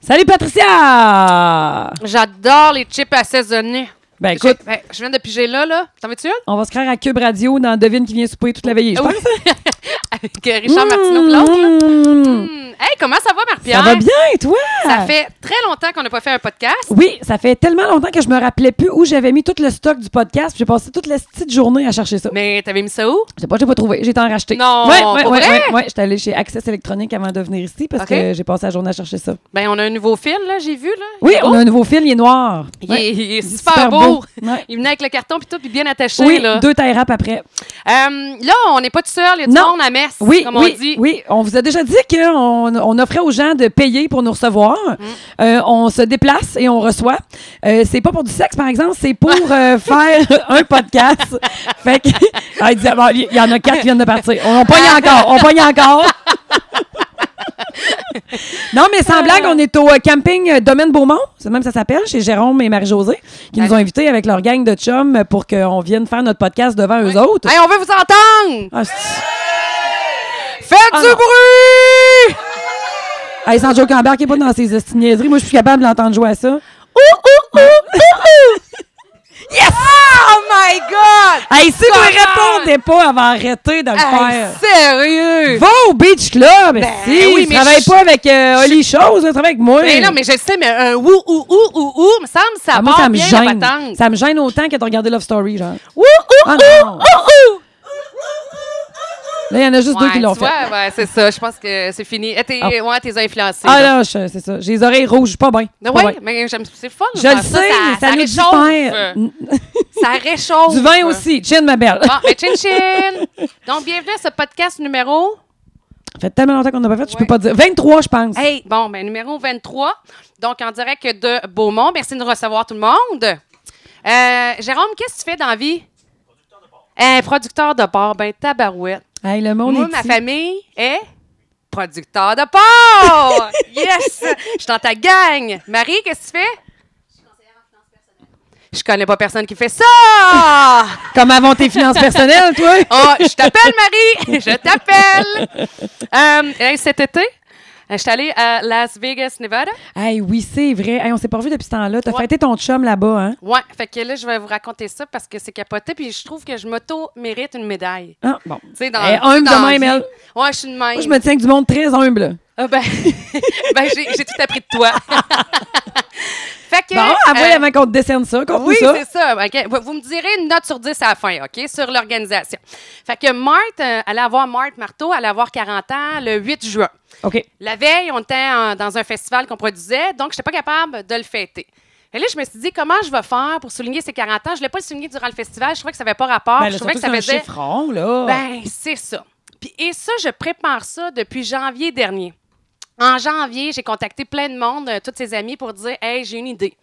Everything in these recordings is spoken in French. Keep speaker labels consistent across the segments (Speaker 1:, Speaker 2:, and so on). Speaker 1: Salut Patricia!
Speaker 2: J'adore les chips assaisonnés.
Speaker 1: Ben
Speaker 2: J'ai-
Speaker 1: écoute,
Speaker 2: ben, je viens de piger là, là. T'en veux-tu une?
Speaker 1: on va se créer à Cube Radio dans Devine qui vient souper toute la veillée. je
Speaker 2: Oui.
Speaker 1: pense.
Speaker 2: Avec euh, Richard Martineau-Claude, là.
Speaker 1: Mmh.
Speaker 2: Hmm. Hey, comment ça va, Marie-Pierre?
Speaker 1: Ça va bien, et toi?
Speaker 2: Ça fait très longtemps qu'on n'a pas fait un podcast.
Speaker 1: Oui, ça fait tellement longtemps que je me rappelais plus où j'avais mis tout le stock du podcast. puis J'ai passé toute la petite journée à chercher ça.
Speaker 2: Mais t'avais mis ça où?
Speaker 1: Je sais pas, j'ai pas trouvé. J'ai été en racheter.
Speaker 2: Non,
Speaker 1: ouais,
Speaker 2: pour
Speaker 1: ouais,
Speaker 2: vrai?
Speaker 1: ouais, ouais, ouais. J'étais allée chez Access Électronique avant de venir ici parce
Speaker 2: Ok.
Speaker 1: que j'ai passé la journée à chercher ça.
Speaker 2: Ben, on a un nouveau fil, là, j'ai vu, là.
Speaker 1: Oui,
Speaker 2: Il est
Speaker 1: on
Speaker 2: beau.
Speaker 1: a un nouveau fil, il est noir.
Speaker 2: Il,
Speaker 1: Ouais.
Speaker 2: est, il est super, beau.
Speaker 1: Ouais.
Speaker 2: Il venait avec le carton puis tout, puis bien attaché,
Speaker 1: Oui,
Speaker 2: là.
Speaker 1: deux tailles rap après.
Speaker 2: Euh, là, on n'est pas tout seul, il y a du
Speaker 1: Non.
Speaker 2: monde à Metz,
Speaker 1: Oui,
Speaker 2: comme
Speaker 1: oui,
Speaker 2: on dit.
Speaker 1: oui. On vous a déjà dit qu'on on offrait aux gens de payer pour nous recevoir.
Speaker 2: Mm.
Speaker 1: Euh, on se déplace et on reçoit. Euh, c'est pas pour du sexe, par exemple, c'est pour euh, faire un podcast. fait que, Ah, il disait, bon, il y en a quatre qui viennent de partir. On, on pogne encore, on pogne encore. non, mais sans blague, on est au euh, camping euh, Domaine Beaumont, c'est même ça s'appelle, chez Jérôme et Marie-Josée, qui nous ont invités avec leur gang de chums pour qu'on vienne faire notre podcast devant eux autres.
Speaker 2: Hey, on veut vous entendre!
Speaker 1: Ah, c'est-
Speaker 2: Faites
Speaker 1: Ah,
Speaker 2: du
Speaker 1: non.
Speaker 2: bruit!
Speaker 1: Hey, sans Joe Cambert qui est pas dans ses esti de niaiseries. Moi, je suis capable de l'entendre jouer à ça.
Speaker 2: Yes!
Speaker 1: Ah!
Speaker 2: Oh my God!
Speaker 1: Hey, si vous
Speaker 2: Comment?
Speaker 1: répondez pas avant arrêter de le
Speaker 2: Hey,
Speaker 1: faire.
Speaker 2: sérieux!
Speaker 1: Va au Beach Club, si.
Speaker 2: oui,
Speaker 1: tu
Speaker 2: mais
Speaker 1: travailles
Speaker 2: je-
Speaker 1: pas avec euh, Oli Chose, là, travaille avec moi.
Speaker 2: Mais Ben non, mais je le sais, mais un ou ou ou ou ou, me semble ça
Speaker 1: Ah,
Speaker 2: part
Speaker 1: moi, ça me
Speaker 2: bien
Speaker 1: gêne.
Speaker 2: la patente.
Speaker 1: Ça me gêne autant que de regarder Love Story, genre.
Speaker 2: Ou ou
Speaker 1: Ah,
Speaker 2: ou
Speaker 1: non.
Speaker 2: ou ou.
Speaker 1: Là, il y en a juste deux qui l'ont
Speaker 2: tu
Speaker 1: fait.
Speaker 2: vois, ouais, c'est ça. Je pense que c'est fini. Eh, T'es,
Speaker 1: Ah.
Speaker 2: Ouais, t'es influencé.
Speaker 1: Ah là, je- c'est ça. J'ai les oreilles rouges, je suis pas bien.
Speaker 2: Non,
Speaker 1: Pas
Speaker 2: ouais,
Speaker 1: bien.
Speaker 2: mais j'aime, c'est le fun.
Speaker 1: Je
Speaker 2: faire
Speaker 1: le sais, mais ça, nous diffère.
Speaker 2: ben réchauffe. ça réchauffe.
Speaker 1: Du vin aussi. Chin, ma belle.
Speaker 2: Bon, ben, chin chin. Donc, bienvenue à ce podcast numéro.
Speaker 1: Ça fait tellement longtemps qu'on n'a pas fait, je peux
Speaker 2: Ouais.
Speaker 1: pas dire. 23, je pense.
Speaker 2: Hey, bon, ben, numéro 23. Donc, en direct de Beaumont. Merci de nous recevoir tout le monde. Euh, Jérôme, qu'est-ce que tu fais dans la vie? Eh, producteur de porc, ben tabarouette.
Speaker 1: Hey, le monde
Speaker 2: Moi,
Speaker 1: est
Speaker 2: ma
Speaker 1: petit.
Speaker 2: famille est producteur de porc! yes! Je suis dans ta gang! Marie, qu'est-ce que tu fais? Je connais pas personne qui fait ça! Ah,
Speaker 1: Comment vont tes finances personnelles, toi?
Speaker 2: je t'appelle Marie! Je t'appelle! Euh, hey, cet été, je suis allée à Las Vegas, Nevada.
Speaker 1: Hey, oui, c'est vrai. Hey, on s'est pas revu depuis ce temps-là. T'as
Speaker 2: Ouais.
Speaker 1: fêté ton chum là-bas, hein?
Speaker 2: Ouais, fait que là, je vais vous raconter ça parce que c'est capoté, puis je trouve que je m'auto-mérite une médaille.
Speaker 1: Ah, bon.
Speaker 2: Tu sais, dans,
Speaker 1: Eh,
Speaker 2: tu sais,
Speaker 1: humble
Speaker 2: dans
Speaker 1: de
Speaker 2: la
Speaker 1: même,
Speaker 2: vie.
Speaker 1: elle.
Speaker 2: Ouais, je suis une même.
Speaker 1: Moi, je me tiens avec du monde très humble.
Speaker 2: Ah ben, ben, j'ai j'ai tout appris de toi. fait que.
Speaker 1: Bon, avant,
Speaker 2: euh,
Speaker 1: avant qu'on te décerne ça, qu'on
Speaker 2: oui,
Speaker 1: ça.
Speaker 2: c'est ça. OK. Vous- Vous me direz une note sur 10 à la fin, OK, sur l'organisation. Fait que Marthe, euh, allait avoir Marthe Marteau, allait avoir 40 ans le 8 juin.
Speaker 1: OK.
Speaker 2: La veille, on était en- dans un festival qu'on produisait, donc je n'étais pas capable de le fêter. Et là, je me suis dit, comment je vais faire pour souligner ces 40 ans? Je ne l'ai pas souligné durant le festival, je trouvais que ça n'avait pas rapport.
Speaker 1: Ben, là,
Speaker 2: Ah, je trouvais
Speaker 1: surtout
Speaker 2: que ça
Speaker 1: c'est un
Speaker 2: faisait.
Speaker 1: chiffron, là.
Speaker 2: Ben, c'est ça. Puis, et ça, je prépare ça depuis janvier dernier. En janvier, j'ai contacté plein de monde, euh, tous ses amis, pour dire Hey, j'ai une idée.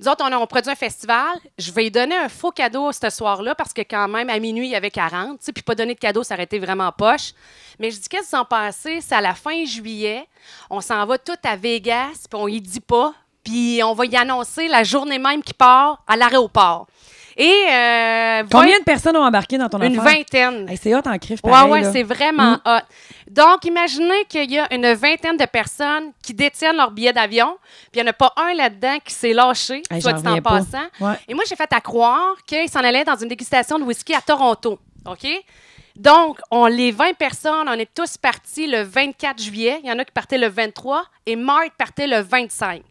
Speaker 2: Nous autres, on, a- on produit un festival. Je vais lui donner un faux cadeau ce soir-là parce que, quand même, à minuit, il y avait 40. tu sais, Puis, pas donner de cadeau, ça aurait été vraiment poche. Mais je dis Qu'est-ce qui s'en passait? C'est à la fin juillet. On s'en va tout à Vegas, puis on y dit pas. Puis, on va y annoncer la journée même qui part à l'aéroport. Et. euh,
Speaker 1: Combien de personnes ont embarqué dans ton
Speaker 2: vingt- Une
Speaker 1: affaire?
Speaker 2: vingtaine.
Speaker 1: Hey, c'est hot en crif,
Speaker 2: Ouais,
Speaker 1: pareil,
Speaker 2: ouais,
Speaker 1: là.
Speaker 2: c'est vraiment
Speaker 1: Mm.
Speaker 2: hot. Donc, imaginez qu'il y a une vingtaine de personnes qui détiennent leur billet d'avion, puis il n'y en a pas un là-dedans qui s'est lâché,
Speaker 1: Hey,
Speaker 2: soit
Speaker 1: j'en
Speaker 2: dit en
Speaker 1: reviens pas.
Speaker 2: passant.
Speaker 1: Ouais.
Speaker 2: Et moi, j'ai fait à croire qu'ils s'en allaient dans une dégustation de whisky à Toronto. OK? Donc, on les 20 personnes, on est tous partis le 24 juillet. Il y en a qui partaient le 23 et Mark partait le 25.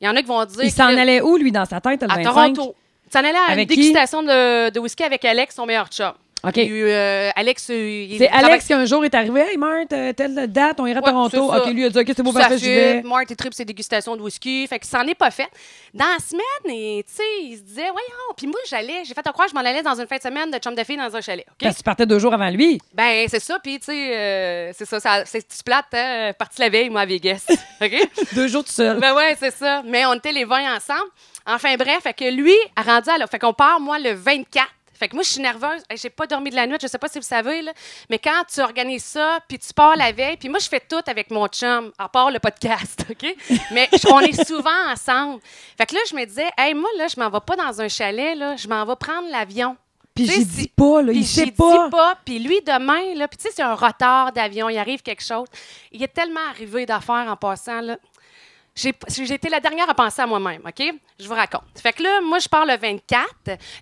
Speaker 2: Il y en a qui vont dire.
Speaker 1: Il s'en
Speaker 2: que-
Speaker 1: allait où, lui, dans sa tête, le
Speaker 2: à
Speaker 1: 25?
Speaker 2: Toronto. Tu en allais à
Speaker 1: Avec
Speaker 2: une
Speaker 1: qui?
Speaker 2: dégustation de, de whisky avec Alex, son meilleur chum.
Speaker 1: OK.
Speaker 2: Il y a eu, euh, Alex, euh, il
Speaker 1: C'est
Speaker 2: travaille-
Speaker 1: Alex qui, un jour, est arrivé. Hey, Marthe, euh, telle date, on ira à
Speaker 2: Ouais,
Speaker 1: Toronto.
Speaker 2: c'est ça.
Speaker 1: OK, lui, il a dit, OK, c'est beau,
Speaker 2: Ça
Speaker 1: parfait, j'y vais.
Speaker 2: fume, Marty tripe ses dégustations de whisky. Fait que ça n'est pas fait. Dans la semaine, et, tu sais, il se disait, voyons. Puis moi, j'allais, j'ai fait en croire, que je m'en allais dans une fin de semaine de chum de fille dans un chalet. OK?
Speaker 1: Parce que tu partais deux jours avant lui.
Speaker 2: Ben, c'est ça. Puis, tu sais, euh, c'est ça. ça c'est tu plate, hein? Parti la veille, moi, à Vegas. OK?
Speaker 1: Deux jours tout seul.
Speaker 2: Ben ouais, c'est ça. Mais on était les 20 ensemble. Enfin bref, fait que lui a rendu à la- fait qu'on part moi le 24. Fait que moi je suis nerveuse, Hey, j'ai pas dormi de la nuit, je sais pas si vous savez là, mais quand tu organises ça, puis tu pars la veille, puis moi je fais tout avec mon chum, à part le podcast, OK Mais je- on est souvent ensemble. Fait que là je me disais, hey moi là, je m'en vais pas dans un chalet là, je m'en vais prendre l'avion.
Speaker 1: Puis
Speaker 2: Tu sais,
Speaker 1: j'y
Speaker 2: si-
Speaker 1: dis pas, là.
Speaker 2: Puis
Speaker 1: Il
Speaker 2: j'y
Speaker 1: sait
Speaker 2: dis
Speaker 1: pas.
Speaker 2: pas. Puis lui, demain, là, puis tu sais, c'est un retard d'avion, il arrive quelque chose. Il est tellement arrivé d'affaires en passant, là. J'ai j'ai été la dernière à penser à moi-même, OK? Je vous raconte. Fait que là, moi, je pars le 24.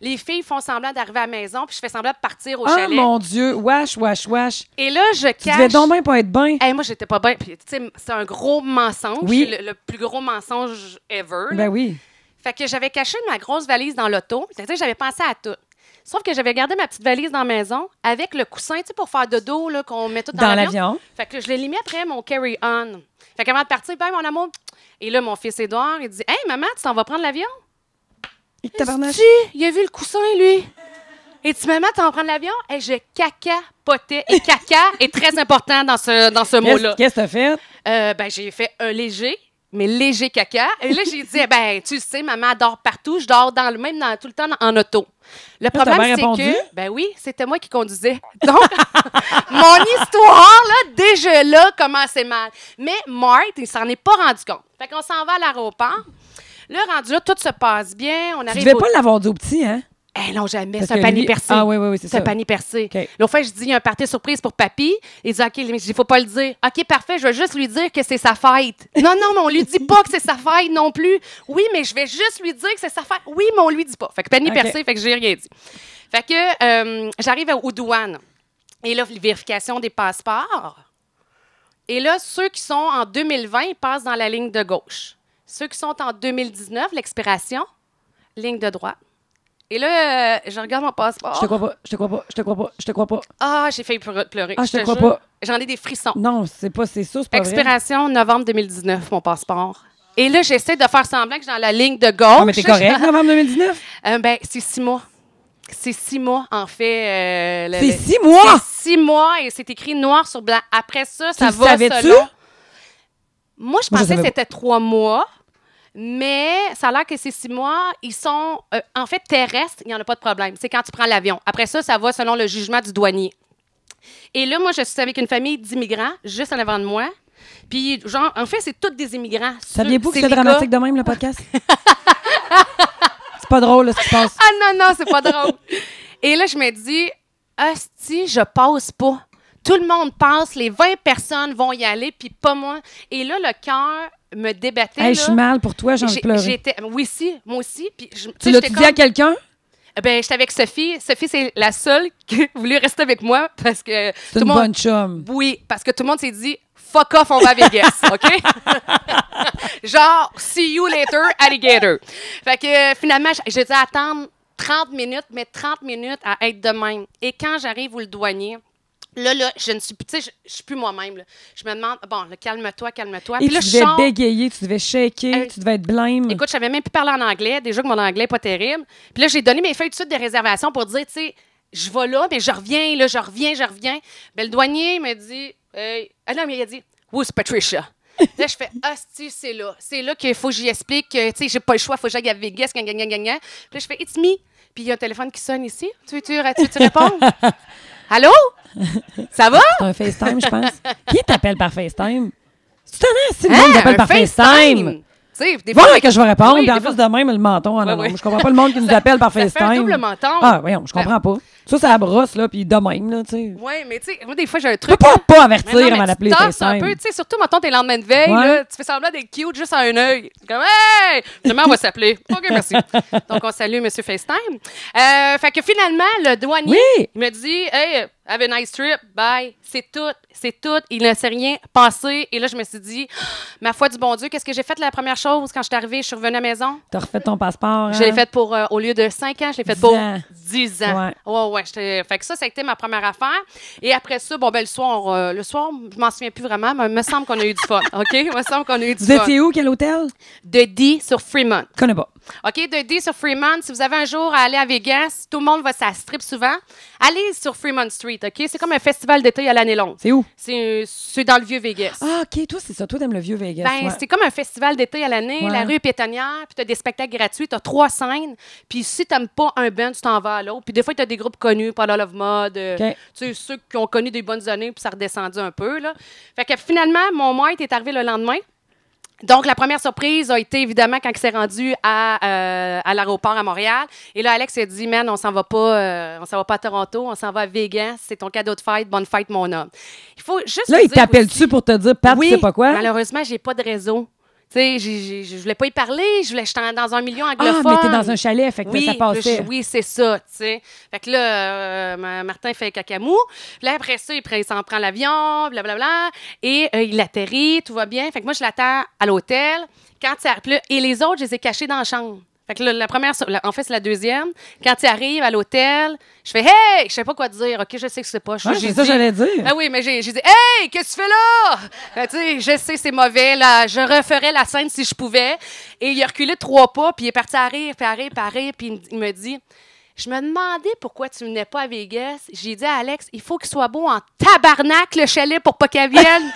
Speaker 2: Les filles font semblant d'arriver à la maison, puis je fais semblant de partir au
Speaker 1: Ah,
Speaker 2: chalet.
Speaker 1: mon Dieu. Wesh, wesh, wesh.
Speaker 2: Et là, je
Speaker 1: Tu devais
Speaker 2: cache...
Speaker 1: donc bien pas être bien.
Speaker 2: Hey, moi, j'étais pas bien. Puis, tu sais, c'est un gros mensonge.
Speaker 1: Oui.
Speaker 2: C'est Le, le plus gros mensonge ever. là.
Speaker 1: Ben oui.
Speaker 2: Fait que j'avais caché ma grosse valise dans l'auto. C'est-à-dire, j'avais pensé à tout. Sauf que j'avais gardé ma petite valise dans la maison avec le coussin, tu sais, pour faire dodo, là, qu'on met tout dans,
Speaker 1: Dans l'avion.
Speaker 2: Fait que je l'ai mis après mon carry-on. Fait qu'avant de partir, ben, mon amour. Et là, mon fils Édouard, il dit Hey, maman, tu t'en vas prendre l'avion?
Speaker 1: Et tabarnak.
Speaker 2: Si, il a vu le coussin, lui. Et tu maman, t'en prendre l'avion? Et je cacapotais. Et caca est très important dans ce, dans ce mot-là.
Speaker 1: Qu'est-ce qu'est-ce que t'as fait?
Speaker 2: Euh, ben, j'ai fait un léger, mais léger caca. Et là, j'ai dit, eh ben, tu le sais, maman dort partout. Je dors dans le même, dans, tout le temps en auto. Le
Speaker 1: t'as
Speaker 2: problème,
Speaker 1: bien
Speaker 2: c'est
Speaker 1: répondu.
Speaker 2: que, ben oui, c'était moi qui conduisais. Donc, mon histoire, là, déjà là, commençait mal. Mais Mart, il s'en est pas rendu compte. Fait qu'on s'en va à l'aéroport. Là, rendu là, tout se passe bien. On
Speaker 1: Tu
Speaker 2: arrive
Speaker 1: devais
Speaker 2: au-
Speaker 1: pas l'avoir dit au petit, hein?
Speaker 2: eh non, jamais.
Speaker 1: Parce
Speaker 2: C'est un
Speaker 1: que
Speaker 2: panier
Speaker 1: lui-
Speaker 2: percé.
Speaker 1: Ah oui, oui, oui, c'est
Speaker 2: C'est un
Speaker 1: ça.
Speaker 2: panier percé.
Speaker 1: OK.
Speaker 2: L'autre fois, je dis, il y a un party surprise pour papy. Il dit, OK, mais il faut pas le dire. OK, parfait, je vais juste lui dire que c'est sa fête. Non, non, mais on lui dit pas que c'est sa fête non plus. Oui, mais je vais juste lui dire que c'est sa fête. Oui, mais on lui dit pas. Fait que panier
Speaker 1: OK.
Speaker 2: percé, fait que j'ai rien dit. Fait que euh, j'arrive aux douanes. Et là, vérification des passeports. Et là, ceux qui sont en 2020 ils passent dans la ligne de gauche. Ceux qui sont en 2019, l'expiration, ligne de droite. Et là, euh, je regarde mon
Speaker 1: Je te
Speaker 2: passeport.
Speaker 1: crois pas, je te crois pas, je te crois pas, je te crois pas.
Speaker 2: Ah, j'ai failli pleu- pleurer.
Speaker 1: Ah, je te crois
Speaker 2: jure.
Speaker 1: pas.
Speaker 2: J'en ai des frissons.
Speaker 1: Non, c'est pas, c'est ça, c'est pas vrai.
Speaker 2: Expiration novembre 2019, mon passeport. Et là, j'essaie de faire semblant que je suis dans la ligne de gauche.
Speaker 1: Ah, mais t'es correct, novembre 2019?
Speaker 2: Euh, ben, c'est six mois. C'est six mois, en fait. euh, le-
Speaker 1: C'est
Speaker 2: le-
Speaker 1: six mois?
Speaker 2: C'est six mois et c'est écrit noir sur blanc. Après ça, ça
Speaker 1: le
Speaker 2: va
Speaker 1: savais-tu?
Speaker 2: selon. Moi, je
Speaker 1: Moi, je
Speaker 2: pensais
Speaker 1: savais
Speaker 2: que
Speaker 1: pas.
Speaker 2: c'était trois mois, mais ça a l'air que ces six mois, ils sont. euh, en fait, terrestres, il n'y en a pas de problème. C'est quand tu prends l'avion. Après ça, ça va selon le jugement du douanier. Et là, moi, je suis avec une famille d'immigrants, juste en avant de moi. Puis, genre, en fait, c'est tous des immigrants.
Speaker 1: Saviez-vous que
Speaker 2: C'est
Speaker 1: c'était
Speaker 2: des gars-
Speaker 1: dramatique de même, le podcast? c'est pas drôle, là, ce qui se passe.
Speaker 2: Ah non, non, c'est pas drôle. Et là, je me dis, hostie, je passe pas. Tout le monde passe, les 20 personnes vont y aller, puis pas moi. Et là, le cœur me débattait.
Speaker 1: Hey,
Speaker 2: là.
Speaker 1: je suis mal pour toi, j'ai envie de
Speaker 2: J'ai-
Speaker 1: pleurer.
Speaker 2: j'étais- oui, si, moi aussi. Puis je- tu sais,
Speaker 1: Tu
Speaker 2: j'étais
Speaker 1: l'as-tu dit à
Speaker 2: comme-
Speaker 1: quelqu'un?
Speaker 2: Ben, j'étais avec Sophie. Sophie, c'est la seule qui a voulu rester avec moi parce que tout
Speaker 1: C'est
Speaker 2: le
Speaker 1: une
Speaker 2: monde. Ah,
Speaker 1: bonne chum.
Speaker 2: Oui, parce que tout le monde s'est dit fuck off, on va à Vegas, OK? Genre, see you later, alligator. Fait que euh, finalement, j- j'ai dû attendre 30 minutes, mais 30 minutes à être de même. Et quand j'arrive où le douanier, là, là, je ne suis plus, tu sais, je, je suis plus moi-même. là. Je me demande, bon, là, calme-toi, calme-toi.
Speaker 1: Et
Speaker 2: Puis là,
Speaker 1: tu
Speaker 2: je
Speaker 1: devais
Speaker 2: sors.
Speaker 1: bégayer, tu devais shaker,
Speaker 2: Euh,
Speaker 1: tu devais être blême.
Speaker 2: Écoute, je savais même plus parler en anglais. Déjà que mon anglais n'est pas terrible. Puis là, j'ai donné mes feuilles de suite de réservation pour dire, tu sais, je vais là, mais je reviens, là, je reviens, je reviens. Ben, le douanier me dit, hey. ah non, mais il a dit, who's Patricia? là, je fais, hostie, c'est là. C'est là qu'il faut que j'y explique que, tu sais, j'ai pas le choix, faut que j'aille à Vegas, gagne, gagne, gagne, gagne. Puis là, je fais, it's me. Puis il y a un téléphone qui sonne ici. Tu veux, tu, tu, tu réponds? Allô? Ça va?
Speaker 1: C'est un FaceTime, je pense. Qui t'appelle par FaceTime? C'est étonnant, si le
Speaker 2: Hein,
Speaker 1: monde t'appelle
Speaker 2: un
Speaker 1: par FaceTime.
Speaker 2: Tu sais, des fois,
Speaker 1: Voilà que je vais répondre.
Speaker 2: Oui,
Speaker 1: puis en
Speaker 2: des
Speaker 1: plus de même, le menton. ah non,
Speaker 2: Ouais,
Speaker 1: non,
Speaker 2: ouais.
Speaker 1: Je comprends pas le monde qui nous appelle par
Speaker 2: ça fait un
Speaker 1: FaceTime.
Speaker 2: double menton.
Speaker 1: Ah, voyons, je comprends pas. Ça, ça brosse, là, puis de même, là, tu sais.
Speaker 2: Ouais, mais tu sais, moi, des fois, j'ai un
Speaker 1: Tu peux
Speaker 2: truc.
Speaker 1: pas,
Speaker 2: là.
Speaker 1: pas
Speaker 2: Mais
Speaker 1: avertir
Speaker 2: non, mais
Speaker 1: avant
Speaker 2: tu
Speaker 1: d'appeler
Speaker 2: tasses un peu,
Speaker 1: FaceTime.
Speaker 2: tu sais, surtout, mettons, t'es le lendemain de veille,
Speaker 1: Ouais.
Speaker 2: là, tu fais semblant d'être cute juste à un œil. T'es Comme, hey! Finalement, on va s'appeler. OK, merci. Donc, on salue M. FaceTime. Euh, fait que finalement, le douanier,
Speaker 1: Oui.
Speaker 2: il me dit, hey, have a nice trip, bye. C'est tout, c'est tout. Il ne s'est rien passé. Et là, je me suis dit, ma foi du bon Dieu, qu'est-ce que j'ai fait la première chose quand je suis arrivée? Je suis revenue à la maison.
Speaker 1: T'as refait ton passeport.
Speaker 2: Je l'ai
Speaker 1: hein?
Speaker 2: faite pour, euh, au lieu de 5 ans, je l'ai faite
Speaker 1: 10
Speaker 2: pour
Speaker 1: ans.
Speaker 2: 10 ans.
Speaker 1: Ouais.
Speaker 2: Ouais, ouais. j'étais- Fait que ça, ça a été ma première affaire. Et après ça, bon, ben, le soir, on, euh, le soir, je m'en souviens plus vraiment, mais il me semble qu'on a eu du fun. OK? Il me semble qu'on a eu du
Speaker 1: Vous
Speaker 2: fun.
Speaker 1: étiez où, quel hôtel?
Speaker 2: De D sur Fremont.
Speaker 1: Je connais pas.
Speaker 2: OK? De D sur Fremont. Si vous avez un jour à aller à Vegas, tout le monde va ça strip souvent. Allez sur Fremont Street. OK? C'est comme un festival d'été à l'année longue.
Speaker 1: C'est où?
Speaker 2: C'est c'est dans le vieux Vegas.
Speaker 1: Ah, OK, toi, c'est ça. Toi, t'aimes le vieux Vegas.
Speaker 2: Ben,
Speaker 1: ouais.
Speaker 2: c'est comme un festival d'été à l'année.
Speaker 1: Ouais.
Speaker 2: La rue est pétonnière, puis t'as des spectacles gratuits, t'as trois scènes. Puis si t'aimes pas un band, tu t'en vas à l'autre. Puis des fois, t'as des groupes connus, pas Love Mode, euh,
Speaker 1: OK.
Speaker 2: tu sais, ceux qui ont connu des bonnes années, puis ça a redescendu un peu, là. Fait que finalement, mon mate est arrivé le lendemain. Donc, la première surprise a été évidemment quand il s'est rendu à, euh, à l'aéroport à Montréal. Et là, Alex a dit, man, on s'en va pas, euh, on s'en va pas à Toronto, on s'en va à Vegas. C'est ton cadeau de fête. Bonne fête, mon homme. Il faut juste.
Speaker 1: Là,
Speaker 2: vous
Speaker 1: il
Speaker 2: dire
Speaker 1: t'appelle-tu pour te dire, Pat, tu sais pas quoi?
Speaker 2: Malheureusement, j'ai pas de réseau. Tu sais, j'ai- j'ai- je voulais pas y parler. Je voulais, j'étais dans un milieu
Speaker 1: Ah,
Speaker 2: anglophone.
Speaker 1: mais t'es dans un chalet, fait que là, ça passait.
Speaker 2: je- oui, c'est ça, tu sais. Fait que là, euh, Ma- Martin fait cacamou. Puis Là, après ça, il, prend- il s'en prend l'avion, blablabla. Et euh, il atterrit, tout va bien. Fait que moi, je l'attends à l'hôtel. Quand ça, puis là, et les autres, je les ai cachés dans la chambre. Fait que là, la première, so- la- en fait, c'est la deuxième. Quand il arrive à l'hôtel, je fais Hey! Je sais pas quoi dire. OK, je sais que c'est pas. Je-
Speaker 1: Ouais,
Speaker 2: j'ai
Speaker 1: c'est ça que
Speaker 2: dit-
Speaker 1: j'allais dire.
Speaker 2: Ah oui, mais j'ai j'ai dit Hey, qu'est-ce que tu fais là? Euh, tu sais, je sais, c'est mauvais. Là, je referais la scène si je pouvais. Et il a reculé trois pas, puis il est parti à rire, puis à rire, puis à rire, puis il me- il me dit Je me demandais pourquoi tu venais pas à Vegas. J'ai dit à Alex Il faut qu'il soit beau en tabarnak, le chalet, pour pas qu'elle vienne.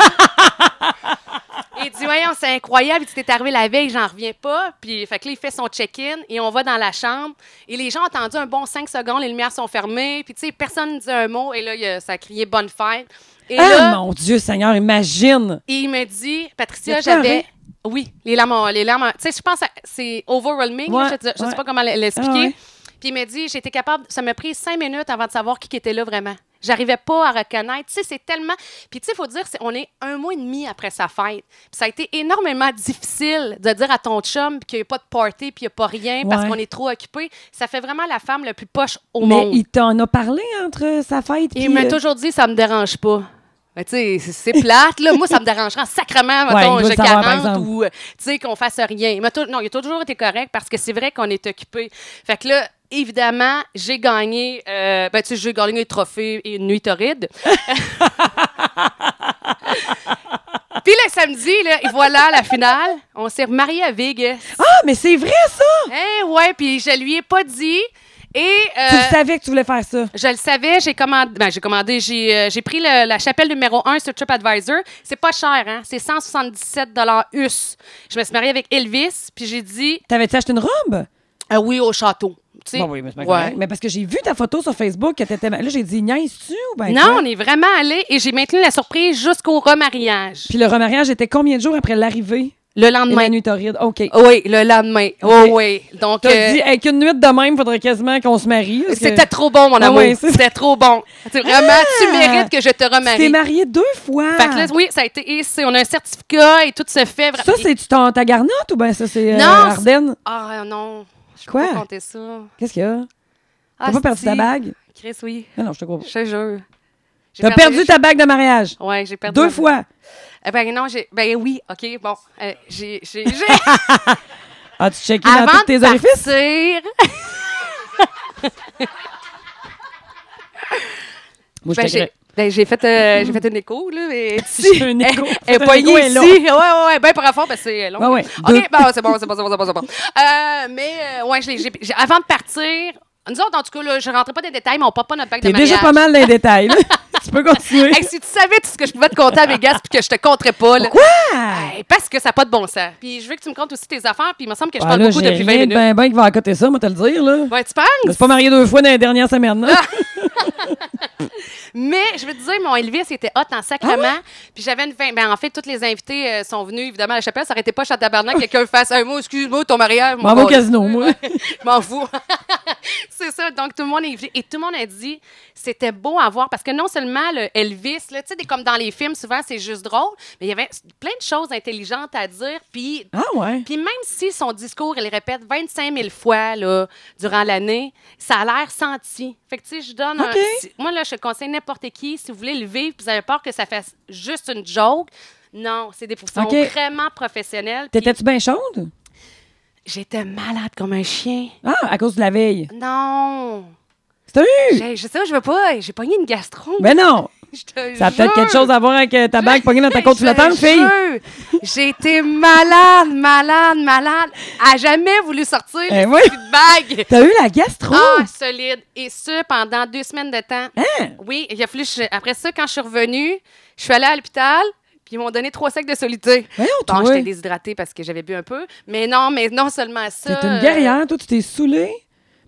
Speaker 2: Il dit Voyons, c'est incroyable, tu t'es arrivé la veille, j'en reviens pas. Puis, fait que là, il fait son check-in et on va dans la chambre. Et les gens ont attendu un bon 5 secondes, les lumières sont fermées. Puis, tu sais, personne ne dit un mot. Et là, il a- ça a crié bonne fête. Et
Speaker 1: Ah,
Speaker 2: là,
Speaker 1: mon Dieu, Seigneur, imagine!
Speaker 2: et il me dit,
Speaker 1: Il
Speaker 2: Patricia,
Speaker 1: a pleuré?
Speaker 2: j'avais. Oui, les larmes. en- Les larmes en- tu sais, je pense que c'est overwhelming. là,
Speaker 1: Ouais,
Speaker 2: je ne sais
Speaker 1: ouais.
Speaker 2: pas comment l- l'expliquer.
Speaker 1: Ah ouais.
Speaker 2: Puis il me dit, j'étais capable. Ça m'a pris cinq minutes avant de savoir qui qui était là vraiment. J'arrivais pas à reconnaître. Tu sais, c'est tellement. Puis tu sais, il faut dire, c'est- on est un mois et demi après sa fête. Puis ça a été énormément difficile de dire à ton chum qu'il n'y a pas de party, puis il n'y a pas rien parce
Speaker 1: Ouais.
Speaker 2: qu'on est trop occupé. Ça fait vraiment la femme la plus poche au
Speaker 1: mais
Speaker 2: monde.
Speaker 1: il t'en a parlé entre sa fête
Speaker 2: Il
Speaker 1: puis,
Speaker 2: m'a
Speaker 1: euh,
Speaker 2: toujours dit, ça me dérange pas. Mais tu sais, c'est- c'est plate, là. Moi, ça me dérangerait en sacrement,
Speaker 1: Ouais,
Speaker 2: mettons,
Speaker 1: il veut
Speaker 2: j'ai
Speaker 1: le savoir, par
Speaker 2: 40
Speaker 1: exemple.
Speaker 2: ou, euh, tu sais, qu'on fasse rien. Il m'a tou- non, il a toujours été correct parce que c'est vrai qu'on est occupé. Fait que là, évidemment, j'ai gagné, euh, ben, tu sais, j'ai gagné le trophée et une nuit torride. Puis le samedi, là, et voilà la finale. On s'est remariés à Vegas.
Speaker 1: Ah, mais c'est vrai, ça!
Speaker 2: Eh ouais, puis je lui ai pas dit. Et, euh,
Speaker 1: Tu le savais que tu voulais faire ça.
Speaker 2: je le savais, j'ai commandé, ben, j'ai commandé, j'ai, euh, j'ai pris le- la chapelle numéro 1 sur TripAdvisor. C'est pas cher, hein? C'est 177 US. Je me suis mariée avec Elvis, puis j'ai dit
Speaker 1: T'avais-tu acheté une robe?
Speaker 2: Ah oui au château. Tu sais.
Speaker 1: Bon, oui, mais c'est pas
Speaker 2: Ouais.
Speaker 1: correct. Mais parce que j'ai vu ta photo sur Facebook. Que t'étais... Là, j'ai dit, niaises-tu ou ben
Speaker 2: Non,
Speaker 1: quoi?
Speaker 2: on est vraiment allé et j'ai maintenu la surprise jusqu'au remariage.
Speaker 1: Puis le remariage était combien de jours après l'arrivée?
Speaker 2: Le
Speaker 1: Et
Speaker 2: lendemain.
Speaker 1: la nuit torride. OK.
Speaker 2: Oui, le lendemain. Oui, oui. Donc,
Speaker 1: T'as
Speaker 2: euh,
Speaker 1: dit, avec une nuit de même, faudrait quasiment qu'on se marie. parce que
Speaker 2: c'était trop bon, mon
Speaker 1: Ah
Speaker 2: amour.
Speaker 1: oui, c'est- Ah!
Speaker 2: c'était trop bon. C'est Vraiment, tu mérites que je te
Speaker 1: Tu t'es
Speaker 2: remarie.
Speaker 1: mariée deux fois.
Speaker 2: Fait que là, oui, ça a été. et c'est- on a un certificat et tout se fait. vra-
Speaker 1: Ça, c'est-tu ton- ta garnotte ou bien ça, c'est euh,
Speaker 2: Non, c'est-
Speaker 1: Ardennes?
Speaker 2: Ah non. Je peux
Speaker 1: Quoi?
Speaker 2: pas compter ça.
Speaker 1: Qu'est-ce qu'il y a? T'as
Speaker 2: Ah,
Speaker 1: pas perdu
Speaker 2: si.
Speaker 1: ta bague?
Speaker 2: Chris, oui.
Speaker 1: Non, non, je te crois pas.
Speaker 2: Je te jure. J'ai
Speaker 1: T'as perdu ta bague de mariage?
Speaker 2: Ouais, j'ai perdu.
Speaker 1: Deux
Speaker 2: ma-
Speaker 1: fois.
Speaker 2: Eh ben non, j'ai. Ben oui, OK, bon. Euh, j'ai. j'ai, j'ai...
Speaker 1: As-tu checké Ah, dans
Speaker 2: Avant
Speaker 1: tous
Speaker 2: de ben,
Speaker 1: tes orifices?
Speaker 2: partir,
Speaker 1: Moi,
Speaker 2: ben, j'ai.
Speaker 1: t'aimerais.
Speaker 2: ben, j'ai fait, euh, j'ai fait une écho, là. Et
Speaker 1: J'ai fait une écho.
Speaker 2: Elle est
Speaker 1: Ton
Speaker 2: poignée
Speaker 1: écho est
Speaker 2: ici.
Speaker 1: long.
Speaker 2: Ouais, ouais, ouais, ben par fort, parce que c'est long.
Speaker 1: Ouais, ouais. Deux.
Speaker 2: OK, bon, c'est bon, c'est bon, c'est bon, c'est bon, c'est bon. Euh, mais, euh, ouais, je l'ai- j'ai, j'ai- avant de partir, nous autres, en tout cas, là, je rentrais pas dans les détails, mais on porte pas notre bague de
Speaker 1: T'es
Speaker 2: mariage.
Speaker 1: déjà pas mal dans les détails. là. tu peux continuer.
Speaker 2: Hey, si tu savais tout ce que je pouvais te compter à Vegas puis que je te compterais pas, là.
Speaker 1: Quoi?
Speaker 2: Hey, parce que ça n'a pas de bon sens. Puis je veux que tu me comptes aussi tes affaires, puis il me semble que je
Speaker 1: Ah,
Speaker 2: parle
Speaker 1: là,
Speaker 2: beaucoup
Speaker 1: j'ai
Speaker 2: depuis 20
Speaker 1: rien de
Speaker 2: minutes.
Speaker 1: Ben, ben, qui va à côté ça, moi, te le dire, là.
Speaker 2: Ouais, tu
Speaker 1: Je me
Speaker 2: penses?
Speaker 1: suis pas mariée deux fois dans les dernières semaines, là.
Speaker 2: Ah, Mais je veux te dire, mon Elvis était hot en sacrement.
Speaker 1: Ah
Speaker 2: Puis j'avais une fin. Ben, en fait, tous les invités euh, sont venus, évidemment, à la chapelle. Ça n'arrêtait pas chez Tabarnak quelqu'un fasse un mot, excuse-moi, ton mariage.
Speaker 1: M'en vais au
Speaker 2: gars.
Speaker 1: casino, moi.
Speaker 2: Ouais, je m'en fous. c'est ça. Donc, tout le monde est venu. Et tout le monde a dit, c'était beau à voir. Parce que non seulement le Elvis, là, tu sais, des- comme dans les films, souvent, c'est juste drôle. Mais il y avait plein de choses intelligentes à dire. Puis
Speaker 1: Ah, ouais.
Speaker 2: Puis même si son discours, il le répète 25 000 fois là, durant l'année, ça a l'air senti. Fait que, tu sais, je donne un-
Speaker 1: OK.
Speaker 2: si- Moi, là, je conseille n'importe qui, si vous voulez le vivre, puis vous avez peur que ça fasse juste une joke, non, c'est des ils sont
Speaker 1: OK.
Speaker 2: vraiment professionnels. puis
Speaker 1: T'étais-tu bien chaude?
Speaker 2: J'étais malade comme un chien.
Speaker 1: Ah, à cause de la veille.
Speaker 2: Non!
Speaker 1: T'as eu?
Speaker 2: J'ai- Je sais, je veux pas. J'ai pogné une gastro.
Speaker 1: Ben non.
Speaker 2: Je te
Speaker 1: Ça a peut-être
Speaker 2: jure.
Speaker 1: quelque chose à voir avec euh, ta bague pognée dans ta côte
Speaker 2: Je
Speaker 1: flottante, fille.
Speaker 2: jure, J'ai été malade, malade, malade. À jamais voulu sortir
Speaker 1: Eh
Speaker 2: les
Speaker 1: oui.
Speaker 2: petites bagues.
Speaker 1: T'as eu la gastro?
Speaker 2: Ah, solide. Et ce, pendant deux semaines de temps.
Speaker 1: Hein?
Speaker 2: Oui, il a fallu. je- après ça, quand je suis revenue, je suis allée à l'hôpital, puis ils m'ont donné trois sacs de solité.
Speaker 1: Voyons,
Speaker 2: Bon,
Speaker 1: toi.
Speaker 2: j'étais déshydratée parce que j'avais bu un peu. Mais non, mais non seulement ça.
Speaker 1: T'es une
Speaker 2: euh,
Speaker 1: guerrière. Toi, tu t'es saoulée,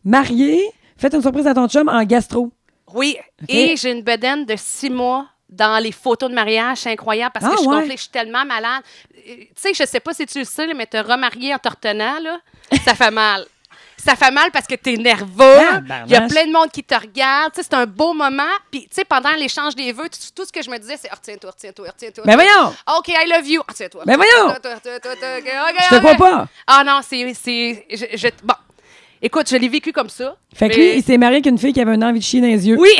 Speaker 1: mariée, fait une surprise à ton chum en gastro.
Speaker 2: Oui.
Speaker 1: Ok.
Speaker 2: Et j'ai une bedaine de six mois dans les photos de mariage. C'est incroyable parce
Speaker 1: Ah,
Speaker 2: que je suis
Speaker 1: ouais.
Speaker 2: gonflée, je suis tellement malade. Euh, Tu sais, je sais pas si tu le sais, là, mais te remarier en te retenant, là, ça fait mal. ça fait mal parce que t'es nerveux.
Speaker 1: Ah,
Speaker 2: Il
Speaker 1: ben,
Speaker 2: y a
Speaker 1: ben,
Speaker 2: plein de monde qui te regarde. Tu sais, c'est un beau moment. Puis, tu sais, pendant l'échange des vœux, tout, tout ce que je me disais, c'est Ah, retiens-toi, retiens-toi, retiens-toi.
Speaker 1: Ben voyons!
Speaker 2: OK, I love you. Ah, Retiens-toi.
Speaker 1: Ben voyons!
Speaker 2: Retiens-toi, retiens-toi, retiens-toi, ok, ok,
Speaker 1: Je te
Speaker 2: ok.
Speaker 1: crois pas!
Speaker 2: Ah non, c'est. c'est- je- je- Bon. Écoute, je l'ai vécu comme ça.
Speaker 1: Fait que
Speaker 2: mais-
Speaker 1: lui, il s'est marié avec une fille qui avait un envie de chier dans les yeux.
Speaker 2: Oui!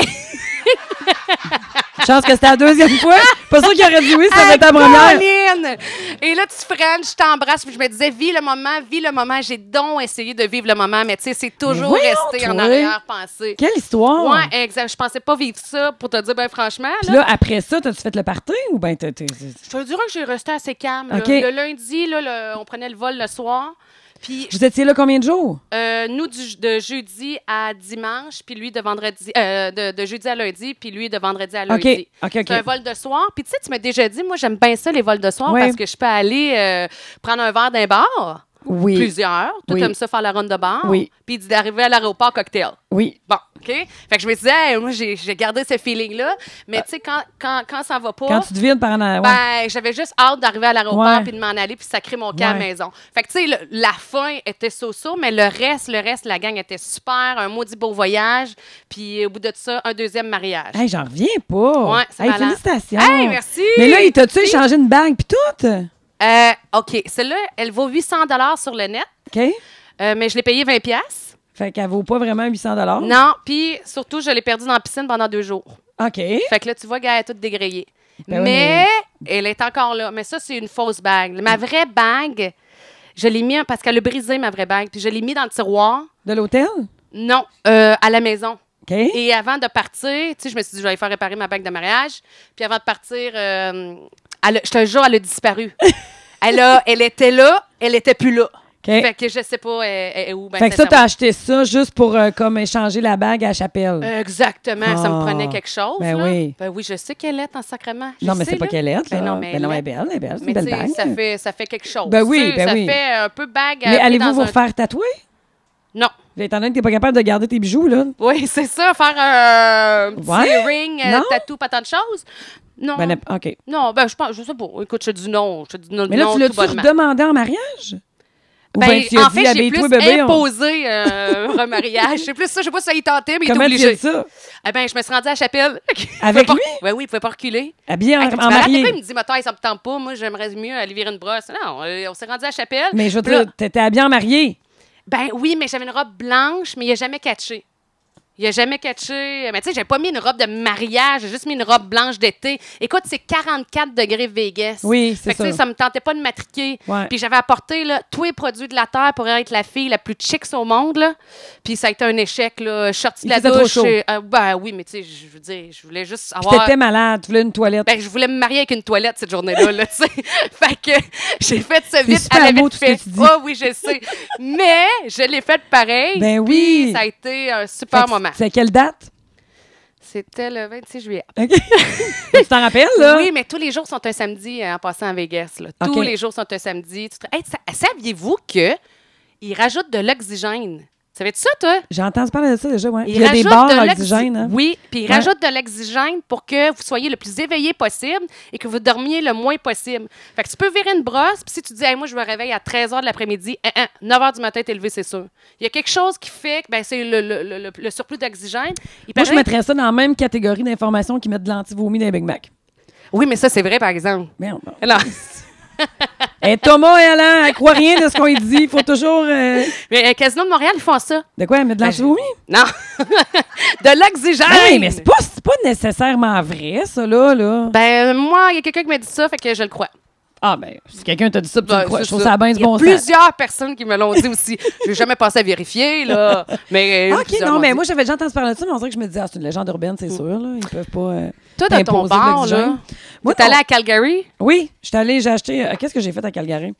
Speaker 1: Chance que c'était la deuxième fois. Pas sûr qu'il aurait dit oui, ça va être la
Speaker 2: Ah,
Speaker 1: première.
Speaker 2: Caroline! Et là, tu French, je t'embrasse. Puis je me disais, vis le moment, vis le moment. J'ai donc essayé de vivre le moment, mais tu sais, c'est toujours
Speaker 1: voyons,
Speaker 2: resté en
Speaker 1: toi.
Speaker 2: arrière-pensée.
Speaker 1: Quelle histoire!
Speaker 2: Ouais, exact. Je pensais pas vivre ça pour te dire, ben franchement.
Speaker 1: Puis
Speaker 2: Là,
Speaker 1: là, après ça, t'as-tu fait le party ou ben t'as... t'as- t'as-
Speaker 2: je te dirais que j'ai resté assez calme. là.
Speaker 1: OK.
Speaker 2: Le lundi, là, le- on prenait le vol le soir. Puis
Speaker 1: Vous étiez là combien de jours?
Speaker 2: euh, nous, du- de jeudi à dimanche, puis lui de vendredi, euh, de, de jeudi à lundi, puis lui de vendredi à lundi.
Speaker 1: OK, OK,
Speaker 2: C'est un
Speaker 1: OK.
Speaker 2: vol de soir. Puis tu sais, tu m'as déjà dit, moi, j'aime bien ça, les vols de soir,
Speaker 1: Ouais.
Speaker 2: parce que je peux aller euh, prendre un verre d'un bar,
Speaker 1: Oui,
Speaker 2: plusieurs. Toi,
Speaker 1: Oui.
Speaker 2: t'aimes ça faire la ronde de bar.
Speaker 1: Oui.
Speaker 2: Puis d'arriver à l'aéroport cocktail.
Speaker 1: oui.
Speaker 2: Bon, OK? Fait que je me disais, Hey, moi, j'ai j'ai gardé ce feeling-là. Mais tu sais, quand, quand, quand ça va pas.
Speaker 1: Euh, Quand tu te vides par an... ouais.
Speaker 2: Ben, j'avais juste hâte d'arriver à l'aéroport
Speaker 1: Ouais.
Speaker 2: puis de m'en aller puis sacrer mon camp à la
Speaker 1: Ouais.
Speaker 2: maison. Fait que, tu sais, le- la fin était so-so, mais le reste, le reste, la gang était super. Un maudit beau voyage. Puis au bout de ça, un deuxième mariage.
Speaker 1: Hey, j'en reviens pas.
Speaker 2: Ouais, c'est
Speaker 1: hey,
Speaker 2: malade.
Speaker 1: félicitations.
Speaker 2: Hey, merci!
Speaker 1: Mais là, il t'a-tu
Speaker 2: Merci.
Speaker 1: échangé une bague puis tout?
Speaker 2: Euh, OK. Celle-là, elle vaut 800 sur le net,
Speaker 1: OK?
Speaker 2: euh, mais je l'ai payée 20
Speaker 1: Fait qu'elle vaut pas vraiment 800
Speaker 2: Non, puis surtout, je l'ai perdue dans la piscine pendant deux jours.
Speaker 1: OK.
Speaker 2: Fait que là, tu vois, gars, elle est toute dégrayée.
Speaker 1: Ben oui,
Speaker 2: mais elle est encore là. Mais ça, c'est une fausse bague. Ma vraie bague, je l'ai mis parce qu'elle a brisé ma vraie bague. Puis je l'ai mis dans le tiroir.
Speaker 1: De l'hôtel?
Speaker 2: Non, euh, à la maison.
Speaker 1: OK.
Speaker 2: Et avant de partir, tu sais, je me suis dit, je vais aller faire réparer ma bague de mariage. Puis avant de partir, euh, elle a- je te jure, elle a disparu. elle, a- elle était là, elle était plus là.
Speaker 1: OK.
Speaker 2: Fait que je sais pas elle- elle est où. ben,
Speaker 1: Eh. fait que ça, t'as
Speaker 2: sincèrement.
Speaker 1: acheté ça juste pour euh, comme échanger la bague à la
Speaker 2: Euh,
Speaker 1: chapelle.
Speaker 2: Exactement, ça me
Speaker 1: Ah.
Speaker 2: prenait quelque chose.
Speaker 1: Ben
Speaker 2: là.
Speaker 1: oui.
Speaker 2: Ben oui, je sais qu'elle est en sacrement. Je
Speaker 1: non, mais
Speaker 2: sais,
Speaker 1: c'est pas
Speaker 2: là.
Speaker 1: qu'elle est, là.
Speaker 2: Ben non, mais
Speaker 1: Ben non,
Speaker 2: elle
Speaker 1: elle
Speaker 2: est.
Speaker 1: est belle, elle est belle. C'est une
Speaker 2: Mais
Speaker 1: belle
Speaker 2: tu sais,
Speaker 1: bague.
Speaker 2: ça fait, ça fait quelque chose.
Speaker 1: Ben oui,
Speaker 2: tu sais,
Speaker 1: ben
Speaker 2: ça
Speaker 1: oui.
Speaker 2: fait un peu bague. un
Speaker 1: Mais
Speaker 2: peu
Speaker 1: allez-vous
Speaker 2: dans
Speaker 1: vous
Speaker 2: un-
Speaker 1: refaire tatouer?
Speaker 2: Non.
Speaker 1: Étant donné que t'es pas capable de garder tes bijoux, là.
Speaker 2: Oui, c'est ça, faire un petit
Speaker 1: Ouais.
Speaker 2: ring, euh,
Speaker 1: Non.
Speaker 2: tatou, pas tant de choses. Non.
Speaker 1: Ben, n'a- OK.
Speaker 2: Non, ben je pense, je sais pas. Écoute, je te dis non, je te dis non.
Speaker 1: Mais là,
Speaker 2: non,
Speaker 1: tu
Speaker 2: tout
Speaker 1: l'as-tu
Speaker 2: bonnement.
Speaker 1: redemandé en mariage? Ou
Speaker 2: Ben,
Speaker 1: ben, tu as
Speaker 2: en
Speaker 1: dit,
Speaker 2: fait, j'ai
Speaker 1: habille-toi,
Speaker 2: plus
Speaker 1: bébé. on-
Speaker 2: imposé euh, un remariage. C'est plus ça, je sais pas si ça y tentait, mais
Speaker 1: Comment
Speaker 2: il
Speaker 1: tu
Speaker 2: était
Speaker 1: dis
Speaker 2: obligé.
Speaker 1: ça?
Speaker 2: Eh ben, je me suis rendue à la chapelle. Il
Speaker 1: Avec
Speaker 2: pouvait
Speaker 1: lui?
Speaker 2: pas- Ouais, oui, il pouvait pas reculer.
Speaker 1: Habillé en,
Speaker 2: Hey, quand tu
Speaker 1: en
Speaker 2: vas à la
Speaker 1: mariée.
Speaker 2: chapelle, il me dit, ma taille, ça me tente pas. Moi, j'aimerais mieux aller virer une brosse. Non, euh, on s'est rendu à la chapelle.
Speaker 1: Mais je veux
Speaker 2: Puis là,
Speaker 1: dire, t'étais habillé en mariée.
Speaker 2: Ben oui, mais j'avais une robe blanche, mais il a jamais catché. Il a jamais catché. Mais tu sais, j'ai pas mis une robe de mariage, j'ai juste mis une robe blanche d'été. Écoute, c'est 44 degrés Vegas.
Speaker 1: Oui, c'est
Speaker 2: Fait que, tu sais,
Speaker 1: ça.
Speaker 2: ça me tentait pas de m'attriquer.
Speaker 1: Ouais.
Speaker 2: Puis j'avais apporté là, tous les produits de la terre pour être la fille la plus chic au monde là. Puis ça a été un échec là, Je suis sortie de
Speaker 1: Il
Speaker 2: la
Speaker 1: faisait trop
Speaker 2: douche.
Speaker 1: chaud.
Speaker 2: et- euh, ben oui, mais tu sais, je veux dire, je voulais juste
Speaker 1: Puis
Speaker 2: avoir
Speaker 1: t'étais malade, tu voulais une toilette.
Speaker 2: ben, je voulais me marier avec une toilette cette journée-là, là, tu sais. fait que j'ai fait ça vite
Speaker 1: super
Speaker 2: à la
Speaker 1: beau,
Speaker 2: vite
Speaker 1: tout ce que
Speaker 2: fait.
Speaker 1: tu dis.
Speaker 2: Oh, oui, je sais. Mais je l'ai fait pareil.
Speaker 1: Ben
Speaker 2: puis
Speaker 1: oui.
Speaker 2: Ça a été un super
Speaker 1: Fait que
Speaker 2: moment.
Speaker 1: C'est quelle date?
Speaker 2: C'était le 26 juillet.
Speaker 1: OK. tu t'en rappelles, là?
Speaker 2: Oui, mais tous les jours sont un samedi euh, en passant à Vegas. là. Tous
Speaker 1: OK.
Speaker 2: les jours sont un samedi. Tu te- Hey, sa- saviez-vous que ils rajoutent de l'oxygène? Savais-tu ça, toi?
Speaker 1: J'ai entendu parler de ça déjà, ouais.
Speaker 2: Ils
Speaker 1: Puis Il y a des
Speaker 2: rajoutent
Speaker 1: bars
Speaker 2: de
Speaker 1: à
Speaker 2: l'oxy-
Speaker 1: oxygène, hein?
Speaker 2: Oui, puis ils
Speaker 1: Ouais.
Speaker 2: rajoutent de l'oxygène pour que vous soyez le plus éveillé possible et que vous dormiez le moins possible. Fait que tu peux virer une brosse, puis si tu dis, Hey, moi, je me réveille à 13 h de l'après-midi, hein, hein, 9 h du matin, t'es levé, c'est sûr. Il y a quelque chose qui fait que ben, c'est le, le- le- le- le surplus d'oxygène. Il
Speaker 1: Moi, je
Speaker 2: paraît-
Speaker 1: mettrais ça dans la même catégorie d'informations qui mettent de l'anti-vomi dans les Big Mac.
Speaker 2: Oui, mais ça, c'est vrai, par exemple.
Speaker 1: Merde. non.
Speaker 2: Non.
Speaker 1: Et Thomas et Alain, elle croit rien de ce qu'on lui dit. Faut toujours. euh,
Speaker 2: mais euh, Casino de Montréal, ils font ça.
Speaker 1: De quoi? Mettre de l'anti-vomi?
Speaker 2: Non. de l'oxygène.
Speaker 1: Ah oui, mais c'est pas, c'est pas nécessairement vrai, ça, là. là.
Speaker 2: Ben, moi, il y a quelqu'un qui m'a dit ça, fait que je le crois.
Speaker 1: Ah, ben, si quelqu'un t'a dit ça, puis tu
Speaker 2: Ben,
Speaker 1: le crois,
Speaker 2: c'est
Speaker 1: je trouve
Speaker 2: ça.
Speaker 1: ça bien
Speaker 2: Il
Speaker 1: du
Speaker 2: y a
Speaker 1: bon sens.
Speaker 2: plusieurs personnes qui me l'ont dit aussi. J'ai jamais pensé à vérifier, là. Mais, euh,
Speaker 1: Ah, Ok,
Speaker 2: plusieurs
Speaker 1: non,
Speaker 2: m'ont
Speaker 1: mais
Speaker 2: dit.
Speaker 1: moi, j'avais déjà entendu parler de ça, mais on dirait que je me disais, ah, c'est une légende urbaine, c'est sûr, là. Ils peuvent pas. euh,
Speaker 2: Toi, dans ton
Speaker 1: t'imposer de
Speaker 2: bar,
Speaker 1: l'oxygène.
Speaker 2: là,
Speaker 1: Moi,
Speaker 2: t'es
Speaker 1: non.
Speaker 2: allé à Calgary?
Speaker 1: Oui, je suis allée, j'ai acheté. euh, Qu'est-ce que j'ai fait à Calgary?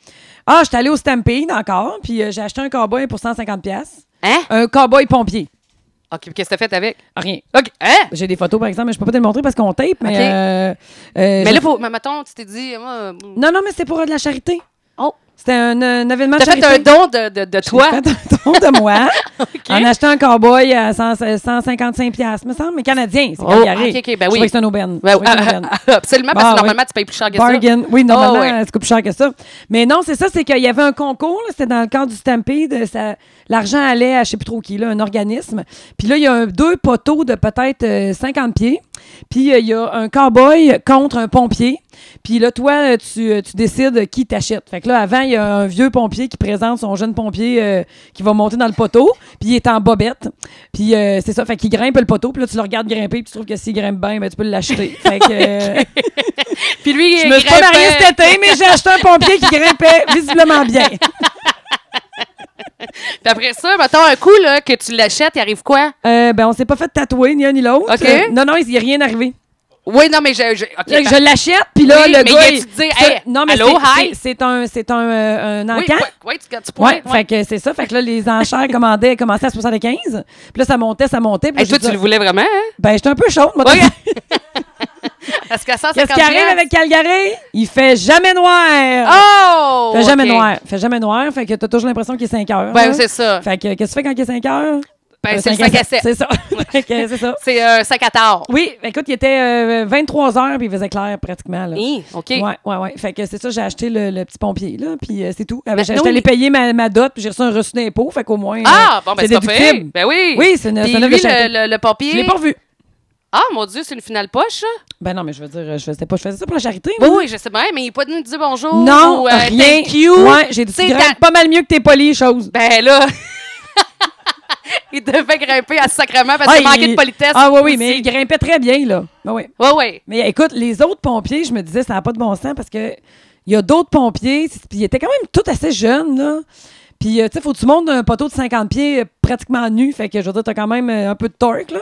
Speaker 1: Ah, je suis allée au Stampede encore, puis euh, j'ai acheté un cowboy pour 150$. piastres.
Speaker 2: Hein?
Speaker 1: Un cowboy pompier.
Speaker 2: OK, puis qu'est-ce que t'as fait avec?
Speaker 1: Ah, Rien.
Speaker 2: OK, hein?
Speaker 1: J'ai des photos, par exemple, mais je peux pas te le montrer parce qu'on tape, mais.
Speaker 2: Ok.
Speaker 1: euh, euh,
Speaker 2: Mais
Speaker 1: je-
Speaker 2: là, faut, mais mettons, tu t'es dit, moi, euh,
Speaker 1: Non, non, mais c'est pour euh, de la charité.
Speaker 2: Oh.
Speaker 1: C'était un, un événement
Speaker 2: T'as
Speaker 1: de
Speaker 2: fait un
Speaker 1: charité.
Speaker 2: don de, de, de toi.
Speaker 1: J'ai fait un don de moi
Speaker 2: OK.
Speaker 1: en achetant un cowboy à 100 155 piastres, me semble, mais canadien, c'est
Speaker 2: Oh,
Speaker 1: quand il arrive.
Speaker 2: OK, OK,
Speaker 1: Je
Speaker 2: ben oui.
Speaker 1: trouvais que c'est une aubaine. Je
Speaker 2: Ouais,
Speaker 1: trouvais que c'est une aubaine.
Speaker 2: absolument, parce
Speaker 1: Ah,
Speaker 2: que
Speaker 1: oui.
Speaker 2: normalement, tu payes plus cher que ça.
Speaker 1: Bargain. Oui, normalement, euh,
Speaker 2: Ah, ouais.
Speaker 1: c'est plus cher que ça. Mais non, c'est ça, c'est qu'il y avait un concours, là, c'était dans le cadre du Stampede. ça- L'argent allait à je sais plus trop qui, là, un organisme. Puis là, il y a un- deux poteaux de peut-être euh, 50 pieds. Puis euh, il y a un cowboy contre un pompier. Puis là, toi, euh, tu, euh, tu décides qui t'achète. Fait que là, avant, il y a un vieux pompier qui présente son jeune pompier euh, qui va monter dans le poteau. Puis il est en bobette. Puis euh, c'est ça, fait qu'il grimpe le poteau. Puis là, tu le regardes grimper. Puis tu trouves que s'il grimpe bien, ben, tu peux l'acheter. Fait que. euh,
Speaker 2: Puis lui,
Speaker 1: je
Speaker 2: il
Speaker 1: me suis pas
Speaker 2: grimpait.
Speaker 1: mariée cet été, mais j'ai acheté un pompier qui grimpait visiblement bien.
Speaker 2: Puis après ça, mettons un coup là, que tu l'achètes, il arrive quoi?
Speaker 1: Euh, ben, on s'est pas fait tatouer, ni un ni l'autre.
Speaker 2: OK.
Speaker 1: Euh, non, non, il n'y a rien arrivé.
Speaker 2: Oui, non, mais je. je- OK,
Speaker 1: Là,
Speaker 2: par-
Speaker 1: je l'achète, puis là,
Speaker 2: Oui,
Speaker 1: le
Speaker 2: mais
Speaker 1: gars.
Speaker 2: il a-tu dit,
Speaker 1: c'est-
Speaker 2: hey,
Speaker 1: non, mais
Speaker 2: allô,
Speaker 1: c'est-
Speaker 2: hi?
Speaker 1: c'est- c'est un, c'est un, euh, un
Speaker 2: oui,
Speaker 1: encamp.
Speaker 2: ouais, ouais, tu, tu
Speaker 1: Oui,
Speaker 2: pourrais. ouais.
Speaker 1: fait que c'est ça. Fait que là, les enchères commandaient, commençaient à 75. Puis là, ça montait, ça montait. Puis
Speaker 2: Hey,
Speaker 1: là,
Speaker 2: toi,
Speaker 1: j'ai
Speaker 2: tu
Speaker 1: dit,
Speaker 2: le voulais vraiment, hein?
Speaker 1: Ben, j'étais un peu chaude, moi.
Speaker 2: Oui. Parce que ça, c'est
Speaker 1: Qu'est-ce qui arrive avec Calgary? Il fait jamais noir!
Speaker 2: Oh!
Speaker 1: fait jamais
Speaker 2: OK.
Speaker 1: noir. Fait jamais noir. Fait que t'as toujours l'impression qu'il est 5 heures.
Speaker 2: Ben,
Speaker 1: là.
Speaker 2: c'est ça.
Speaker 1: Fait que, qu'est-ce que tu fais quand il est 5 heures?
Speaker 2: Ben,
Speaker 1: Euh,
Speaker 2: c'est le
Speaker 1: cinq
Speaker 2: 5 à 7.
Speaker 1: C'est ça. Fait que c'est ça.
Speaker 2: C'est un 5 à tard.
Speaker 1: Oui, écoute, il était 23 heures puis il faisait clair pratiquement. Là.
Speaker 2: Hi, OK.
Speaker 1: Ouais, ouais, ouais. Fait que c'est ça, j'ai acheté le, le petit pompier, là, puis euh, c'est tout. Après,
Speaker 2: Ben,
Speaker 1: j'ai
Speaker 2: non,
Speaker 1: j'étais allée
Speaker 2: mais-
Speaker 1: payer ma, ma dot, puis j'ai reçu un reçu d'impôt, fait qu'au moins.
Speaker 2: Ah,
Speaker 1: euh,
Speaker 2: bon, ben, c'est pas fait.
Speaker 1: déductible.
Speaker 2: Ben oui.
Speaker 1: Oui, c'est une-
Speaker 2: Puis
Speaker 1: c'est une œuvre de
Speaker 2: lui,
Speaker 1: charité.
Speaker 2: le, le, le papier.
Speaker 1: Je l'ai pas revu.
Speaker 2: Ah, mon Dieu, c'est une finale poche, ça?
Speaker 1: Ben non, mais je veux dire, euh, je faisais pas, je faisais ça pour la charité.
Speaker 2: Oui,
Speaker 1: moi.
Speaker 2: oui, je sais bien, mais il n'est pas venu me dire bonjour.
Speaker 1: Non,
Speaker 2: ou, euh,
Speaker 1: rien.
Speaker 2: Thank you.
Speaker 1: Ouais, j'ai dit,
Speaker 2: Tu sais,
Speaker 1: tu grimpes pas mal mieux que t'es poli, chose.
Speaker 2: Ben là. il devait grimper à ce sacrement parce qu'il
Speaker 1: Ah,
Speaker 2: manquait
Speaker 1: il-
Speaker 2: de politesse.
Speaker 1: Ah, oui, oui, mais il grimpait très bien, là. Ben oui.
Speaker 2: Oui, oui.
Speaker 1: Mais écoute, les autres pompiers, je me disais, ça n'a pas de bon sens parce que il y a d'autres pompiers, c'est- puis ils étaient quand même tous assez jeunes, là. Puis, euh, tu sais, faut que tu montes un poteau de 50 pieds euh, pratiquement nu. Fait que, je veux dire, t'as quand même euh, un peu de torque, là.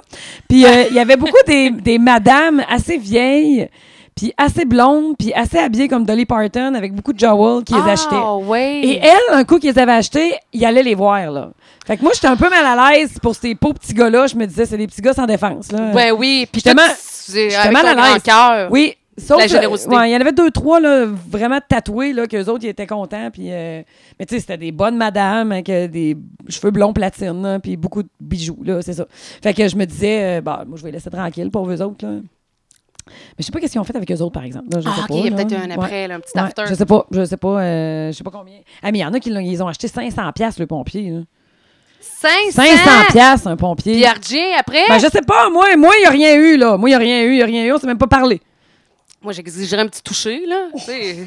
Speaker 1: Puis, euh, il y avait beaucoup des, des madames assez vieilles, puis assez blondes, puis assez habillées comme Dolly Parton, avec beaucoup de jowls qui les achetaient.
Speaker 2: Ah, oui.
Speaker 1: Et elle, un coup qu'ils les avaient achetés, ils allaient les voir, là. Fait que moi, j'étais un peu mal à l'aise pour ces pauvres petits gars-là. Je me disais, c'est des petits gars sans défense, là.
Speaker 2: Ben oui. Puis
Speaker 1: Justement,
Speaker 2: toi, tu- c'est
Speaker 1: J'étais
Speaker 2: avec
Speaker 1: mal
Speaker 2: ton
Speaker 1: à
Speaker 2: grand
Speaker 1: l'aise.
Speaker 2: cœur.
Speaker 1: Oui. Sauf
Speaker 2: Euh, La
Speaker 1: que-
Speaker 2: générosité.
Speaker 1: ouais, il y en avait deux, trois là, vraiment tatoués, là, qu'eux autres, ils étaient contents. Puis, euh, mais tu sais, c'était des bonnes madames avec euh, des cheveux blonds platine, là, puis beaucoup de bijoux, là, c'est ça. Fait que je me disais, euh, bah, moi, je vais les laisser tranquilles, pour eux autres. Là. Mais je sais pas qu'est-ce qu'ils ont fait avec eux autres, par exemple. là, je
Speaker 2: Ah,
Speaker 1: sais
Speaker 2: OK,
Speaker 1: pas,
Speaker 2: il y a
Speaker 1: là.
Speaker 2: peut-être un
Speaker 1: Ouais.
Speaker 2: après, là, un petit
Speaker 1: Ouais,
Speaker 2: after.
Speaker 1: je sais pas, je sais pas, euh, je sais pas combien. Ah, mais il y en a qui l'ont- ils ont acheté 500 pièces le pompier. là.
Speaker 2: 500.
Speaker 1: 500 pièces un pompier.
Speaker 2: Puis RJ, après,
Speaker 1: Ben, je sais pas, moi, moi, il y a rien eu là. Moi, il y a rien eu, il y a rien eu, on s'est même pas parlé.
Speaker 2: moi, j'exigerais un petit toucher, là. tu sais.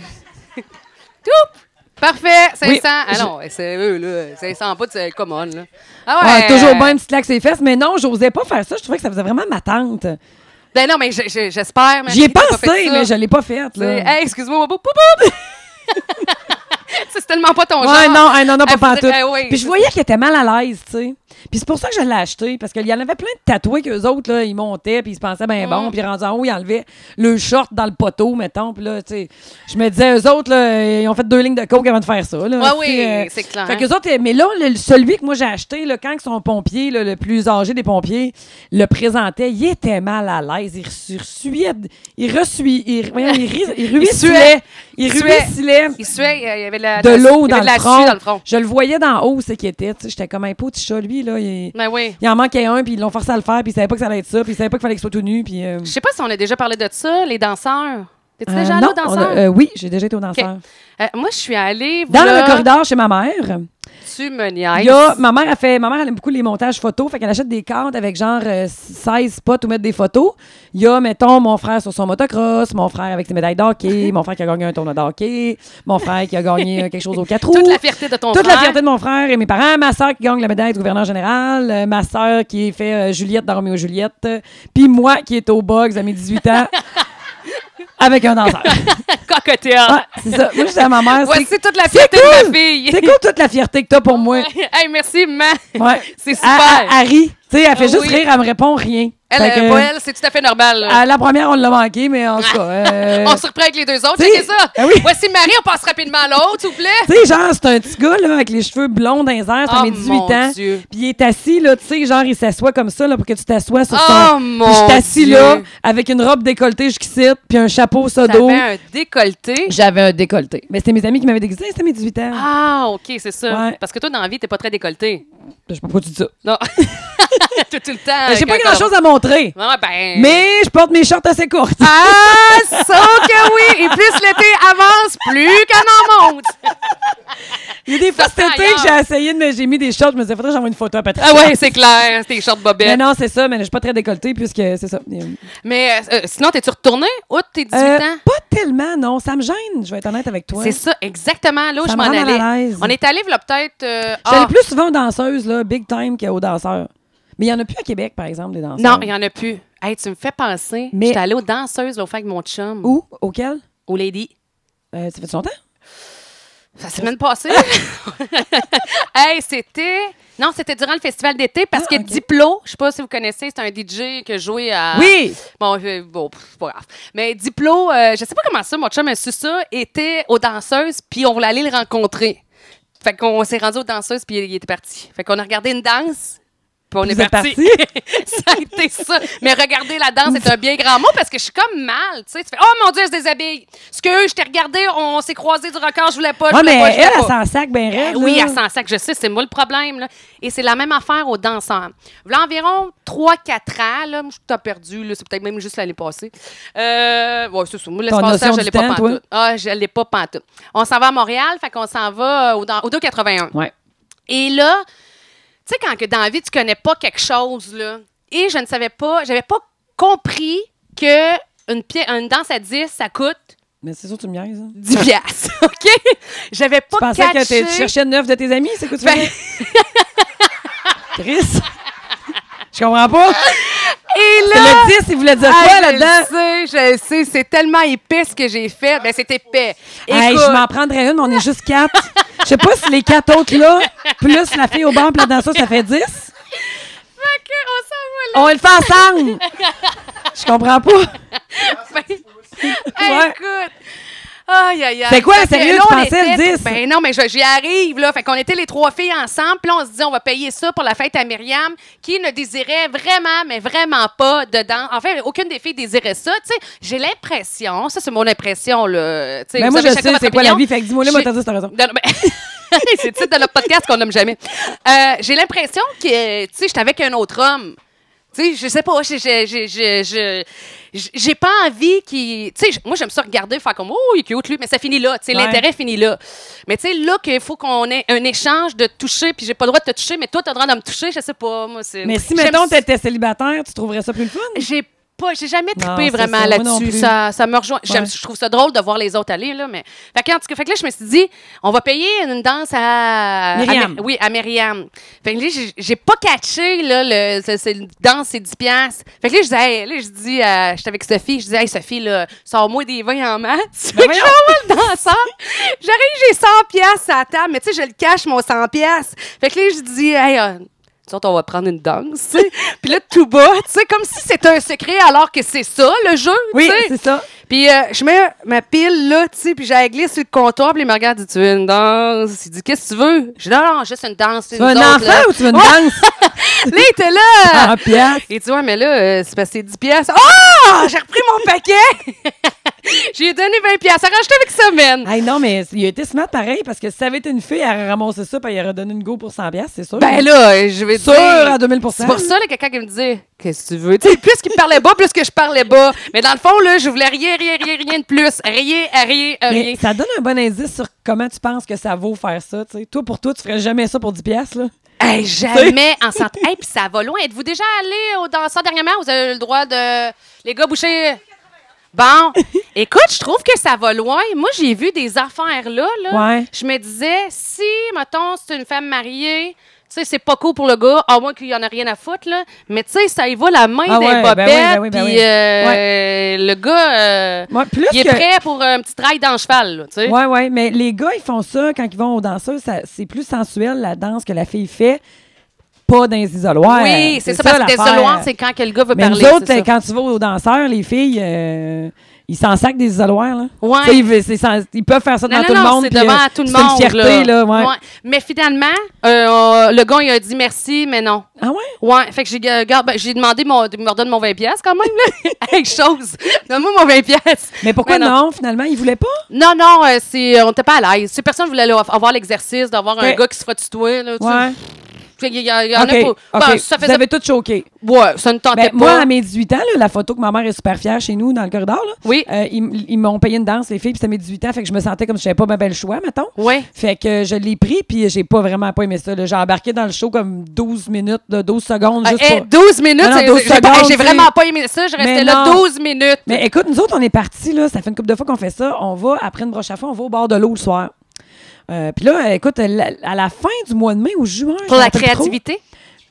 Speaker 2: Tout. Parfait, 500.
Speaker 1: Oui,
Speaker 2: ah
Speaker 1: je-
Speaker 2: non, c'est eux, là. 500 pas, c'est common, là. Ah ouais.
Speaker 1: Ouais, toujours
Speaker 2: euh,
Speaker 1: bien une petite claque ses fesses. Mais non, j'osais pas faire ça. Je trouvais que ça faisait vraiment ma tante.
Speaker 2: Ben non, mais je- je- j'espère. Marie,
Speaker 1: J'y ai
Speaker 2: t'as pas
Speaker 1: pensé,
Speaker 2: fait ça.
Speaker 1: mais je l'ai pas faite.
Speaker 2: C'est,
Speaker 1: Là.
Speaker 2: Hey, excuse-moi, boum, boum, boum. Ça, c'est tellement pas ton genre.
Speaker 1: ouais, non, hey, non, non,
Speaker 2: Ah,
Speaker 1: pas
Speaker 2: faudrait-
Speaker 1: pantoute.
Speaker 2: ah, oui.
Speaker 1: Puis je voyais qu'elle était mal à l'aise, tu sais. Puis c'est pour ça que je l'ai acheté, parce qu'il y en avait plein de tatoués qu'eux autres, là, ils montaient, puis ils se pensaient ben
Speaker 2: Mm.
Speaker 1: bon, puis rendus en haut, ils enlevaient le short dans le poteau, mettons. Puis là, tu sais, je me disais, eux autres, là, ils ont fait deux lignes de coke avant de faire ça. Là,
Speaker 2: Ouais,
Speaker 1: Tu sais, euh,
Speaker 2: oui, c'est clair. hein.
Speaker 1: Fait qu'eux autres, euh, mais là, le- celui que moi j'ai acheté, là, quand ils sont pompiers, là, le plus âgé des pompiers, le présentait, il était mal à l'aise. Il reçu- reçuait, il ressuit, il, voyons, il, ris- il ruisselait. Il
Speaker 2: Il suait.
Speaker 1: ruisselait
Speaker 2: Il suait, il y avait la,
Speaker 1: de
Speaker 2: la-
Speaker 1: l'eau
Speaker 2: il y
Speaker 1: dans,
Speaker 2: avait de la
Speaker 1: le
Speaker 2: suie
Speaker 1: front.
Speaker 2: dans le front.
Speaker 1: Je le voyais d'en haut, c'est qu'il était. tu sais, J'étais comme un petit chat, lui. Là, il...
Speaker 2: Ben oui.
Speaker 1: il en manquait un, puis ils l'ont forcé à le faire, puis ils savaient pas que ça allait être ça, puis ils savaient pas qu'il fallait qu'il soit tout nu. Puis, euh,
Speaker 2: Je sais pas si on a déjà parlé de ça, les danseurs. T'es-tu
Speaker 1: euh,
Speaker 2: déjà allé
Speaker 1: non,
Speaker 2: aux
Speaker 1: on a-
Speaker 2: danseurs?
Speaker 1: euh, oui, j'ai déjà été au danseur.
Speaker 2: Euh, moi, je suis allée.
Speaker 1: Dans
Speaker 2: voilà,
Speaker 1: le corridor chez ma mère,
Speaker 2: Tu me niaises.
Speaker 1: il y a, ma mère a fait, ma mère elle aime beaucoup les montages photos, fait qu'elle achète des cartes avec genre euh, 16 spots où mettre des photos. Il y a mettons mon frère sur son motocross, mon frère avec ses médailles d'hockey, mon frère qui a gagné un tournoi d'hockey, mon frère qui a gagné euh, quelque chose aux quatre roues.
Speaker 2: Toute la fierté de ton
Speaker 1: Toute
Speaker 2: frère.
Speaker 1: la fierté de mon frère et mes parents, ma soeur qui gagne la médaille de gouverneur général, euh, ma soeur qui fait euh, Juliette dans Roméo et Juliette, euh, puis moi qui est au box à mes 18 ans avec un danseur.
Speaker 2: Cocotea.
Speaker 1: Ouais, c'est ça. Moi, je dis à ma mère, Ah, c'est
Speaker 2: Voici toute la
Speaker 1: c'est
Speaker 2: fierté de
Speaker 1: cool!
Speaker 2: ma fille.
Speaker 1: c'est cool toute la fierté que t'as pour moi.
Speaker 2: hey, merci, maman.
Speaker 1: Ouais.
Speaker 2: C'est super.
Speaker 1: À- à- Harry, Tu sais, elle fait
Speaker 2: Ah
Speaker 1: juste
Speaker 2: oui.
Speaker 1: rire, elle me répond rien.
Speaker 2: Elle,
Speaker 1: Fait que,
Speaker 2: euh, pour elle, c'est tout à fait normal. là.
Speaker 1: à la première, on l'a manqué, mais en tout cas. euh,
Speaker 2: on se reprend avec les deux autres.
Speaker 1: t'sais,
Speaker 2: C'est ça.
Speaker 1: ah oui.
Speaker 2: Voici Marie, on passe rapidement à l'autre, s'il vous plaît.
Speaker 1: Tu sais, genre, c'est un petit gars, là, avec les cheveux blonds dans les airs, ça
Speaker 2: Oh,
Speaker 1: met 18
Speaker 2: mon
Speaker 1: ans.
Speaker 2: Dieu.
Speaker 1: Puis il est assis, là, tu sais, genre, il s'assoit comme ça, là, pour que tu t'assoies sur
Speaker 2: Oh,
Speaker 1: son...
Speaker 2: mon
Speaker 1: Puis je suis assis,
Speaker 2: Dieu.
Speaker 1: là, avec une robe décolletée jusqu'ici, puis un chapeau sodo.
Speaker 2: T'avais un décolleté.
Speaker 1: J'avais un décolleté. Mais c'était mes amis qui m'avaient déguisé, c'était mes 18 ans.
Speaker 2: Ah, OK, c'est ça.
Speaker 1: Ouais.
Speaker 2: Parce que toi, dans la vie, t'es pas très décolleté.
Speaker 1: Je sais pas pourquoi tu dis ça.
Speaker 2: Non. tout, tout le temps.
Speaker 1: J'ai pas
Speaker 2: avec un
Speaker 1: grand-chose à montrer.
Speaker 2: corps. Ouais, ben.
Speaker 1: Mais je porte mes shorts assez courtes.
Speaker 2: Ah, ça que oui! Et plus l'été avance, plus qu'on en monte!
Speaker 1: Il y a des fois
Speaker 2: Ça
Speaker 1: cet
Speaker 2: sent
Speaker 1: été que j'ai
Speaker 2: ailleurs.
Speaker 1: essayé, de me- j'ai mis des shorts, je me disais, faudrait que j'envoie une photo à Patricia.
Speaker 2: Ah ouais, c'est clair, c'est des shorts
Speaker 1: Mais
Speaker 2: bobettes.
Speaker 1: non, c'est ça, mais je suis pas très décolletée puisque c'est ça. Euh,
Speaker 2: Mais euh, sinon, t'es-tu retourné? Outre tes 18 ans?
Speaker 1: Pas tellement, non. Ça me gêne, je vais être honnête avec toi.
Speaker 2: C'est ça, exactement. Là où
Speaker 1: Ça me
Speaker 2: je m'en
Speaker 1: rend mal à
Speaker 2: allais.
Speaker 1: l'aise.
Speaker 2: On est allé, là, peut-être. euh,
Speaker 1: J'allais
Speaker 2: ah,
Speaker 1: plus souvent aux danseuses, là, big time, qu'aux danseurs. Mais il y en a plus à Québec, par exemple, des danseurs.
Speaker 2: Non, il n'y en a plus. Hey, tu me fais penser.
Speaker 1: Mais-
Speaker 2: J'étais allée aux danseuses, là, au fait avec mon chum.
Speaker 1: Où? Auquel?
Speaker 2: Au Lady.
Speaker 1: Euh, ça fait longtemps?
Speaker 2: La semaine passée. hey, c'était. Non, c'était durant le festival d'été parce
Speaker 1: Ah,
Speaker 2: que
Speaker 1: ok.
Speaker 2: Diplo, je sais pas si vous connaissez, c'est un DJ que jouait à.
Speaker 1: Oui!
Speaker 2: Bon, euh, bon, pff, c'est pas grave. Mais Diplo, euh, je sais pas comment ça, mon chum a su ça, était aux danseuses, puis on voulait aller le rencontrer. Fait qu'on s'est rendu aux danseuses, puis il était parti. Fait qu'on a regardé une danse, puis on
Speaker 1: Vous
Speaker 2: est
Speaker 1: êtes
Speaker 2: parti. ça a été ça. Mais regarder la danse c'est un bien grand mot parce que je suis comme mal, tu sais. Tu fais, oh mon Dieu, je déshabille. Ce que je t'ai regardé, on s'est croisés du record, je voulais pas. Je
Speaker 1: Ouais,
Speaker 2: voulais
Speaker 1: mais
Speaker 2: pas, je
Speaker 1: elle,
Speaker 2: voulais
Speaker 1: elle,
Speaker 2: pas.
Speaker 1: s'en sac bien
Speaker 2: Ben
Speaker 1: raide.
Speaker 2: oui,
Speaker 1: là.
Speaker 2: elle s'en sac, je sais, c'est moi le problème. là. Et c'est la même affaire aux danseurs. Voilà environ 3-4 ans, là, moi, je t'ai perdu, là, c'est peut-être même juste l'année passée. Euh, ouais, c'est ça. Moi,
Speaker 1: Ton
Speaker 2: l'espace
Speaker 1: notion
Speaker 2: je
Speaker 1: du
Speaker 2: l'ai pas
Speaker 1: temps, toi?
Speaker 2: pantoute. Ah, je l'ai pas pantoute. On s'en va à Montréal, fait qu'on s'en va euh, au, dan- au 281.
Speaker 1: Ouais.
Speaker 2: Et là, tu sais, quand que dans la vie, tu connais pas quelque chose, là, et je ne savais pas, j'avais pas compris que une, pie- une danse à 10, ça coûte
Speaker 1: Mais c'est sûr, que tu me niaises. hein.
Speaker 2: 10 piastres, OK? J'avais
Speaker 1: Tu
Speaker 2: pas
Speaker 1: pensais que t'es-
Speaker 2: catché...
Speaker 1: tu cherchais neuf de tes amis? C'est quoi tu
Speaker 2: Ben-
Speaker 1: faisais? Chris? Je comprends pas.
Speaker 2: Et là...
Speaker 1: Le 10, il voulait dire
Speaker 2: Ah,
Speaker 1: quoi
Speaker 2: je
Speaker 1: là-dedans?
Speaker 2: le sais, je le sais. C'est tellement épais ce que j'ai fait. Ben, c'est épais.
Speaker 1: Hey,
Speaker 2: Écoute,
Speaker 1: je m'en prendrais une, mais on est juste quatre. Je sais pas si les quatre autres là, plus la fille au bar, puis la danseuse, ça fait 10.
Speaker 2: fait que on s'en va là.
Speaker 1: On le fait ensemble! Je comprends pas.
Speaker 2: Hey,
Speaker 1: Ouais.
Speaker 2: Ben, Écoute. Aïe, aïe, aïe.
Speaker 1: C'est quoi,
Speaker 2: Fait que
Speaker 1: sérieux,
Speaker 2: là,
Speaker 1: tu
Speaker 2: on
Speaker 1: pensais
Speaker 2: était-
Speaker 1: le 10?
Speaker 2: Ben non, mais je- j'y arrive, là. Fait qu'on était les trois filles ensemble. Puis là, on se dit, on va payer ça pour la fête à Myriam, qui ne désirait vraiment, mais vraiment pas dedans. En fait, aucune des filles désirait ça. Tu sais, j'ai l'impression, ça, c'est mon impression, là. Tu sais,
Speaker 1: Mais
Speaker 2: vous
Speaker 1: Ben, moi,
Speaker 2: avez
Speaker 1: je
Speaker 2: chacun
Speaker 1: sais
Speaker 2: votre
Speaker 1: c'est quoi la
Speaker 2: opinion.
Speaker 1: vie. Fait que dis-moi là,
Speaker 2: J'ai-
Speaker 1: moi, t'as dit, t'as raison.
Speaker 2: Non, non, mais- c'est le titre de notre podcast qu'on nomme jamais. Euh, j'ai l'impression que, tu sais, j'étais avec un autre homme. Tu sais, je sais pas, j'ai, j'ai, j'ai, j'ai- j'ai- j'ai pas envie qu'il... Tu sais, j- moi, j'aime ça regarder, faire comme « Oh, il est cute, lui! » Mais ça finit là, tu sais,
Speaker 1: Ouais.
Speaker 2: l'intérêt finit là. Mais tu sais, là qu'il faut qu'on ait un échange de toucher, puis j'ai pas le droit de te toucher, mais toi, t'as le droit de me toucher, je sais pas, moi, c'est...
Speaker 1: Mais si,
Speaker 2: j'aime
Speaker 1: mettons,
Speaker 2: ça.
Speaker 1: t'étais célibataire, tu trouverais ça plus le fun?
Speaker 2: J'ai pas, j'ai jamais trippé
Speaker 1: c'est
Speaker 2: vraiment
Speaker 1: ça, moi non
Speaker 2: là-dessus.
Speaker 1: plus.
Speaker 2: Ça, ça me rejoint. J'aime-
Speaker 1: Ouais.
Speaker 2: Je trouve ça drôle de voir les autres aller, là, mais. Fait que, en tout cas, fait que là, je me suis dit, on va payer une danse à.
Speaker 1: Myriam.
Speaker 2: à Myr- oui, à Myriam. Fait que là, j'ai- j'ai pas catché, là, le, c'est- c'est- une danse, c'est 10 piastres. Fait que là, je dis, hey, là, je dis, euh, j'étais avec Sophie, je dis, hey, Sophie, là, sors-moi des vins en masse. Fait que je
Speaker 1: voyons.
Speaker 2: vais voir le danseur. J'arrive, j'ai 100 piastres à la table, mais tu sais, je le cache, mon 100 piastres. Fait que là, je dis, hey, euh, nous autres, on va prendre une danse, tu sais. Puis là, tout bas, tu sais, comme si c'était un secret alors que c'est ça, le jeu,
Speaker 1: Oui,
Speaker 2: tu sais.
Speaker 1: c'est ça.
Speaker 2: Puis euh, je mets ma pile là, tu sais, puis je la glisse sur le comptoir, puis il me regarde, il dit, tu veux une danse? Il dit, qu'est-ce que tu veux? Je dis, non, non, juste une danse.
Speaker 1: Tu veux un enfant ou tu veux une danse?
Speaker 2: Là, il était là!
Speaker 1: Ah, pièce.
Speaker 2: Il dit, ouais, mais là, euh, c'est passé 10 piastres. Ah! J'ai repris mon paquet! J'ai donné 20 piastres. Arrange-toi avec ça, man!
Speaker 1: Hey, non, mais il a été smart pareil, parce que si ça avait été une fille, elle aurait ramassé ça, puis elle aurait donné une go pour 100 pièces, c'est sûr.
Speaker 2: Ben là, euh, je vais
Speaker 1: Sûr
Speaker 2: dire...
Speaker 1: à 2000
Speaker 2: C'est pour ça, là, que quand il me disait Qu'est-ce que tu veux? Tu sais, plus qu'il parlait bas, plus que je parlais bas. Mais dans le fond, là, je voulais rien, rien, rien, rien de plus. Rien, rien, rien.
Speaker 1: Mais ça donne un bon indice sur comment tu penses que ça vaut faire ça. tu sais. Toi, pour toi, tu ferais jamais ça pour 10 pièces. là.
Speaker 2: Hey, jamais en santé. Hey, puis ça va loin. Êtes-vous déjà allé au danseur dernièrement? Vous avez le droit de. Les gars, boucher. Bon, écoute, je trouve que ça va loin. Moi, j'ai vu des affaires là. là.
Speaker 1: Ouais.
Speaker 2: Je me disais, si, mettons, c'est une femme mariée, tu sais, c'est pas cool pour le gars, à moins qu'il y en a rien à foutre, là. Mais tu sais, ça y va la main
Speaker 1: Ah
Speaker 2: des
Speaker 1: ouais, ben oui,
Speaker 2: bobettes,
Speaker 1: ben oui, ben
Speaker 2: puis
Speaker 1: oui.
Speaker 2: euh, le gars, euh,
Speaker 1: Ouais, plus
Speaker 2: il est
Speaker 1: que-
Speaker 2: prêt pour un petit trail dans le cheval, là, tu sais.
Speaker 1: Ouais, ouais, mais les gars, ils font ça quand ils vont aux danseuses. ça- C'est plus sensuel la danse que la fille fait. pas dans les isoloirs. Euh,
Speaker 2: oui, c'est ça, parce que
Speaker 1: l'affaire.
Speaker 2: des isoloirs, c'est quand que le gars veut
Speaker 1: Mais
Speaker 2: parler.
Speaker 1: nous autres,
Speaker 2: c'est ça.
Speaker 1: quand tu vas aux danseurs, les filles, euh, ils s'en sacent des isoloirs. Là.
Speaker 2: Ouais.
Speaker 1: Tu sais, Ils, c'est sans- ils peuvent faire ça devant tout le monde.
Speaker 2: C'est
Speaker 1: puis,
Speaker 2: devant
Speaker 1: euh,
Speaker 2: tout le
Speaker 1: c'est
Speaker 2: monde.
Speaker 1: une fierté, là. ouais.
Speaker 2: Ouais. Mais finalement, euh, euh, le gars, il a dit merci, mais non.
Speaker 1: Ah ouais?
Speaker 2: Ouais, fait que j'ai euh, garde- ben, j'ai demandé mon, de me redonner mon 20 pièces quand même là, avec chose. Donne-moi mon 20 pièces.
Speaker 1: Mais pourquoi
Speaker 2: Mais non.
Speaker 1: non. finalement? Ils voulaient pas?
Speaker 2: Non non, euh, c'est on n'était pas à l'aise. Si personne voulait là, avoir l'exercice d'avoir un
Speaker 1: Ouais.
Speaker 2: gars qui se fera tutoyer là, tu
Speaker 1: Ouais.
Speaker 2: sais. Il y, a- il y en
Speaker 1: OK,
Speaker 2: a
Speaker 1: OK.
Speaker 2: pas. Ben, ça
Speaker 1: Vous
Speaker 2: faisait
Speaker 1: avez tout choqué.
Speaker 2: ouais, ça ne tentait
Speaker 1: Ben,
Speaker 2: pas.
Speaker 1: moi, à mes 18 ans, là, la photo que ma mère est super fière chez nous dans le corridor, là,
Speaker 2: Oui.
Speaker 1: euh, ils, m- ils m'ont payé une danse, les filles, puis c'était mes 18 ans, fait que je me sentais comme si je n'avais pas ma belle choix, mettons.
Speaker 2: Ouais.
Speaker 1: Fait que je l'ai pris, puis j'ai pas vraiment pas aimé ça. là. J'ai embarqué dans le show comme 12 minutes, là, 12 secondes,
Speaker 2: Ah,
Speaker 1: juste
Speaker 2: hey,
Speaker 1: pour-
Speaker 2: 12 minutes,
Speaker 1: Non, non,
Speaker 2: c'est-
Speaker 1: 12
Speaker 2: j'ai j'ai pas-
Speaker 1: secondes,
Speaker 2: j'ai
Speaker 1: tu sais.
Speaker 2: vraiment pas aimé ça, je restais
Speaker 1: Mais
Speaker 2: là
Speaker 1: non.
Speaker 2: 12 minutes.
Speaker 1: Mais écoute, nous autres, on est partis, là. Ça fait une couple de fois qu'on fait ça. On va, après une broche à fond, on va au bord de l'eau le soir. Euh, Puis là, écoute, la- à la fin du mois de mai ou juin. je
Speaker 2: Pour
Speaker 1: me
Speaker 2: la
Speaker 1: rappelle trop.
Speaker 2: créativité.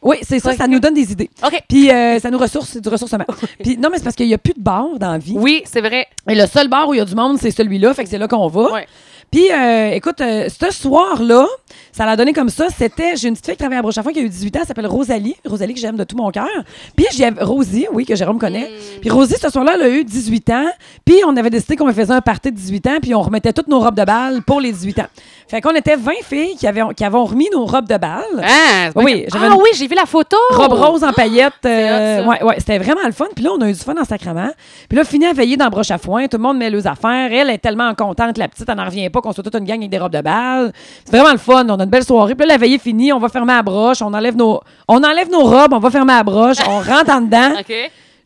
Speaker 1: Oui, c'est ça,
Speaker 2: Ouais.
Speaker 1: ça nous donne des idées.
Speaker 2: OK.
Speaker 1: Puis euh, ça nous ressource, c'est du ressourcement. Puis non, mais c'est parce qu'il n'y a plus de bar dans la vie.
Speaker 2: Oui, c'est vrai.
Speaker 1: Et le seul bar où il y a du monde, c'est celui-là, fait que c'est là qu'on va.
Speaker 2: Ouais.
Speaker 1: Puis, euh, écoute, euh, ce soir-là, ça l'a donné comme ça. C'était, j'ai une petite fille qui travaille à Brochafin qui a eu 18 ans, elle s'appelle Rosalie. Rosalie que j'aime de tout mon cœur. Puis, j'y avais- Rosie, oui, que Jérôme connaît. Puis, Rosie, ce soir-là, elle a eu 18 ans. Puis, on avait décidé qu'on faisait un party de 18 ans, puis on remettait toutes nos robes de bal pour les 18 ans. Fait qu'on était 20 filles qui, avaient, qui avons remis nos robes de bal.
Speaker 2: Ah, c'est pas
Speaker 1: Hein? Oui,
Speaker 2: grave.
Speaker 1: j'avais
Speaker 2: ah
Speaker 1: une-
Speaker 2: oui, j'ai vu la photo.
Speaker 1: Robe rose en paillettes. euh,
Speaker 2: Oh! hot, ça.
Speaker 1: ouais, ouais, c'était vraiment le fun. Puis là, on a eu du fun en sacrement. Puis là, fini à veiller dans le broche à foin. Tout le monde met leurs affaires. Elle est tellement contente, la petite, elle n'en revient pas qu'on soit toute une gang avec des robes de bal. C'est vraiment le fun. On a une belle soirée. Puis là, la veillée finie, on va fermer la broche. On enlève nos, on enlève nos robes, on va fermer la broche. On rentre en dedans.
Speaker 2: OK.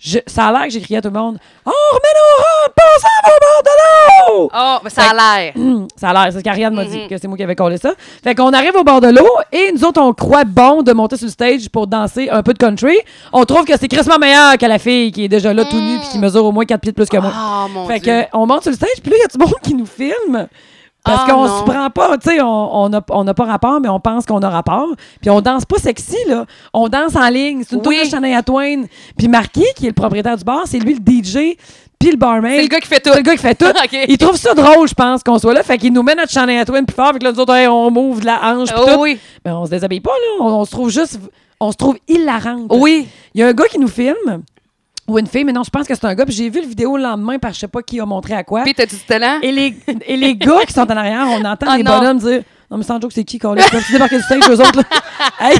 Speaker 1: Je- ça a l'air que j'ai crié à tout le monde On remet nos robes, puis on s'en va au bord de l'eau!
Speaker 2: Oh, ben, ça a l'air.
Speaker 1: Ça a l'air, c'est ce qu'Ariane m'a dit, que c'est moi qui avais collé ça. Fait qu'on arrive au bord de l'eau et nous autres, on croit bon de monter sur le stage pour danser un peu de country. On trouve que c'est crissement meilleur que la fille qui est déjà là tout nue puis qui mesure au moins 4 pieds de plus que moi.
Speaker 2: Mm. Ah, mon
Speaker 1: fait
Speaker 2: Dieu.
Speaker 1: que on monte sur le stage puis là, il y a du monde qui nous filme. Parce
Speaker 2: Ah,
Speaker 1: qu'on
Speaker 2: non.
Speaker 1: se prend pas, tu sais, on on a- on n'a pas rapport, mais on pense qu'on a rapport. Puis on danse pas sexy, là. On danse en ligne. C'est une
Speaker 2: Oui.
Speaker 1: tournée de Shania Twain. Puis Marquis, qui est le propriétaire du bar, c'est lui le DJ, puis le barmaid.
Speaker 2: C'est le gars qui fait tout.
Speaker 1: C'est le gars qui fait tout.
Speaker 2: Ok.
Speaker 1: Il trouve ça drôle, je pense, qu'on soit là. Fait qu'il nous mène à Shania Twain plus fort. Fait que là, nous autres, hey, on m'ouvre de la hanche. puis
Speaker 2: Oh
Speaker 1: tout.
Speaker 2: oui.
Speaker 1: Mais on se déshabille pas, là. On, on se trouve juste. On se trouve hilarante.
Speaker 2: Oui.
Speaker 1: Il y a un gars qui nous filme. Ou une fille, mais non, je pense que c'est un gars. Puis j'ai vu le vidéo le lendemain par je sais pas qui a montré à quoi.
Speaker 2: Puis t'as du talent.
Speaker 1: Et les, et les gars qui sont en arrière, on entend
Speaker 2: Ah
Speaker 1: les
Speaker 2: non.
Speaker 1: bonhommes dire Non, mais sans joke, c'est qui qu'on est Comme si débarquer du stage, eux autres, là. Hey,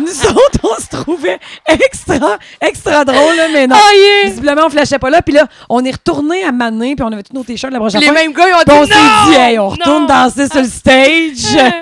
Speaker 1: nous autres, on se trouvait extra, extra drôle, là, mais non.
Speaker 2: Ah, yeah.
Speaker 1: Visiblement, on flashait pas là. Puis là, on est retourné à Mané, puis on avait tous nos t-shirts de la
Speaker 2: Puis
Speaker 1: prochaine
Speaker 2: les mêmes gars, ils ont dit
Speaker 1: Puis on
Speaker 2: non!
Speaker 1: s'est dit Hey, on retourne
Speaker 2: Non!
Speaker 1: danser sur le stage.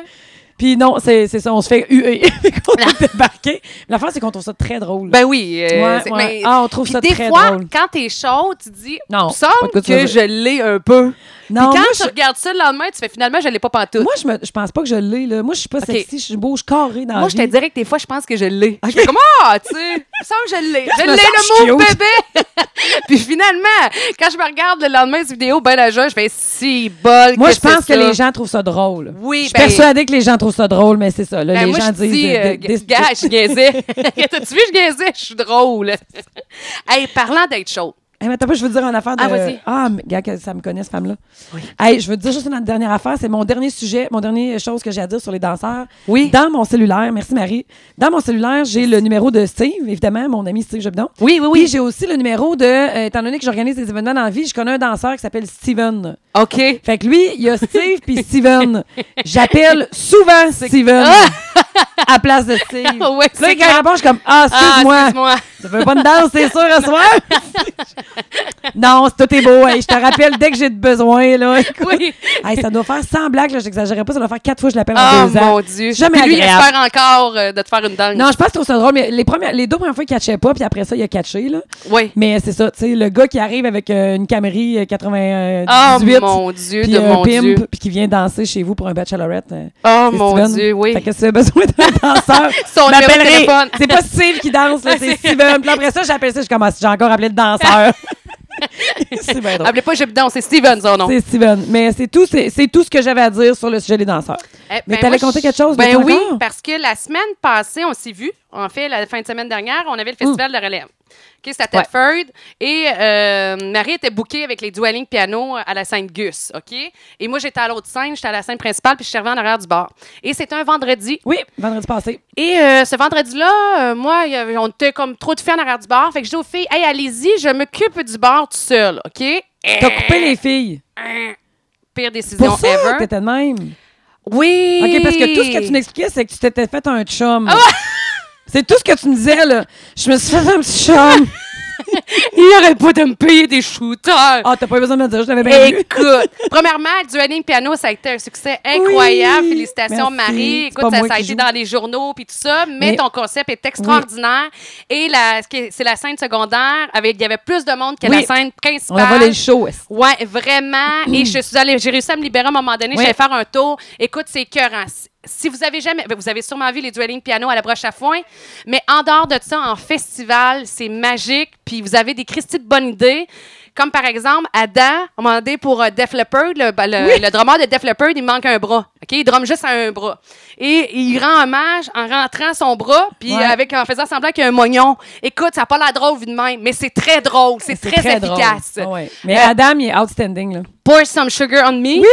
Speaker 1: puis non, c'est c'est ça, on se fait huer. on est débarqué. L'affaire, c'est qu'on trouve ça très drôle.
Speaker 2: Ben oui. euh,
Speaker 1: Ouais,
Speaker 2: c'est-
Speaker 1: ouais.
Speaker 2: mais-
Speaker 1: Ah, on trouve
Speaker 2: Puis
Speaker 1: ça
Speaker 2: des
Speaker 1: très
Speaker 2: fois,
Speaker 1: drôle.
Speaker 2: quand t'es chaud, tu dis,
Speaker 1: Non,
Speaker 2: il me
Speaker 1: pas de
Speaker 2: semble
Speaker 1: quoi
Speaker 2: que,
Speaker 1: tu veux
Speaker 2: je
Speaker 1: dire.
Speaker 2: l'ai un peu.
Speaker 1: non,
Speaker 2: Puis quand
Speaker 1: moi,
Speaker 2: tu
Speaker 1: je-
Speaker 2: regardes ça le lendemain, tu fais finalement, je l'ai pas pantoute.
Speaker 1: moi, je, me, je pense pas que je l'ai. là. Moi, je suis pas sexy, je suis beau, je suis carré dans la
Speaker 2: Moi, je te
Speaker 1: vie.
Speaker 2: dirais que des fois, je pense que je l'ai. Je fais comme, ah, tu sais, il me semble que je l'ai. Je
Speaker 1: me
Speaker 2: l'ai,
Speaker 1: sens
Speaker 2: le mot
Speaker 1: cute.
Speaker 2: bébé. Puis finalement, quand je me regarde le lendemain de cette vidéo, ben là, je fais si bol.
Speaker 1: Moi, je
Speaker 2: c'est
Speaker 1: pense que
Speaker 2: ça.
Speaker 1: les gens trouvent ça drôle.
Speaker 2: Oui,
Speaker 1: je suis
Speaker 2: ben-
Speaker 1: persuadée que les gens trouvent ça drôle, mais c'est ça. là,
Speaker 2: Ben,
Speaker 1: les
Speaker 2: moi,
Speaker 1: gens
Speaker 2: je
Speaker 1: disent.
Speaker 2: dis,
Speaker 1: euh, des-
Speaker 2: euh,
Speaker 1: des-
Speaker 2: gars, je niaisais. T'as-tu vu, je niaisais? Je suis drôle. hey, parlant d'être chaud.
Speaker 1: Hey, Eh, mais attends, pas, je veux te dire une affaire de.
Speaker 2: Ah, vas-y.
Speaker 1: Ah, mais, gars, que ça me connaît, cette femme-là. Hey, je veux te dire juste une dernière affaire. C'est mon dernier sujet, mon dernière chose que j'ai à dire sur les danseurs.
Speaker 2: Oui.
Speaker 1: Dans mon cellulaire, merci Marie. Dans mon cellulaire, j'ai le numéro de Steve, évidemment, mon ami Steve Jobdon.
Speaker 2: Oui, oui,
Speaker 1: Puis j'ai aussi le numéro de. euh, étant donné que j'organise des événements dans la vie, je connais un danseur qui s'appelle Steven.
Speaker 2: OK.
Speaker 1: Fait que lui, il y a Steve puis Steven. J'appelle souvent Steven à place de Steve.
Speaker 2: Ah ouais,
Speaker 1: Puis là,
Speaker 2: c'est
Speaker 1: quand il
Speaker 2: clair.
Speaker 1: répond, je suis comme Ah, excuse-moi.
Speaker 2: Ah, excuse-moi.
Speaker 1: Tu veux pas de danse, c'est sûr, à soir? non, c'est- tout est beau. hey, je te rappelle dès que j'ai de besoin. Là, écoute.
Speaker 2: Oui.
Speaker 1: Hey, ça doit faire 100 blagues, là, j'exagérais pas. Ça doit faire quatre fois que je l'appelle en
Speaker 2: Oh,
Speaker 1: Ah, deux ans.
Speaker 2: mon Dieu.
Speaker 1: Jamais
Speaker 2: Puis lui, il
Speaker 1: agréable.
Speaker 2: espère encore euh, de te faire une danse.
Speaker 1: Non, je pense que je trouve ça drôle, mais les, premières, les deux premières fois, il catchait pas, puis après ça, il a catché. Là.
Speaker 2: Oui.
Speaker 1: Mais c'est ça, tu sais, le gars qui arrive avec euh, une Camry euh, 98,
Speaker 2: Oh, mon Dieu
Speaker 1: puis
Speaker 2: de
Speaker 1: un
Speaker 2: mon
Speaker 1: pimp,
Speaker 2: Dieu.
Speaker 1: puis qui vient danser chez vous pour un bachelorette. euh,
Speaker 2: Oh,
Speaker 1: c'est
Speaker 2: mon
Speaker 1: Steven.
Speaker 2: Dieu, oui.
Speaker 1: Fait que si vous avez besoin d'un danseur,
Speaker 2: Son numéro de
Speaker 1: m'appellerez.
Speaker 2: téléphone. Ah,
Speaker 1: C'est pas Steve qui danse, là, c'est Steven. Puis après ça, j'appelle ça, je commence, j'ai encore appelé le danseur. c'est
Speaker 2: Ah,
Speaker 1: bien drôle.
Speaker 2: Appelez pas Jebedon, c'est oh Steven, son nom.
Speaker 1: C'est Steven. Mais c'est tout, c'est c'est tout ce que j'avais à dire sur le sujet des danseurs.
Speaker 2: Eh,
Speaker 1: Mais
Speaker 2: ben,
Speaker 1: t'allais
Speaker 2: moi,
Speaker 1: compter
Speaker 2: je-
Speaker 1: quelque chose de
Speaker 2: Ben
Speaker 1: ton
Speaker 2: oui,
Speaker 1: corps?
Speaker 2: parce que la semaine passée, on s'est vu. En fait, la fin de semaine dernière, on avait le festival de relève. OK, c'était à
Speaker 1: Ouais.
Speaker 2: Tedford. Et euh, Marie était bookée avec les Dueling Piano à la scène Gus, OK? Et moi, j'étais à l'autre scène, j'étais à la scène principale, puis je servais en arrière du bar. Et c'était un vendredi.
Speaker 1: Oui, vendredi passé.
Speaker 2: Et euh, ce vendredi-là, euh, moi, il y avait- on était comme trop de filles en arrière du bar. Fait que j'ai dit aux filles, « Hey, allez-y, je m'occupe du bar tout seul, OK? »
Speaker 1: T'as coupé les filles.
Speaker 2: Pire décision
Speaker 1: Pour ça,
Speaker 2: Eh, ever.
Speaker 1: t'étais de même.
Speaker 2: Oui!
Speaker 1: OK, parce que tout ce que tu m'expliquais, c'est que tu t'étais fait un chum.
Speaker 2: Ah
Speaker 1: C'est tout ce que tu me disais, là. Je me suis fait un petit chum.
Speaker 2: Il n'arrête pas de me payer des shooters.
Speaker 1: Ah, t'as pas eu besoin de me le dire, je l'avais bien vu.
Speaker 2: Écoute, premièrement, le Dueling Piano, ça a été un succès incroyable.
Speaker 1: Oui,
Speaker 2: Félicitations,
Speaker 1: merci.
Speaker 2: Marie.
Speaker 1: C'est pas
Speaker 2: Écoute, ça,
Speaker 1: moi
Speaker 2: ça a
Speaker 1: qui
Speaker 2: été
Speaker 1: joue.
Speaker 2: dans les journaux puis tout ça, mais,
Speaker 1: Mais-
Speaker 2: ton concept est extraordinaire. Et la, ce qui est- c'est la scène secondaire. Avec, il y avait plus de monde que
Speaker 1: Oui.
Speaker 2: la scène
Speaker 1: On a volé
Speaker 2: principale.
Speaker 1: le show. est-ce.
Speaker 2: Ouais, vraiment. Et je suis allée, j'ai réussi à me libérer à un moment donné.
Speaker 1: Oui.
Speaker 2: J'allais faire un tour. Écoute, c'est écœurant. Si- Si vous avez jamais, ben, vous avez sûrement vu les dueling piano à la broche à foin, mais en dehors de ça, en festival, c'est magique. Puis vous avez des Christy de bonnes idées. Comme par exemple, Adam, on m'a demandé pour euh, Def Leppard, le, ben, le- le drummer de Def Leppard, il manque un bras. OK? Il drumme juste à un bras. Et il rend hommage en rentrant son bras, puis
Speaker 1: Ouais.
Speaker 2: avec, en faisant semblant qu'il y a un moignon. Écoute, ça n'a pas l'air drôle vu de même, mais c'est très drôle. C'est très,
Speaker 1: drôle.
Speaker 2: efficace. Euh,
Speaker 1: Ah ouais. Mais Adam, il est outstanding, là.
Speaker 2: Pour some sugar on me.
Speaker 1: Oui!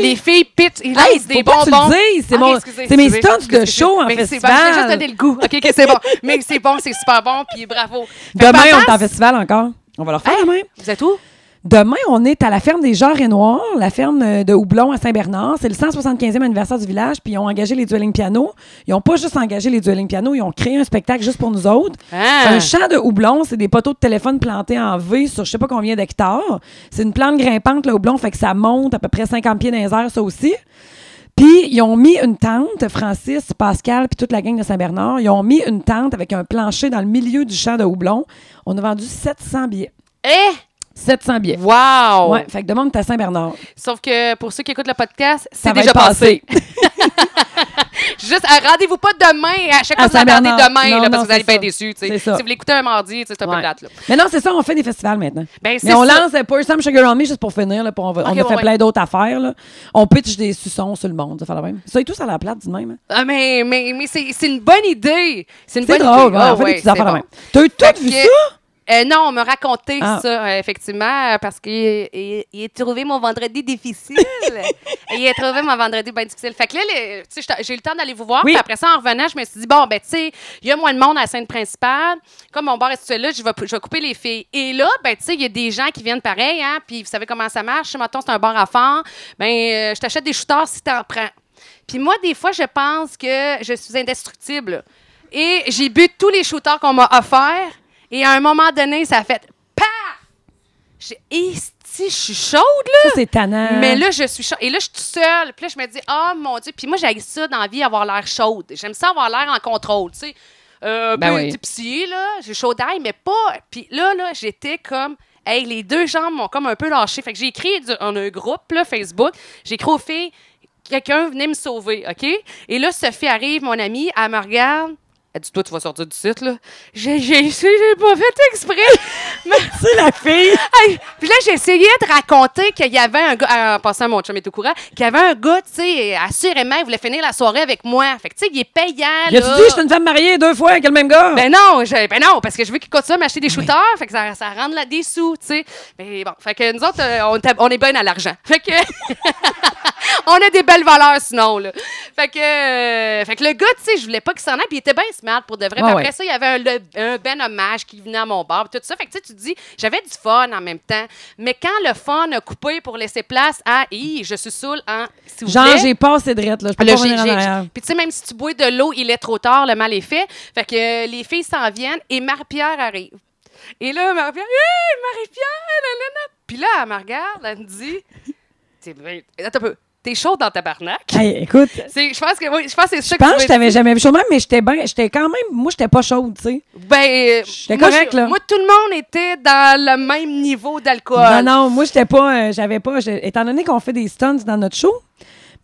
Speaker 2: Les filles pitch, ils
Speaker 1: Hey,
Speaker 2: lancent des
Speaker 1: faut pas que tu
Speaker 2: bonbons.
Speaker 1: le dises, c'est
Speaker 2: Ah,
Speaker 1: mon-
Speaker 2: excusez,
Speaker 1: c'est mes
Speaker 2: excusez,
Speaker 1: stunts de
Speaker 2: excusez, excusez.
Speaker 1: show en
Speaker 2: Mais c'est
Speaker 1: festival.
Speaker 2: bon, j'ai juste donné le goût. OK, OK, c'est bon. Mais c'est bon, c'est super bon, puis bravo. Fait que
Speaker 1: Demain, on est en
Speaker 2: Papas,
Speaker 1: festival encore. On va leur faire demain.
Speaker 2: Vous êtes où?
Speaker 1: Demain, on est à la ferme des Genres et Noirs, la ferme euh, de Houblon à Saint-Bernard. C'est le 175e anniversaire du village, puis ils ont engagé les Dueling Piano. Ils n'ont pas juste engagé les Dueling Piano, ils ont créé un spectacle juste pour nous autres.
Speaker 2: Ah.
Speaker 1: Un champ de houblon, c'est des poteaux de téléphone plantés en V sur je sais pas combien d'hectares. C'est une plante grimpante, le houblon, fait que ça monte à peu près 50 pieds dans les airs, ça aussi. Puis, ils ont mis une tente, Francis, Pascal, puis toute la gang de Saint-Bernard. Ils ont mis une tente avec un plancher dans le milieu du champ de houblon. On a vendu 700 billets.
Speaker 2: Eh!
Speaker 1: 700 billets.
Speaker 2: Wow!
Speaker 1: Ouais, fait que demande à Saint-Bernard.
Speaker 2: Sauf que pour ceux qui écoutent le podcast,
Speaker 1: Ça
Speaker 2: c'est
Speaker 1: va
Speaker 2: déjà
Speaker 1: être
Speaker 2: passé. Juste, euh, rendez-vous pas demain. À chaque
Speaker 1: À
Speaker 2: fois, vous attendez
Speaker 1: Saint-Bernard.
Speaker 2: demain,
Speaker 1: Non,
Speaker 2: là,
Speaker 1: non,
Speaker 2: parce que vous allez
Speaker 1: c'est
Speaker 2: bien
Speaker 1: ça.
Speaker 2: déçus. tu sais.
Speaker 1: C'est
Speaker 2: Si
Speaker 1: ça.
Speaker 2: vous l'écoutez un mardi, tu sais, c'est un peu
Speaker 1: Ouais.
Speaker 2: plate. Là.
Speaker 1: Mais non, c'est ça, on fait des festivals maintenant.
Speaker 2: Ben, c'est
Speaker 1: Mais on
Speaker 2: ça.
Speaker 1: lance euh, Pour Some Sugar on Me juste pour finir, là, pour on, va- on
Speaker 2: Ok,
Speaker 1: a
Speaker 2: ouais,
Speaker 1: fait
Speaker 2: ouais.
Speaker 1: plein d'autres affaires. Là. On pitch des suçons sur le monde, ça fait la même. Ça et tout, ça a la plate du même. hein.
Speaker 2: Ah, mais mais, mais c'est c'est une bonne idée. C'est une
Speaker 1: C'est
Speaker 2: bonne
Speaker 1: drôle,
Speaker 2: idée.
Speaker 1: ouais,
Speaker 2: Ah,
Speaker 1: on fait
Speaker 2: ouais,
Speaker 1: des petites affaires
Speaker 2: c'est
Speaker 1: la
Speaker 2: bon.
Speaker 1: même. T'as eu tout vu
Speaker 2: Fait
Speaker 1: ça?
Speaker 2: que- Euh, non, on m'a raconté
Speaker 1: Ah.
Speaker 2: ça, euh, effectivement, parce qu'il il, il a trouvé mon vendredi difficile. il a trouvé mon vendredi bien difficile. Fait que là, le- tu sais, j'étais- j'ai eu le temps d'aller vous voir.
Speaker 1: Oui.
Speaker 2: Puis après ça, en revenant, je me suis dit, bon, ben, tu sais, il y a moins de monde à la scène principale. Comme mon bar est situé là, je vais, je vais couper les filles. Et là, ben, tu sais, il y a des gens qui viennent pareil, hein. Puis vous savez comment ça marche. Si, mettons, c'est un bar à fond, ben, euh, je t'achète des shooters si t'en prends. Puis moi, des fois, je pense que je suis indestructible. Et j'ai bu tous les shooters qu'on m'a offerts. Et à un moment donné, ça a fait paf! J'ai Esti, je suis chaude, là!
Speaker 1: Ça, c'est tannant.
Speaker 2: Mais là, je suis chaude. Et là, je suis toute seule. Puis là, je me dis, ah mon Dieu. Puis moi, j'ai ça dans la vie, avoir l'air chaude. J'aime ça avoir l'air en contrôle, tu sais. Euh,
Speaker 1: Ben
Speaker 2: ben
Speaker 1: oui.
Speaker 2: là. J'ai chaud d'ail, mais pas. Puis là, là, j'étais comme. Hey, les deux jambes m'ont comme un peu lâché. Fait que j'ai écrit du- en un groupe, là, Facebook. J'ai écrit aux filles, quelqu'un venait me sauver, OK? Et là, Sophie arrive, mon amie, elle me regarde. Elle dit, toi, tu vas sortir du site, là. J'ai, j'ai, j'ai pas fait exprès. Mais-
Speaker 1: c'est la fille.
Speaker 2: Hey, Puis là, j'essayais de raconter qu'il y avait un gars, euh, en passant, mon chum est au courant, qu'il y avait un gars, tu sais, assurément, il voulait finir la soirée avec moi. Fait que, tu sais, il est payant.
Speaker 1: Il a-tu
Speaker 2: là.
Speaker 1: dit, je suis une femme mariée deux fois avec le même gars?
Speaker 2: Ben non, je- ben non, parce que je veux qu'il continue à m'acheter des shooters, fait que ça, ça rende là des sous, tu sais. Mais bon, fait que nous autres, euh, on, était- on est bien à l'argent. Fait que on a des belles valeurs sinon, là. Fait que, euh, fait que le gars, tu sais, je voulais pas qu'il s'en aille, puis il était bien smart pour de vrai. Puis
Speaker 1: Ouais,
Speaker 2: après
Speaker 1: ouais.
Speaker 2: ça, il y avait un, le- un ben hommage qui venait à mon bar, puis tout ça. Fait que tu sais, tu te dis, j'avais du fun en même temps. Mais quand le fun a coupé pour laisser place à, hi, je suis saoul en, s'il vous
Speaker 1: Genre,
Speaker 2: plaît.
Speaker 1: j'ai pas assez de rette, là. Je peux
Speaker 2: Le
Speaker 1: pas revenir en
Speaker 2: G- G-
Speaker 1: arrière.
Speaker 2: Puis tu sais, même si tu bois de l'eau, il est trop tard, le mal est fait. Fait que euh, les filles s'en viennent et Marie-Pierre arrive. Et là, Marie-Pierre, Hey, Marie-Pierre, nanana. Puis là, elle me regarde, elle me dit, t'es bien- attends un peu, t'es chaude dans ta barnaque.
Speaker 1: Hey, écoute, je
Speaker 2: C'est- Je pense que oui, je pense que c'est ça que
Speaker 1: pense
Speaker 2: tu
Speaker 1: que je
Speaker 2: veux
Speaker 1: t'avais jamais vu chaud même, mais j'étais ben, j'étais quand même, moi, j'étais pas chaude, tu sais.
Speaker 2: Ben, euh,
Speaker 1: J'étais
Speaker 2: moi,
Speaker 1: correct,
Speaker 2: je-
Speaker 1: là.
Speaker 2: Moi, tout le monde était dans le même niveau d'alcool.
Speaker 1: Non, non, moi, j'étais pas, euh, j'avais pas, j'ai- étant donné qu'on fait des stunts dans notre show,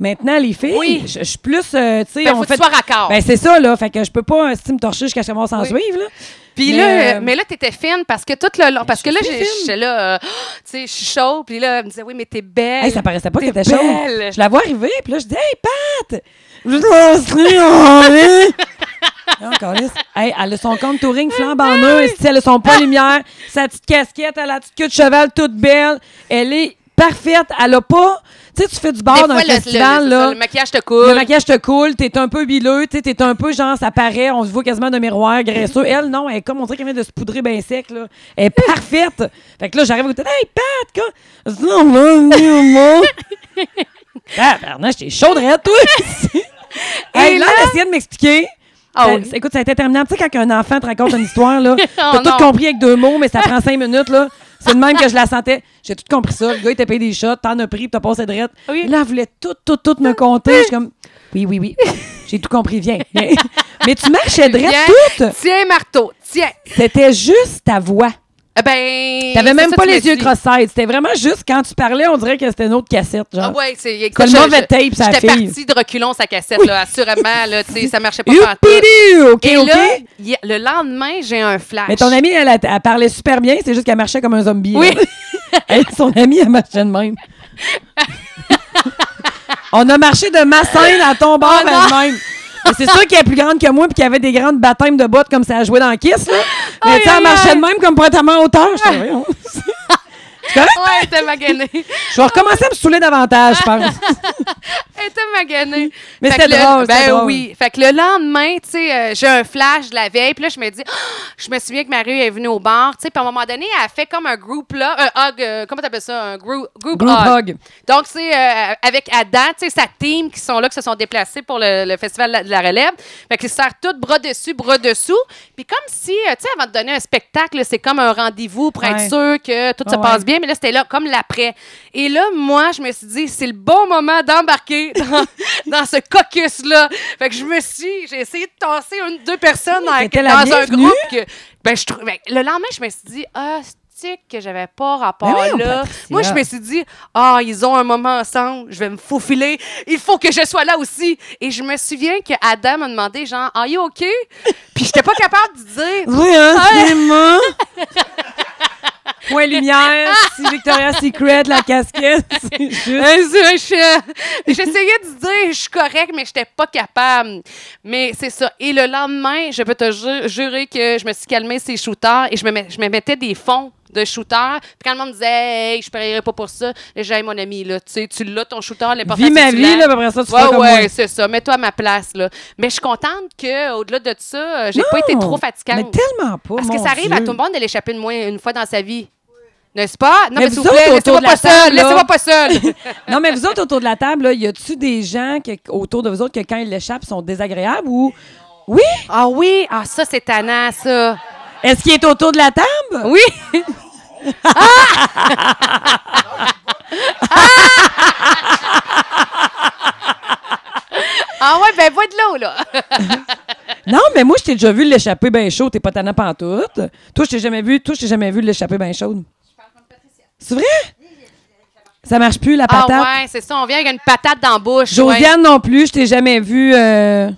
Speaker 1: Maintenant, les filles,
Speaker 2: Oui.
Speaker 1: je, je suis plus, euh, tu sais,
Speaker 2: Ben,
Speaker 1: on
Speaker 2: faut que
Speaker 1: fait.
Speaker 2: tu sois raccord.
Speaker 1: Ben, c'est ça, là. Fait que je peux pas, euh, si tu me torcher jusqu'à ce que moi, s'en
Speaker 2: Oui.
Speaker 1: suivre, là.
Speaker 2: Puis
Speaker 1: Mais,
Speaker 2: là,
Speaker 1: euh,
Speaker 2: euh, mais là, t'étais fine parce que tout le long, parce que
Speaker 1: je
Speaker 2: là,
Speaker 1: suis
Speaker 2: j'ai-
Speaker 1: fine.
Speaker 2: j'étais là, euh, tu sais, je suis chaude. Puis là, elle me disait, oui, mais t'es belle.
Speaker 1: Hey, ça paraissait pas que
Speaker 2: T'es
Speaker 1: t'étais chaude.
Speaker 2: belle.
Speaker 1: Je la vois arriver, puis là, je dis, hey, Pat! Je dis, oh, c'est vrai, on est- Non, câlisse. Hey, elle a son compte touring flambe en eux, esti, elle a son poids lumière, sa petite casquette, elle a la petite queue de cheval toute belle. Elle est parfaite, elle a pas. Tu sais, tu fais du
Speaker 2: Des
Speaker 1: bar dans un
Speaker 2: fois, le, le-
Speaker 1: festival,
Speaker 2: c'est
Speaker 1: là.
Speaker 2: ça, le maquillage te
Speaker 1: Le
Speaker 2: coule.
Speaker 1: maquillage te coule, t'es un peu bileux, t'sais, t'es un peu genre, ça paraît, on se voit quasiment de miroir graisseux. Elle, non, elle est comme on dirait qu'elle vient de se poudrer bien sec, là. Elle est parfaite. Fait que là, j'arrive au tête, hey, Pat, quoi? Non, non, non, non. Tabarnak, j'étais chaude, raide, toi! hey,
Speaker 2: Et
Speaker 1: là,
Speaker 2: là-
Speaker 1: elle essayait de m'expliquer.
Speaker 2: Ah
Speaker 1: Ça-
Speaker 2: oui.
Speaker 1: Écoute, ça a été interminable. Tu sais, quand un enfant te raconte une histoire, là, t'as
Speaker 2: Oh
Speaker 1: tout
Speaker 2: non.
Speaker 1: compris avec deux mots, mais ça prend cinq minutes, là. C'est de même que je la sentais. J'ai tout compris ça. Le gars, il t'a payé des shots, t'en as pris, puis t'as passé de rette.
Speaker 2: Oui.
Speaker 1: Là, elle voulait tout, tout, tout me compter. Je suis comme, oui, oui, oui. J'ai tout compris, viens. viens. mais tu marchais de
Speaker 2: Viens,
Speaker 1: toute.
Speaker 2: Tiens, marteau, tiens.
Speaker 1: C'était juste ta voix.
Speaker 2: Eh Ben.
Speaker 1: T'avais
Speaker 2: c'est
Speaker 1: même
Speaker 2: ça,
Speaker 1: pas
Speaker 2: tu
Speaker 1: les
Speaker 2: me
Speaker 1: yeux
Speaker 2: dis.
Speaker 1: cross-eyed. C'était vraiment juste quand tu parlais, on dirait que c'était une autre cassette. Genre.
Speaker 2: Ah ouais, c'est écoute,
Speaker 1: C'est le
Speaker 2: je-
Speaker 1: mauvais
Speaker 2: je-
Speaker 1: tape, sa
Speaker 2: J'étais
Speaker 1: fille.
Speaker 2: partie de reculons sa cassette là, assurément là, tu sais, ça marchait pas partout.
Speaker 1: Youpidou! OK,
Speaker 2: Et
Speaker 1: OK.
Speaker 2: là, y- le lendemain, j'ai un flash.
Speaker 1: Mais ton amie, elle, elle, elle parlait super bien, c'est juste qu'elle marchait comme un zombie.
Speaker 2: Oui.
Speaker 1: là. Elle, son amie, elle marchait de même. On a marché de ma scène à ton bar
Speaker 2: Oh non.
Speaker 1: elle-même. Mais C'est sûr qu'elle est plus grande que moi puis qu'elle avait des grandes baptêmes de bottes comme ça à jouer dans Kiss. Là. Mais
Speaker 2: Aïe,
Speaker 1: tu sais, elle
Speaker 2: aïe,
Speaker 1: marchait
Speaker 2: aïe.
Speaker 1: de même comme pour être à ma hauteur. J'étais, voyons. C'est correct?
Speaker 2: Ouais, t'es maganée.
Speaker 1: Je vais recommencer à me saouler davantage, je pense.
Speaker 2: Elle était maganée.
Speaker 1: Mais
Speaker 2: Fait
Speaker 1: c'était
Speaker 2: que le-
Speaker 1: drôle,
Speaker 2: Ben
Speaker 1: c'était drôle.
Speaker 2: oui. Fait que le lendemain, tu sais, euh, j'ai un flash de la veille. Puis là, je me dis, Ah! je me souviens que Marie est venue au bar. Tu sais, puis à un moment donné, elle a fait comme un group là, un hug, euh, comment t'appelles ça? Un grou- group,
Speaker 1: Group
Speaker 2: hug.
Speaker 1: hug.
Speaker 2: Donc, tu sais, euh, avec Adam, tu sais, sa team qui sont là, qui se sont déplacés pour le, le festival de la- de la relève. Fait qu'ils se serrent tous bras dessus, bras dessous. Puis comme si, euh, tu sais, avant de donner un spectacle, c'est comme un rendez-vous pour
Speaker 1: Ouais.
Speaker 2: être sûr que tout
Speaker 1: Ouais,
Speaker 2: se
Speaker 1: Ah ouais.
Speaker 2: passe bien, mais là, c'était là comme l'après. Et là, moi, je me suis dit, c'est le bon moment d'embarquer dans, dans ce caucus-là. Fait que je me suis, j'ai essayé de tasser une, deux personnes dans,
Speaker 1: t'étais la
Speaker 2: dans un
Speaker 1: bienvenue.
Speaker 2: groupe. Que, ben, je trou- ben, le lendemain, je me suis dit, ah, c'est que j'avais pas rapport
Speaker 1: Ben voyons,
Speaker 2: là.
Speaker 1: Patricia.
Speaker 2: Moi, je me suis dit, ah, ils ont un moment ensemble, je vais me faufiler, il faut que je sois là aussi. Et je me souviens que Adam m'a demandé, genre, are you OK? Puis j'étais pas capable de dire,
Speaker 1: Oui, hein, cinéma. Point lumière, si Victoria's Secret, la casquette, c'est juste...
Speaker 2: Euh, je- je- J'essayais de dire je suis correct, mais j'étais pas capable. Mais c'est ça. Et le lendemain, je peux te ju- jurer que je me suis calmée ces shooters et je me, met- je me mettais des fonds de shooter. Puis quand le monde me disait Hey, je paierais pas pour ça, là, j'ai Hey, mon ami, là, tu sais, tu l'as ton shooter, l'important
Speaker 1: Vis
Speaker 2: c'est que
Speaker 1: ma
Speaker 2: tu
Speaker 1: vie,
Speaker 2: l'aies.
Speaker 1: là, puis après ça, tu
Speaker 2: Ouais,
Speaker 1: fais comme moi.
Speaker 2: ouais, c'est ça. Mets-toi à ma place, là. Mais je suis contente que, au-delà de ça, euh, j'ai pas été
Speaker 1: Non,
Speaker 2: trop fatigante.
Speaker 1: Mais tellement pas.
Speaker 2: Parce que
Speaker 1: mon
Speaker 2: ça arrive
Speaker 1: Dieu.
Speaker 2: à tout le monde de l'échapper de moins une fois dans sa vie. N'est-ce pas?
Speaker 1: Mais
Speaker 2: Non, mais, s'il
Speaker 1: vous
Speaker 2: vous
Speaker 1: autres,
Speaker 2: plaît,
Speaker 1: autour
Speaker 2: laissez-moi
Speaker 1: de la
Speaker 2: pas seul,
Speaker 1: table, là.
Speaker 2: laissez-moi pas seul.
Speaker 1: Non, mais vous autres, autour de la table, là, y a-tu des gens que- autour de vous autres que quand ils l'échappent sont désagréables ou. Oui!
Speaker 2: Ah oui, ah ça c'est tannant ça.
Speaker 1: Est-ce qu'il est autour de la table?
Speaker 2: Oui. Ah ouais, ben bois de l'eau là.
Speaker 1: Non, mais moi, je t'ai déjà vu l'échapper bien chaud. T'es pas tannant pantoute. Toi, je t'ai jamais vu, toi, je t'ai jamais vu l'échapper bien chaude. C'est vrai? Ça marche plus, la
Speaker 2: Ah
Speaker 1: patate.
Speaker 2: ouais, c'est ça, on vient avec une patate dans la bouche. ouais.
Speaker 1: Josiane non plus, je t'ai jamais vu. Euh...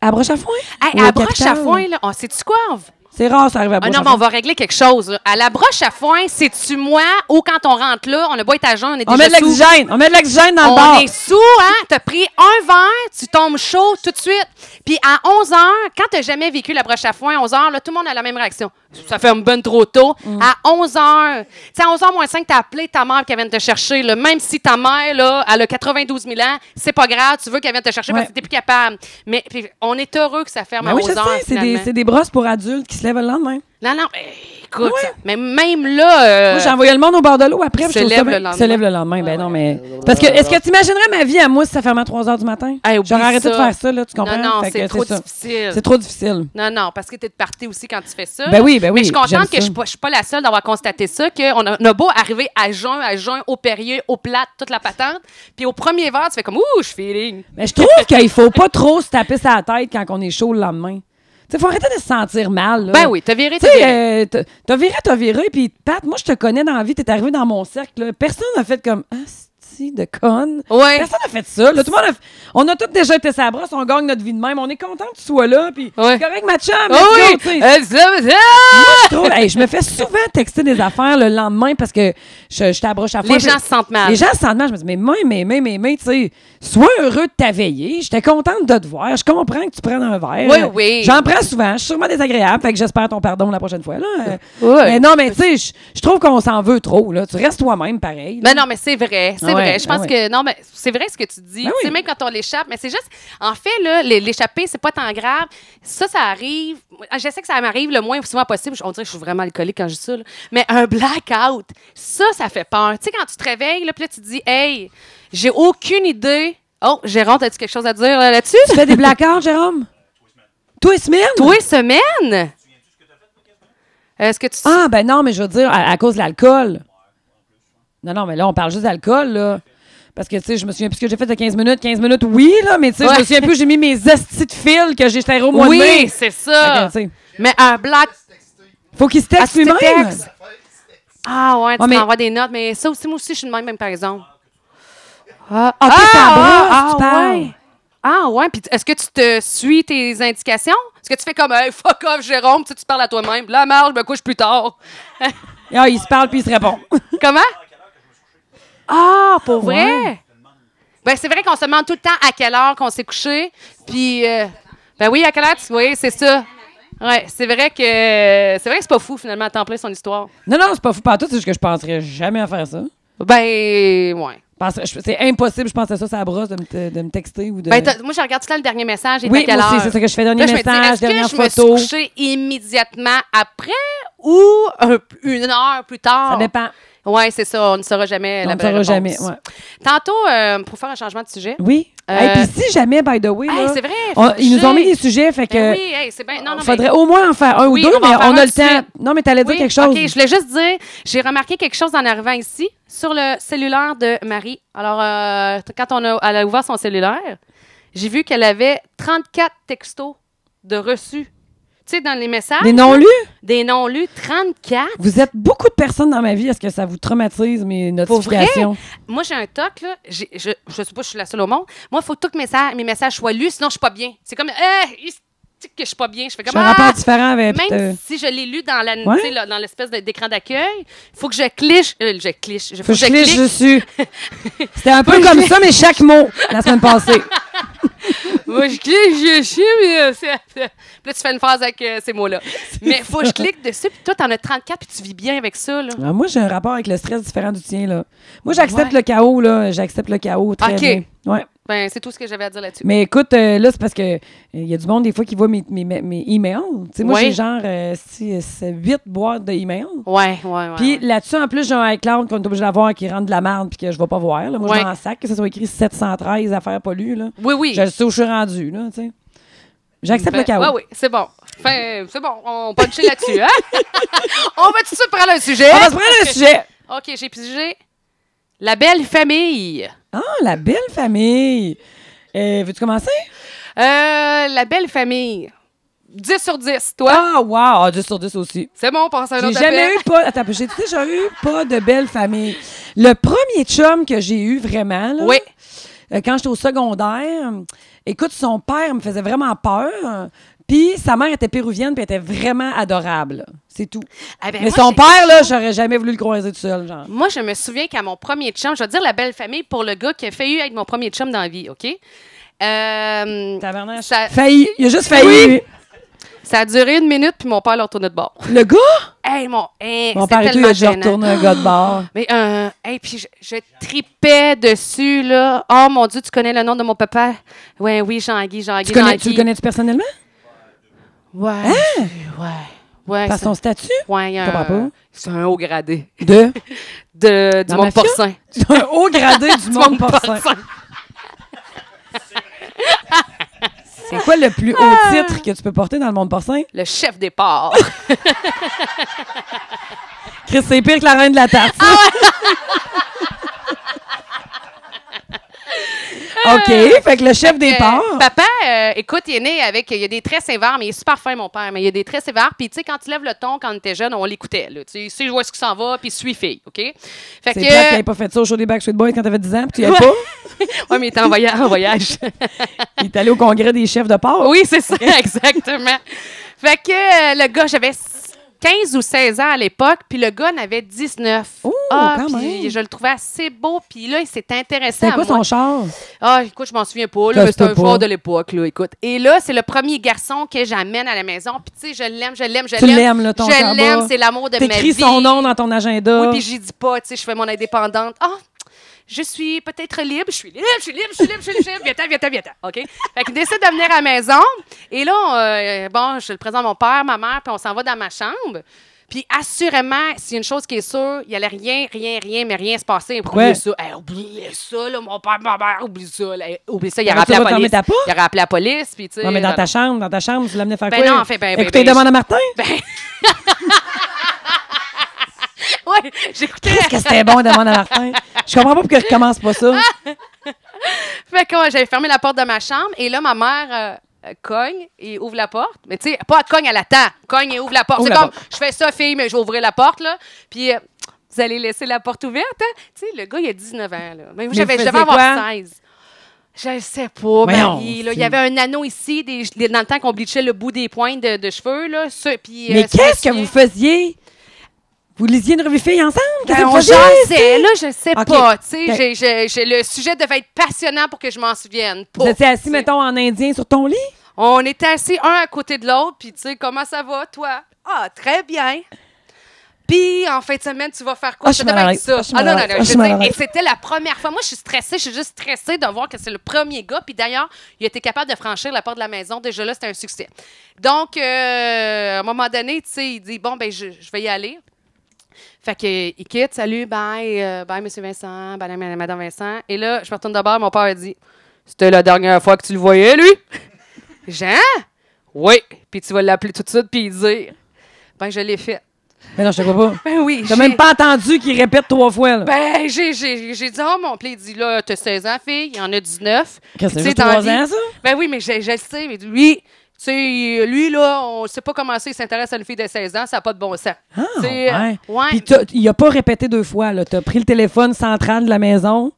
Speaker 1: À broche à foin?
Speaker 2: Hey,
Speaker 1: Ou
Speaker 2: à broche à
Speaker 1: capital?
Speaker 2: foin là, on sait-tu quoi? on v-
Speaker 1: C'est rare, ça arrive à
Speaker 2: Ah
Speaker 1: broche
Speaker 2: non,
Speaker 1: à
Speaker 2: mais on
Speaker 1: foin.
Speaker 2: va régler quelque chose. là. À la broche à foin, c'est-tu moi ou quand on rentre là, on a beau être à jeun, on est déjà
Speaker 1: On met de
Speaker 2: sous.
Speaker 1: l'oxygène. On met de l'oxygène dans le
Speaker 2: On
Speaker 1: bar.
Speaker 2: est sous, hein? T'as pris un verre, tu tombes chaud tout de suite. Puis à 11 h quand t'as jamais vécu la broche à foin, 11 h là, tout le monde a la même réaction. Ça fait un bonne trop tôt.
Speaker 1: Mm.
Speaker 2: À 11 h tu sais, à 11 h moins 5, t'as appelé ta mère qu'elle vienne te chercher, là. Même si ta mère, là, elle a 92 000 ans, c'est pas grave, tu veux qu'elle vienne te chercher
Speaker 1: Ouais.
Speaker 2: parce que t'es plus capable. Mais puis, on est heureux que ça ferme
Speaker 1: Ben
Speaker 2: à
Speaker 1: oui,
Speaker 2: 11
Speaker 1: je sais,
Speaker 2: h
Speaker 1: c'est des, c'est des brosses pour adultes qui se lèvent le lendemain.
Speaker 2: Non, non, mais écoute,
Speaker 1: Ouais.
Speaker 2: mais même là. euh,
Speaker 1: Moi, j'ai envoyé le monde au bord de l'eau après. puis
Speaker 2: se
Speaker 1: je trouve ça
Speaker 2: lève
Speaker 1: bien-
Speaker 2: le
Speaker 1: Se lève le lendemain, ben non, mais. Parce que, est-ce que tu imaginerais ma vie à moi si ça fermait à 3 h du matin?
Speaker 2: Hey, Ah, oublie
Speaker 1: J'aurais arrêté
Speaker 2: ça.
Speaker 1: de faire ça, là, tu comprends?
Speaker 2: non, non,
Speaker 1: Fait que
Speaker 2: c'est trop
Speaker 1: ça.
Speaker 2: difficile.
Speaker 1: C'est trop difficile.
Speaker 2: Non, non, parce que t'es de partie aussi quand tu fais ça.
Speaker 1: Ben oui, ben oui,
Speaker 2: Mais je suis
Speaker 1: j'aime
Speaker 2: contente
Speaker 1: ça.
Speaker 2: que je ne suis pas la seule d'avoir constaté ça, qu'on a, on a beau arriver à jeun, à jeun, au périlleux, au plat, toute la patente, puis au premier verre, tu fais comme « Ouh, je feeling
Speaker 1: Mais je trouve qu'il faut pas trop se taper sa tête quand on est chaud le lendemain. Tu sais, faut arrêter de se sentir mal. là. ».
Speaker 2: Ben oui, t'as viré,
Speaker 1: Tu
Speaker 2: t'as
Speaker 1: sais,
Speaker 2: viré.
Speaker 1: euh, t'as- t'as viré, t'as viré, puis Pat, moi, je te connais dans la vie, t'es arrivé dans mon cercle. là. Personne n'a fait comme « Ah, esti de conne.
Speaker 2: Ouais.
Speaker 1: Personne n'a fait ça. Là, tout le monde a f- On a tous déjà été sa brosse, on gagne notre vie de même. On est content que tu sois là. Puis,
Speaker 2: Ouais.
Speaker 1: c'est correct, ma chum.
Speaker 2: Ah
Speaker 1: let's
Speaker 2: oui!
Speaker 1: go, tu sais.
Speaker 2: Euh, ça, ça.
Speaker 1: je trouve- hey, je me fais souvent texter des affaires le lendemain parce que je, je t'abroche à
Speaker 2: Les gens se sentent mal.
Speaker 1: Les gens se sentent mal. Je me dis, mais moi, mais, mais, mais, mais, tu sais, sois heureux de ta veillée. J'étais contente de te voir. Je comprends que tu prennes un verre.
Speaker 2: Oui, oui.
Speaker 1: J'en prends souvent. Je suis sûrement désagréable. Fait que j'espère ton pardon la prochaine fois. Là. Euh,
Speaker 2: Oui.
Speaker 1: Mais non, mais tu sais, je- je trouve qu'on s'en veut trop. Là. Tu restes toi-même pareil. là.
Speaker 2: Ben non, mais c'est vrai, c'est
Speaker 1: Ah ouais,
Speaker 2: vrai. Je
Speaker 1: ah
Speaker 2: pense que non, mais c'est vrai ce que tu dis.
Speaker 1: Ben
Speaker 2: Tu sais,
Speaker 1: oui.
Speaker 2: même quand on l'échappe, mais c'est juste, en fait là, l'é- l'échapper, c'est pas tant grave. Ça, ça arrive. Ah, Je sais que ça m'arrive le moins souvent possible. On dirait que je suis vraiment alcoolique quand je dis ça, là. mais un blackout, ça, ça fait peur. Tu sais, quand tu te réveilles, là, puis là, tu te dis, hey, j'ai aucune idée. Oh, Jérôme, as-tu quelque chose à dire là, là-dessus?
Speaker 1: Tu fais des blackouts, Jérôme? Toi, semaine?
Speaker 2: Toi, semaine. Est-ce que tu
Speaker 1: Ah, ben non, mais je veux dire, à, à cause de l'alcool. Non, non, mais là, on parle juste d'alcool, là. Parce que, tu sais, je me souviens plus ce que j'ai fait de 15 minutes. 15 minutes, oui, là, mais tu sais, je
Speaker 2: Ouais.
Speaker 1: me souviens plus, j'ai mis mes estis de fil que j'ai jeté au mois de
Speaker 2: Oui,
Speaker 1: mai.
Speaker 2: c'est ça.
Speaker 1: Fait que, tu sais,
Speaker 2: Mais un black.
Speaker 1: Faut qu'il se
Speaker 2: Ah,
Speaker 1: texte
Speaker 2: tu te
Speaker 1: lui-même.
Speaker 2: textes. Ah ouais, tu
Speaker 1: Ouais, mais-
Speaker 2: t'envoies des notes, mais ça aussi, moi aussi, je suis de même, même par exemple. Ah,
Speaker 1: Ah, toi, t'embrasses, tu
Speaker 2: ah, ah,
Speaker 1: parles.
Speaker 2: ouais. Ah ouais, puis est-ce que tu te suis tes indications? Est-ce que tu fais comme hey, fuck off Jérôme, tu, sais, tu parles à toi-même, la marge, je me couche plus tard.
Speaker 1: Ah, il se parle puis il se répond.
Speaker 2: Comment? Ah, pour vrai? Ben c'est vrai qu'on se demande tout le temps à quelle heure qu'on s'est couché, puis euh, ben oui, à quelle heure tu oui, c'est ça. Ouais, c'est vrai que c'est vrai que c'est pas fou finalement à temps plein son histoire.
Speaker 1: non, non, c'est pas fou pas tout, c'est juste que je penserais jamais à faire ça.
Speaker 2: Ben ouais.
Speaker 1: Je penserais- je- C'est impossible, je pensais ça, ça brosse de me, te- de me texter ou de.
Speaker 2: Ben, t'as- moi, je regarde tout le temps le dernier message. il est
Speaker 1: Euh, Oui,
Speaker 2: à quelle
Speaker 1: moi aussi,
Speaker 2: heure.
Speaker 1: c'est ça que je fais, dernier
Speaker 2: Là, je me dis,
Speaker 1: message,
Speaker 2: est-ce que
Speaker 1: dernière
Speaker 2: je
Speaker 1: photo.
Speaker 2: me suis couchée immédiatement après ou un- une heure plus tard?
Speaker 1: ça dépend.
Speaker 2: Oui, c'est ça. On ne saura jamais
Speaker 1: On
Speaker 2: la
Speaker 1: ne
Speaker 2: vraie
Speaker 1: saura
Speaker 2: réponse.
Speaker 1: jamais, ouais.
Speaker 2: Tantôt, euh, pour faire un changement de sujet.
Speaker 1: Oui. Et
Speaker 2: Euh,
Speaker 1: puis si jamais, by the way,
Speaker 2: Hey,
Speaker 1: là,
Speaker 2: c'est vrai,
Speaker 1: on-
Speaker 2: faut
Speaker 1: ils nous ont mis
Speaker 2: coucher.
Speaker 1: des sujets, fait que.
Speaker 2: Ben oui, hey, c'est bien. Non, non,
Speaker 1: Il
Speaker 2: mais-
Speaker 1: faudrait au moins en faire un
Speaker 2: Oui,
Speaker 1: ou deux,
Speaker 2: on va en
Speaker 1: mais
Speaker 2: faire
Speaker 1: on
Speaker 2: un
Speaker 1: a le
Speaker 2: tout de
Speaker 1: temps.
Speaker 2: suite.
Speaker 1: Non, mais t'allais dire
Speaker 2: Oui,
Speaker 1: quelque chose.
Speaker 2: OK, je voulais juste dire, j'ai remarqué quelque chose en arrivant ici sur le cellulaire de Marie. Alors, euh, quand on a, elle a ouvert son cellulaire, j'ai vu qu'elle avait 34 textos de reçus. Tu sais, dans les messages.
Speaker 1: Des non-lus?
Speaker 2: Des non-lus, 34.
Speaker 1: Vous êtes beaucoup de personnes dans ma vie. Est-ce que ça vous traumatise, mes
Speaker 2: Pour vrai?
Speaker 1: notifications?
Speaker 2: Moi, j'ai un toc, là. J'ai- Je, je sais pas, je suis la seule au monde. Moi, il faut que tous mes, messa- mes messages soient lus, sinon je suis pas bien. C'est comme, euh, est-ce que je suis pas bien. Je fais
Speaker 1: Je
Speaker 2: comme,
Speaker 1: suis un
Speaker 2: ah!
Speaker 1: rapport différent avec. euh,
Speaker 2: Même si je l'ai lu dans la,
Speaker 1: Ouais.
Speaker 2: tu sais, là, dans l'espèce de- d'écran d'accueil, il faut que je cliche, euh, je cliche, il faut,
Speaker 1: Faut que je cliche dessus. C'était un
Speaker 2: Faut
Speaker 1: peu
Speaker 2: que
Speaker 1: comme
Speaker 2: je-
Speaker 1: ça, mais chaque mot, la semaine passée.
Speaker 2: Moi, je clique, je chie, mais euh, c'est. Puis là, tu fais une phrase avec euh, ces mots-là. Mais faut que je clique dessus, puis toi, t'en as 34, puis tu vis bien avec ça, là.
Speaker 1: Alors, moi, j'ai un rapport avec le stress différent du tien, là. Moi, j'accepte
Speaker 2: Ouais.
Speaker 1: le chaos, là. J'accepte le chaos très
Speaker 2: OK.
Speaker 1: bien. Ouais.
Speaker 2: Ben, c'est tout ce que j'avais à dire là-dessus.
Speaker 1: Mais écoute, euh, là, c'est parce que euh, il y a du monde, des fois, qui voit mes, mes, mes- mes emails. Tu sais, moi,
Speaker 2: Ouais.
Speaker 1: j'ai genre euh, six, euh, huit boîtes d'emails.
Speaker 2: Ouais, ouais, ouais.
Speaker 1: Puis
Speaker 2: ouais.
Speaker 1: là-dessus, en plus, j'ai un iCloud qu'on est obligé d'avoir qui rentre de la merde puis que je vais pas voir. Là. Moi,
Speaker 2: Ouais.
Speaker 1: je m'en sac que ça soit écrit 713 affaires pas lues. Là.
Speaker 2: Oui, oui.
Speaker 1: Je sais où je suis rendu, là, tu sais. J'accepte le chaos.
Speaker 2: Oui, oui, Ben, c'est bon. Enfin, c'est bon, on punchait là-dessus, hein? on va tout de suite prendre un sujet.
Speaker 1: On va se prendre le sujet.
Speaker 2: OK, j'ai pigé. La belle famille.
Speaker 1: Ah, la belle famille. Euh, Veux-tu commencer?
Speaker 2: Euh, la belle famille. 10 sur 10, toi.
Speaker 1: Ah, wow! Ah, 10 sur 10 aussi.
Speaker 2: C'est bon, on passe à un
Speaker 1: J'ai
Speaker 2: autre
Speaker 1: jamais
Speaker 2: appel.
Speaker 1: eu pas. Attends, j'ai déjà eu pas de belle famille. Le premier chum que j'ai eu vraiment, là,
Speaker 2: Oui.
Speaker 1: euh, quand j'étais au secondaire, euh, écoute, son père me faisait vraiment peur. euh, Puis sa mère était péruvienne, puis elle était vraiment adorable. là. C'est tout.
Speaker 2: Ah ben,
Speaker 1: Mais
Speaker 2: moi,
Speaker 1: son
Speaker 2: j'ai-
Speaker 1: père, là, j'aurais jamais voulu le croiser tout seul, genre.
Speaker 2: Moi, je me souviens qu'à mon premier chum, je vais dire la belle famille pour le gars qui a failli être mon premier chum dans la vie, OK? Euh,
Speaker 1: Tabarnak.
Speaker 2: ça,
Speaker 1: Failli. Il a juste failli.
Speaker 2: Oui.
Speaker 1: lui.
Speaker 2: ça a duré une minute, puis mon père l'a retourné de bord.
Speaker 1: Le gars,
Speaker 2: Hey, mon, hey,
Speaker 1: mon
Speaker 2: c'était
Speaker 1: père et tout, il
Speaker 2: tellement
Speaker 1: a déjà
Speaker 2: gênant.
Speaker 1: retourné un gars de bar.
Speaker 2: Mais, euh, hey, puis je, je tripais dessus, là. Oh mon Dieu, tu connais le nom de mon papa? Ouais, oui, Jean-Guy, Jean-Guy.
Speaker 1: Tu, connais,
Speaker 2: Jean-Guy.
Speaker 1: tu le connais-tu personnellement?
Speaker 2: Ouais. Ouais. Ouais.
Speaker 1: Par
Speaker 2: c'est-
Speaker 1: son statut?
Speaker 2: ouais, il y a
Speaker 1: Je comprends
Speaker 2: un-
Speaker 1: pas.
Speaker 2: C'est un haut gradé.
Speaker 1: De.
Speaker 2: De, du
Speaker 1: Dans
Speaker 2: monde
Speaker 1: mafia?
Speaker 2: porcin.
Speaker 1: C'est un haut gradé du
Speaker 2: Du
Speaker 1: monde porcin. C'est quoi le plus haut
Speaker 2: Ah.
Speaker 1: titre que tu peux porter dans le monde porcin?
Speaker 2: Le chef des ports.
Speaker 1: Chris, c'est pire que la
Speaker 2: Ah
Speaker 1: reine de la tarte. OK, fait que le chef des
Speaker 2: Euh,
Speaker 1: parts.
Speaker 2: Papa, euh, écoute, il est né avec. Il a des traits sévères, mais il est super fin, mon père. Mais il a des traits sévères. Puis, tu sais, quand il lève le ton, quand on était jeune, on l'écoutait. là. Tu sais, il sait où est-ce qu'il s'en va, puis il suit fille. OK? Fait
Speaker 1: C'est plate qu'elle ait pas fait ça au show des Backstreet Boys quand t'avais 10 ans, puis tu y allais pas.
Speaker 2: Oui, mais il était en voya- en voyage.
Speaker 1: Il est allé au congrès des chefs de part.
Speaker 2: oui, c'est ça, exactement. Fait que euh, le gars, j'avais s- 15 ou 16 ans à l'époque, puis le gars en avait 19.
Speaker 1: Ouh,
Speaker 2: ah,
Speaker 1: quand
Speaker 2: puis
Speaker 1: même.
Speaker 2: Je le trouvais assez beau, puis là, il s'est intéressé
Speaker 1: C'était
Speaker 2: à
Speaker 1: quoi
Speaker 2: moi.
Speaker 1: son char?
Speaker 2: Ah, écoute, je m'en souviens pas.
Speaker 1: Ça
Speaker 2: Là,
Speaker 1: se
Speaker 2: mais c'est
Speaker 1: peut
Speaker 2: un
Speaker 1: pas.
Speaker 2: fort de l'époque, là, écoute. Et là, c'est le premier garçon que j'amène à la maison. Puis, tu sais, je l'aime, je l'aime, je
Speaker 1: Tu
Speaker 2: l'aime.
Speaker 1: l'aimes, là, ton char
Speaker 2: Je l'aime,
Speaker 1: bas.
Speaker 2: c'est l'amour de ma vie.
Speaker 1: T'écris son nom dans ton agenda.
Speaker 2: Oui, puis j'y dis pas, tu sais, je fais mon indépendante. Ah, je suis peut-être libre, je suis libre, je suis libre, je suis libre, je suis libre. Viens-t'en, viens-t'en, viens-t'en. OK? Fait qu'il décide de venir à la maison. Et là, on, euh, bon, je le présente à mon père, ma mère, puis on s'en va dans ma chambre. Puis assurément, s'il y a une chose qui est sûre, il n'y allait rien, rien, rien, mais rien se passer.
Speaker 1: Pourquoi?
Speaker 2: Oubliez ça. Hey, oubliez ça, là, mon père, ma mère, oublie ça. là. Hey, oublie ça, il a
Speaker 1: Mais tu
Speaker 2: rappelé la
Speaker 1: vas fermer
Speaker 2: police.
Speaker 1: ta porte?
Speaker 2: Il a rappelé la police, puis tu sais. euh,
Speaker 1: non, mais dans
Speaker 2: là,
Speaker 1: ta chambre, dans ta chambre, tu l'amenais faire
Speaker 2: Ben
Speaker 1: quoi?
Speaker 2: non, en fait, ben, ben,
Speaker 1: Écoutez,
Speaker 2: ben,
Speaker 1: demande à Martin.
Speaker 2: Ouais, j'écoutais.
Speaker 1: Qu'est-ce que c'était bon, demande à Martin? Je comprends pas pourquoi il recommence pas
Speaker 2: Ah,
Speaker 1: ça.
Speaker 2: Fait que ouais, j'avais fermé la porte de ma chambre et là, ma mère euh, euh, cogne et ouvre la porte. Mais tu sais, pas cogne, elle attend. Cogne et ouvre la porte.
Speaker 1: Ouvre
Speaker 2: C'est
Speaker 1: la
Speaker 2: comme, je fais ça, fille, mais je vais ouvrir la porte, là. Puis, euh, vous allez laisser la porte ouverte, hein? Tu sais, le gars, il a 19 ans, là. Mais
Speaker 1: vous
Speaker 2: j'avais, je devais
Speaker 1: faisiez
Speaker 2: avoir
Speaker 1: quoi?
Speaker 2: 16. Je sais pas,
Speaker 1: Voyons,
Speaker 2: Marie. là.
Speaker 1: c'est-
Speaker 2: Il y avait un anneau ici, des, des- dans le temps qu'on bleachait le bout des pointes de, de cheveux, là. ça, puis, euh,
Speaker 1: Mais
Speaker 2: ça,
Speaker 1: qu'est-ce
Speaker 2: je
Speaker 1: que
Speaker 2: me
Speaker 1: vous
Speaker 2: souviens.
Speaker 1: faisiez? Vous lisiez une revue fille ensemble? Qu'est-ce
Speaker 2: Ben,
Speaker 1: que
Speaker 2: on
Speaker 1: vous faisiez?
Speaker 2: jasait, là, je sais
Speaker 1: Ok.
Speaker 2: pas. Tu sais,
Speaker 1: Ben-
Speaker 2: j'ai- j'ai- j'ai- le sujet devait être passionnant pour que je m'en souvienne.
Speaker 1: Vous étiez assis,
Speaker 2: Pas.
Speaker 1: mettons, en indien sur ton lit?
Speaker 2: On était assis un à côté de l'autre, puis tu sais, comment ça va, toi? Ah, très bien. Puis, en fin de semaine, tu vas faire quoi?
Speaker 1: Ah, je
Speaker 2: Ça
Speaker 1: suis mal
Speaker 2: devait
Speaker 1: à
Speaker 2: être
Speaker 1: l'aise.
Speaker 2: ça.
Speaker 1: Ah, je suis
Speaker 2: Ah,
Speaker 1: mal
Speaker 2: non,
Speaker 1: à
Speaker 2: non,
Speaker 1: l'aise.
Speaker 2: non.
Speaker 1: Ah, je
Speaker 2: je
Speaker 1: suis
Speaker 2: veux
Speaker 1: mal à
Speaker 2: dire, et
Speaker 1: l'aise.
Speaker 2: c'était la première fois. Moi, je suis stressée. Je suis juste stressée de voir que c'est le premier gars. Puis d'ailleurs, il était capable de franchir la porte de la maison. Déjà là, c'était un succès. Donc, euh, à un moment donné, tu sais, il dit, bon, ben, je, je vais y aller. Fait que, il quitte, salut, bye, euh, bye, monsieur Vincent, bye, madame madame Vincent. Et là, je me retourne d'abord, mon père a dit, c'était la dernière fois que tu le voyais, lui? Jean? Oui. Puis tu vas l'appeler tout de suite puis lui dire, ben, je l'ai fait.
Speaker 1: Mais non, je te crois pas.
Speaker 2: Ben oui.
Speaker 1: T'as
Speaker 2: j'ai-
Speaker 1: même pas entendu qu'il répète trois fois, là.
Speaker 2: Ben, j'ai, j'ai, j'ai dit, oh mon, puis il dit, là, t'as 16 ans, fille, il y en a 19.
Speaker 1: Qu'est-ce que
Speaker 2: Tu
Speaker 1: c'est,
Speaker 2: sais, dans
Speaker 1: trois
Speaker 2: la
Speaker 1: ans,
Speaker 2: vie-
Speaker 1: ça?
Speaker 2: Ben oui, mais je, je le sais, mais lui, tu sais, lui, là, on sait pas comment ça, il s'intéresse à une fille de 16 ans, ça n'a pas de bon sens.
Speaker 1: Ah,
Speaker 2: Tu sais, euh,
Speaker 1: ouais.
Speaker 2: ouais.
Speaker 1: Puis t'as- il a pas répété deux fois, là. T'as pris le téléphone central de la maison.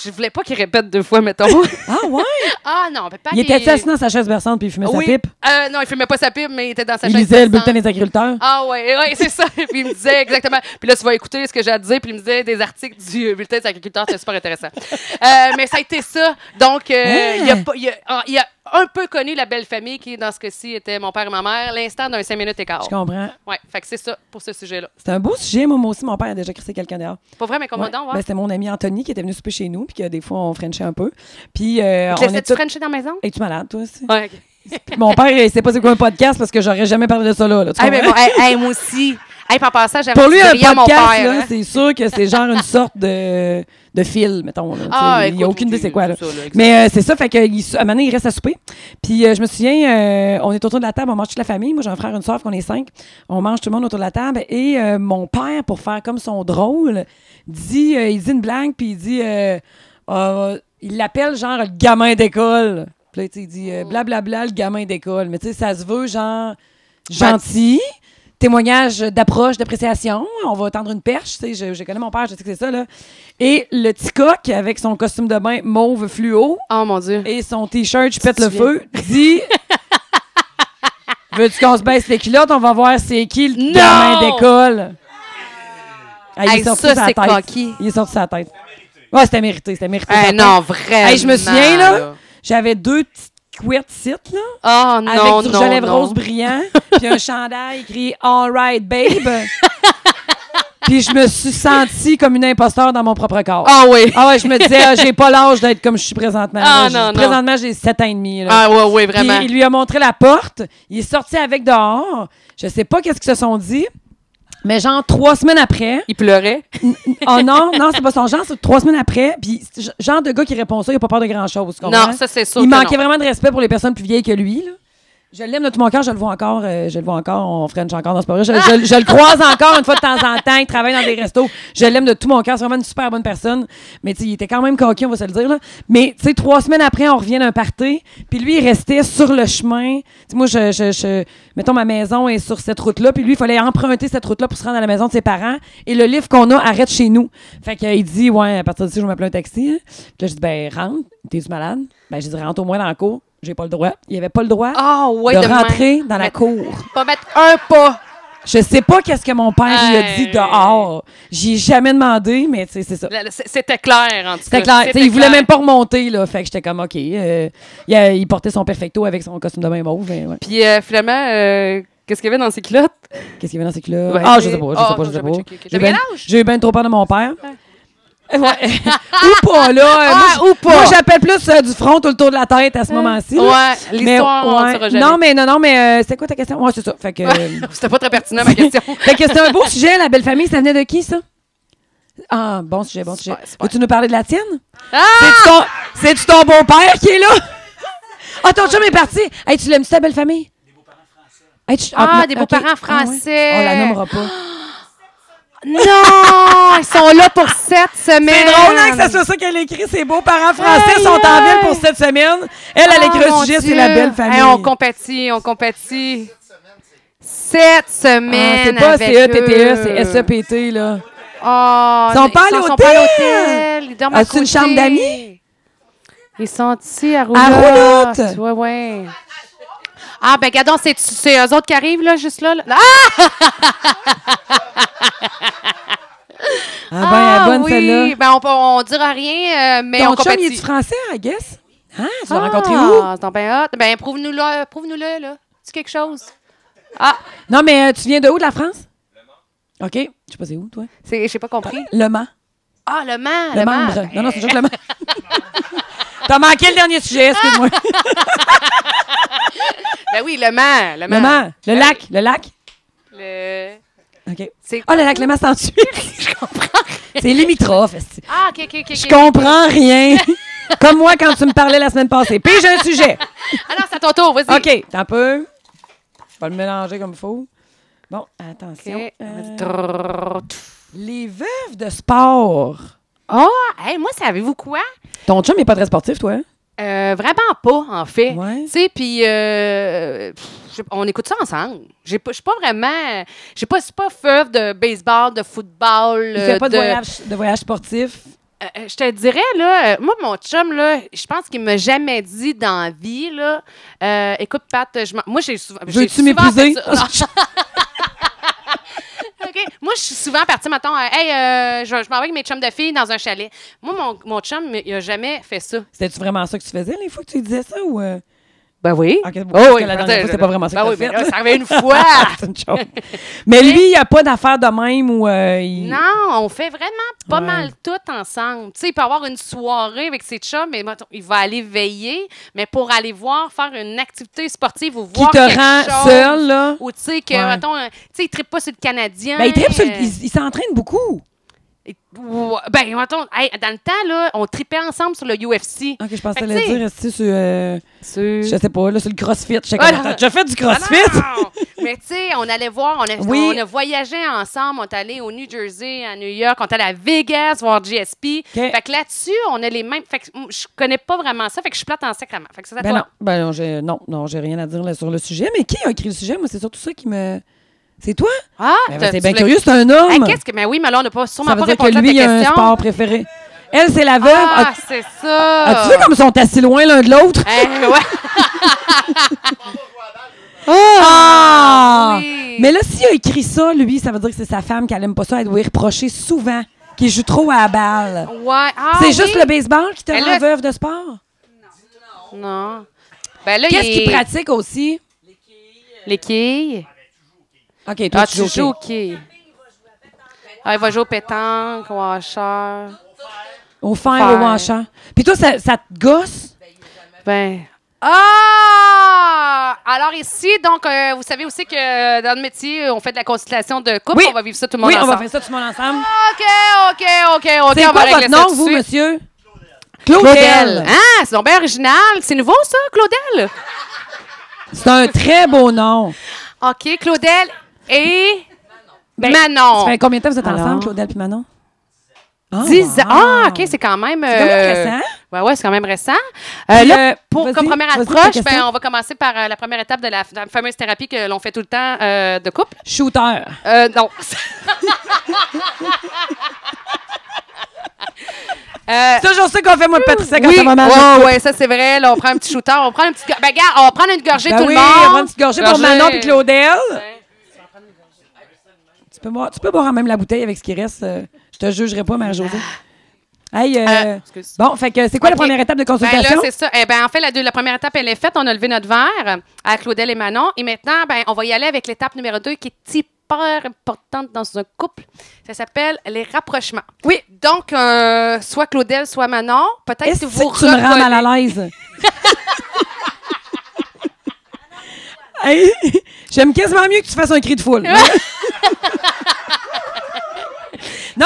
Speaker 2: Je voulais pas qu'il répète deux fois, mettons.
Speaker 1: Ah ouais?
Speaker 2: ah non, papa,
Speaker 1: Il était assis dans sa chaise berçante puis il fumait
Speaker 2: oui.
Speaker 1: sa pipe.
Speaker 2: Euh, non, il fumait pas sa pipe, mais il était dans sa
Speaker 1: Il
Speaker 2: chaise
Speaker 1: lisait le
Speaker 2: berçante.
Speaker 1: bulletin des agriculteurs.
Speaker 2: Ah ouais, ouais c'est ça. puis il me disait exactement. Puis là, tu vas écouter ce que j'ai à te dire. Puis il me disait des articles du euh, bulletin des agriculteurs. C'était super intéressant. Euh, mais ça a été ça. Donc, euh,
Speaker 1: Hein?
Speaker 2: il, a pas- il a, ah, il a un peu connu la belle famille qui, dans ce cas-ci, était mon père et ma mère, l'instant d'un 5 minutes écart.
Speaker 1: Je comprends.
Speaker 2: Ouais, fait que c'est ça pour ce sujet-là.
Speaker 1: C'est un beau sujet. Moi, moi aussi, mon père a déjà crissé quelqu'un dehors.
Speaker 2: Pas vrai, mais comment
Speaker 1: Ouais.
Speaker 2: donc, hein?
Speaker 1: Ben,
Speaker 2: ouais.
Speaker 1: c'était mon ami Anthony qui était venu souper chez nous, puis que des fois, on frenchait un peu. Puis, euh,
Speaker 2: Tu
Speaker 1: on est
Speaker 2: laissais-tu
Speaker 1: tous...
Speaker 2: Frencher dans la maison?
Speaker 1: Es-tu malade, toi aussi?
Speaker 2: Ouais. ok.
Speaker 1: Puis mon père, il sait pas c'est quoi un podcast parce que j'aurais jamais parlé de ça là. là, tu
Speaker 2: Ah, mais
Speaker 1: comprends?
Speaker 2: bon, hey, hey, moi aussi. Hey, par passage, j'avais
Speaker 1: Pour lui, un
Speaker 2: petit brillant à
Speaker 1: podcast,
Speaker 2: mon père.
Speaker 1: là,
Speaker 2: hein.
Speaker 1: c'est sûr que c'est genre une sorte de, de fil, mettons. là.
Speaker 2: Ah,
Speaker 1: Tu sais, il n'y a
Speaker 2: écoute,
Speaker 1: aucune idée
Speaker 2: oui,
Speaker 1: c'est quoi. Là.
Speaker 2: c'est ça, là, exact.
Speaker 1: Mais euh, c'est ça, fait que il, sou- à un moment donné, il reste à souper. Puis euh, je me souviens, euh, on est autour de la table, on mange toute la famille. Moi, j'ai un frère, une soeur, qu'on est cinq. On mange tout le monde autour de la table. Et euh, mon père, pour faire comme son drôle, dit, euh, il dit une blague, puis il dit, euh, Euh, il l'appelle genre le gamin d'école. Puis là, tu sais, il dit euh,
Speaker 2: Hmm.
Speaker 1: blablabla, le gamin d'école. Mais tu sais, ça se veut genre
Speaker 2: Ben,
Speaker 1: gentil. Témoignage d'approche, d'appréciation. On va tendre une perche. Tu sais, je, je connais mon père, je sais que c'est ça, là. Et le petit coq avec son costume de bain mauve fluo
Speaker 2: Oh mon Dieu.
Speaker 1: et son T-shirt Je pète
Speaker 2: te
Speaker 1: le feu dit Veux-tu qu'on se baisse les culottes? On va voir c'est qui le
Speaker 2: Non!
Speaker 1: gamin d'école. Ah, il
Speaker 2: Hey,
Speaker 1: est sorti
Speaker 2: ça,
Speaker 1: sa
Speaker 2: c'est
Speaker 1: tête.
Speaker 2: coquille.
Speaker 1: Il est sorti sa tête. Ouais, c'était mérité, c'était mérité.
Speaker 2: Eh
Speaker 1: sa
Speaker 2: non,
Speaker 1: tête.
Speaker 2: vraiment.
Speaker 1: Hey, je me souviens, là, j'avais deux petites couettes sites, là,
Speaker 2: Oh non,
Speaker 1: avec du rouge à
Speaker 2: non,
Speaker 1: lèvres
Speaker 2: non.
Speaker 1: rose brillant, puis un chandail écrit « All right, babe ». Puis je me suis sentie comme une imposteur dans mon propre corps.
Speaker 2: Ah oui.
Speaker 1: Ah ouais, je me disais, ah, j'ai pas l'âge d'être comme je suis présentement.
Speaker 2: Ah,
Speaker 1: Là, j'ai-
Speaker 2: non, non.
Speaker 1: Présentement, j'ai 7 ans et demi. Là.
Speaker 2: Ah oui, oui,
Speaker 1: Puis
Speaker 2: vraiment.
Speaker 1: il lui a montré la porte. Il est sorti avec dehors. Je sais pas qu'est-ce qu'ils se sont dit. Mais genre, trois semaines après,
Speaker 2: Il pleurait.
Speaker 1: oh non, non, c'est pas son genre, c'est trois semaines après, puis c'est le genre de gars qui répond ça, il a pas peur de grand-chose, tu comprends?
Speaker 2: Non, ça, c'est sûr
Speaker 1: Il
Speaker 2: que
Speaker 1: manquait
Speaker 2: non.
Speaker 1: vraiment de respect pour les personnes plus vieilles que lui, là. Je l'aime de tout mon cœur, je le vois encore, euh, je le vois encore, on French encore dans ce pas vrai. Je, je- je le croise encore une fois de temps en temps, il travaille dans des restos. Je l'aime de tout mon cœur, c'est vraiment une super bonne personne. Mais tu sais, il était quand même coquin, on va se le dire. Là. Mais tu sais, trois semaines après, on revient d'un party, puis lui, il restait sur le chemin. Tu sais, moi, je, je, je- mettons, ma maison est sur cette route-là, puis lui, il fallait emprunter cette route-là pour se rendre à la maison de ses parents. Et le livre qu'on a arrête chez nous. Fait qu'il dit, ouais, à partir d'ici, je vais m'appeler un taxi. hein. Puis là, je dis, ben, rentre, t'es-tu malade? Ben, je dis, rentre au moins dans la cour. J'ai pas le droit. Il avait pas le droit
Speaker 2: Ah, ouais,
Speaker 1: de
Speaker 2: de même.
Speaker 1: rentrer dans la
Speaker 2: Mais-
Speaker 1: cour.
Speaker 2: Pas mettre un pas.
Speaker 1: Je sais pas qu'est-ce que mon père lui a dit
Speaker 2: Hey.
Speaker 1: dehors. J'y ai jamais demandé, mais tu sais, c'est ça.
Speaker 2: Là, là, c- C'était clair, en tout cas.
Speaker 1: C'était clair. Tu sais, il voulait même pas remonter, là. Fait que j'étais comme, OK. euh, il, a- il portait son perfecto avec son costume de bain mauve. mais ouais.
Speaker 2: Puis euh, finalement, euh, qu'est-ce qu'il y avait dans ses culottes?
Speaker 1: Qu'est-ce qu'il y avait dans ces là
Speaker 2: Ouais.
Speaker 1: Ah, je sais pas, je
Speaker 2: Ah,
Speaker 1: sais pas, je sais
Speaker 2: non, j'ai pas
Speaker 1: pas.
Speaker 2: checké, ok.
Speaker 1: J'ai
Speaker 2: J'avais
Speaker 1: ben-
Speaker 2: l'âge?
Speaker 1: J'ai eu bien trop peur de mon père. Ouais. ou pas, là.
Speaker 2: Ah,
Speaker 1: Moi, je-
Speaker 2: ou pas. Hein?
Speaker 1: Moi, j'appelle plus euh, du front tout le tour de la tête à ce moment-ci. là.
Speaker 2: Ouais,
Speaker 1: Mais,
Speaker 2: l'histoire, on
Speaker 1: ouais.
Speaker 2: saura jamais.
Speaker 1: Non, mais non, non, mais euh, c'est quoi ta question? Ouais, c'est ça. Fait que. euh,
Speaker 2: C'était pas très pertinent, ma question.
Speaker 1: fait que c'était un beau sujet, la belle famille. Ça venait de qui, ça? Ah, bon sujet, bon sujet.
Speaker 2: Super, super.
Speaker 1: Veux-tu nous parler de la tienne?
Speaker 2: Ah!
Speaker 1: C'est-tu ton, c'est-tu ton beau-père qui est là? Ah, ton chum est parti. Hey, tu l'aimes-tu, ta belle famille? Hey, tu-
Speaker 2: Ah,
Speaker 1: pla-
Speaker 2: des
Speaker 1: ok.
Speaker 2: beaux-parents
Speaker 1: Ah, ouais.
Speaker 2: français.
Speaker 1: On la nommera pas.
Speaker 2: Non! Ils sont là pour sept semaines.
Speaker 1: C'est drôle hein, que ça soit ça qu'elle écrit. Ses beaux-parents français
Speaker 2: Aïe,
Speaker 1: sont en ville
Speaker 2: aïe.
Speaker 1: pour cette semaine. Elle, elle écrit
Speaker 2: Oh, mon
Speaker 1: le sujet, c'est
Speaker 2: Dieu.
Speaker 1: la belle famille.
Speaker 2: Hey, on compatit, on compatit. Sept
Speaker 1: Ah,
Speaker 2: semaines.
Speaker 1: c'est pas
Speaker 2: avec
Speaker 1: C-E-T-T-E,
Speaker 2: eux.
Speaker 1: E, c'est S-E-P-T, là.
Speaker 2: Oh,
Speaker 1: Ils sont pas
Speaker 2: ils
Speaker 1: allés
Speaker 2: sont
Speaker 1: au
Speaker 2: pas
Speaker 1: hôtel.
Speaker 2: à l'hôtel. Ils dorment à
Speaker 1: As-tu une
Speaker 2: côté.
Speaker 1: chambre d'amis?
Speaker 2: Ils sont ici à roulotte.
Speaker 1: roulotte.
Speaker 2: Ouais, ouais. Ah, ben, gadon, c'est c'est eux autres qui arrivent, là, juste là. là.
Speaker 1: ben,
Speaker 2: Ah!
Speaker 1: Ah, ben, elle est bonne,
Speaker 2: oui.
Speaker 1: celle-là.
Speaker 2: Ben, on, peut- on dira rien, euh, mais on
Speaker 1: Ton chum,
Speaker 2: compatit.
Speaker 1: il est français, I guess? Ah, tu l'as
Speaker 2: Ah,
Speaker 1: rencontré où?
Speaker 2: donc, ben, hot. Ben, prouve-nous là, prouve-nous-le, là. C'est quelque chose. Ah,
Speaker 1: Non, mais euh, tu viens de où, de la France? Le Mans. OK. Je sais pas c'est où, toi?
Speaker 2: c'est, j'ai pas compris.
Speaker 1: Le Mans.
Speaker 2: Ah, le man,
Speaker 1: Le,
Speaker 2: le, man.
Speaker 1: membre. Non, non, c'est juste le Mans. T'as manqué le dernier sujet, excuse-moi.
Speaker 2: Ben oui, le man, le
Speaker 1: le
Speaker 2: man.
Speaker 1: Mans. Le lac. Le lac.
Speaker 2: Le-
Speaker 1: OK.
Speaker 2: C'est...
Speaker 1: Ah, le lac, le Mans, c'est en Suisse.
Speaker 2: Je comprends.
Speaker 1: C'est limitrophe. esti.
Speaker 2: Ah, OK, OK, OK.
Speaker 1: Je
Speaker 2: ok.
Speaker 1: comprends rien. Comme moi quand tu me parlais la semaine passée. Puis j'ai un sujet.
Speaker 2: Ah non, c'est à ton tour, vas-y.
Speaker 1: OK. T'as un peu. Je vais le mélanger comme il faut. Bon, attention.
Speaker 2: OK.
Speaker 1: Euh,
Speaker 2: Trrrr.
Speaker 1: les veuves de sport.
Speaker 2: Oh, hey, moi, savez-vous quoi?
Speaker 1: Ton chum n'est pas très sportif, toi? hein?
Speaker 2: Euh, vraiment pas, en fait.
Speaker 1: Ouais.
Speaker 2: Tu sais, puis euh, pff, je- on écoute ça ensemble. J'ai pas- Je suis pas vraiment... Je pas, suis pas feuve de baseball, de football.
Speaker 1: Il fait pas de,
Speaker 2: euh,
Speaker 1: voyage, de voyage sportif.
Speaker 2: Euh, euh, je te dirais, là, euh, moi, mon chum, là, je pense qu'il m'a jamais dit dans la vie, là, euh, écoute, Pat, je m'en- moi, j'ai souvent. j'ai
Speaker 1: Veux-tu
Speaker 2: souvent
Speaker 1: m'épouser?
Speaker 2: fait ça. OK. Moi, je suis souvent partie, mettons, euh, hey, euh, je, je m'en vais avec mes chums de filles dans un chalet. Moi, mon, mon chum, il a jamais fait ça.
Speaker 1: C'était-tu vraiment ça que tu faisais les fois que tu disais ça ou. euh?
Speaker 2: Ben oui.
Speaker 1: Ok, bon, parce que la dernière
Speaker 2: attends,
Speaker 1: fois, c'était
Speaker 2: je-
Speaker 1: pas vraiment ça
Speaker 2: ben
Speaker 1: que
Speaker 2: oui,
Speaker 1: t'as
Speaker 2: mais
Speaker 1: fait,
Speaker 2: là,
Speaker 1: là.
Speaker 2: ça arrivait une fois.
Speaker 1: C'est une chose. Mais lui, il a pas d'affaires de même où. euh, il-
Speaker 2: Non, on fait vraiment pas
Speaker 1: Ouais.
Speaker 2: mal tout ensemble. Tu sais, il peut avoir une soirée avec ses chums, mais mettons, il va aller veiller, mais pour aller voir, faire une activité sportive ou
Speaker 1: Qui
Speaker 2: voir
Speaker 1: te
Speaker 2: quelque
Speaker 1: rend
Speaker 2: chose,
Speaker 1: seul, là.
Speaker 2: Ou tu sais que,
Speaker 1: Ouais.
Speaker 2: mettons, euh, tu sais, il trippe pas sur le Canadien.
Speaker 1: Ben, il tripe sur le-
Speaker 2: euh,
Speaker 1: il- il s'entraîne beaucoup.
Speaker 2: et- ou- Ben, mettons, hey, dans le temps, là, on tripait ensemble sur le UFC.
Speaker 1: Ah, Ok, je pensais
Speaker 2: Fait que
Speaker 1: le
Speaker 2: tu sais-
Speaker 1: dire, esti, sur. euh, je sais pas, là, sur le crossfit. Je sais
Speaker 2: Ah,
Speaker 1: comme,
Speaker 2: non.
Speaker 1: t'as déjà fait du
Speaker 2: Ah
Speaker 1: crossfit?
Speaker 2: non! Mais tu sais, on allait voir, on a,
Speaker 1: Oui.
Speaker 2: on a voyagé ensemble, on est allé au New Jersey, à New York, on est allé à Vegas voir GSP. Fait que là-dessus, on a les mêmes. Fait que mm, je connais pas vraiment ça, fait que je suis plate en sacrament. Fait que c'est à
Speaker 1: Ben
Speaker 2: toi.
Speaker 1: non, ben non, j'ai non, non, j'ai rien à dire là, sur le sujet. Mais qui a écrit le sujet? Moi, c'est surtout ça qui me. C'est toi?
Speaker 2: Ah,
Speaker 1: Ben,
Speaker 2: t'as-
Speaker 1: c'est
Speaker 2: tu
Speaker 1: bien
Speaker 2: voulais-
Speaker 1: curieux, c'est un homme.
Speaker 2: Hey, qu'est-ce que. Mais oui, mais là, on n'a pas sûrement
Speaker 1: ça veut
Speaker 2: pas
Speaker 1: dire
Speaker 2: répondu
Speaker 1: que lui, il
Speaker 2: à ta
Speaker 1: a un
Speaker 2: question.
Speaker 1: sport préféré. Elle, c'est la veuve.
Speaker 2: Ah,
Speaker 1: As-
Speaker 2: c'est ça.
Speaker 1: As-tu vu comme ils sont assis loin l'un de l'autre?
Speaker 2: Hey, ouais.
Speaker 1: Ah!
Speaker 2: oui.
Speaker 1: Mais là, s'il a écrit ça, lui, ça veut dire que c'est sa femme qu'elle aime pas ça. Elle doit y reprocher souvent qu'il joue trop à la balle.
Speaker 2: Ouais. Ah,
Speaker 1: c'est
Speaker 2: oui.
Speaker 1: juste le baseball qui te
Speaker 2: Mais
Speaker 1: rend
Speaker 2: là-
Speaker 1: veuve de sport?
Speaker 2: Non. Ben là,
Speaker 1: Qu'est-ce
Speaker 2: il...
Speaker 1: qu'il pratique aussi?
Speaker 2: Les quilles.
Speaker 1: OK, toi,
Speaker 2: Ah,
Speaker 1: tu
Speaker 2: tu
Speaker 1: joues
Speaker 2: joues
Speaker 1: au
Speaker 2: au quilles. Ah, il va jouer au pétanque, au hacheur.
Speaker 1: Au fer, au
Speaker 2: Fer.
Speaker 1: manchant. Puis toi, ça, ça te gosse?
Speaker 2: Ben. Ah! Alors ici, donc, euh, vous savez aussi que euh, dans le métier, on fait de la consultation de couple.
Speaker 1: Oui.
Speaker 2: On va vivre ça tout le monde
Speaker 1: Oui, on
Speaker 2: ensemble.
Speaker 1: va faire ça tout le monde ensemble.
Speaker 2: OK, OK, OK, OK.
Speaker 1: C'est
Speaker 2: on va
Speaker 1: quoi
Speaker 2: régler
Speaker 1: votre
Speaker 2: ça
Speaker 1: nom,
Speaker 2: tout de
Speaker 1: vous,
Speaker 2: suite.
Speaker 1: monsieur?
Speaker 2: Hein? Claudel. Ah, c'est donc bien original. C'est nouveau, ça, Claudel?
Speaker 1: C'est un très beau nom.
Speaker 2: OK, Claudel et
Speaker 1: Ben,
Speaker 2: Manon.
Speaker 1: Ça fait combien de temps vous êtes
Speaker 2: Alors?
Speaker 1: ensemble, Claudel puis Manon? Ah,
Speaker 2: 10 ans. Ah,
Speaker 1: wow.
Speaker 2: OK, c'est quand même.
Speaker 1: quand même
Speaker 2: euh,
Speaker 1: récent. hein?
Speaker 2: Ouais, ouais, c'est quand même récent. Euh,
Speaker 1: Puis,
Speaker 2: là,
Speaker 1: euh,
Speaker 2: pour,
Speaker 1: vas-y,
Speaker 2: comme première
Speaker 1: vas-y, ta
Speaker 2: approche, ben,
Speaker 1: question.
Speaker 2: on va commencer par euh, la première étape de la, de la fameuse thérapie que l'on fait tout le temps euh, de couple.
Speaker 1: Shooter.
Speaker 2: Euh, non. Euh,
Speaker 1: C'est toujours ça qu'on fait, moi, Patricia, quand
Speaker 2: oui,
Speaker 1: ça va mal.
Speaker 2: ouais, ouais, ça c'est vrai. Là, on prend un petit shooter, on prend une petite. go- Ben, regarde, on va prendre une gorgée
Speaker 1: Ben
Speaker 2: tout
Speaker 1: oui,
Speaker 2: le monde.
Speaker 1: on prend une petite gorgée pour Manon et Claudel. Tu peux, boire, tu peux boire même la bouteille avec ce qui reste. euh, je te jugerai pas, Marie-Josée. Hey, euh,
Speaker 2: Euh, excuse.
Speaker 1: bon, fait que c'est quoi la
Speaker 2: Ok.
Speaker 1: première étape de
Speaker 2: Ben là,
Speaker 1: consultation?
Speaker 2: c'est ça. Eh ben, en fait, la, deux- la première étape, elle est faite. On a levé notre verre euh, à Claudel et Manon. Et maintenant, ben, on va y aller avec l'étape numéro 2 qui est hyper importante dans un couple. Ça s'appelle les rapprochements.
Speaker 1: Oui.
Speaker 2: Donc, euh, soit Claudel, soit Manon, peut-être
Speaker 1: Est-ce
Speaker 2: que vous
Speaker 1: que tu me rends
Speaker 2: reconnaissez-
Speaker 1: mal à l'aise? Hey, J'aime quasiment mieux que tu fasses un cri de foule. non,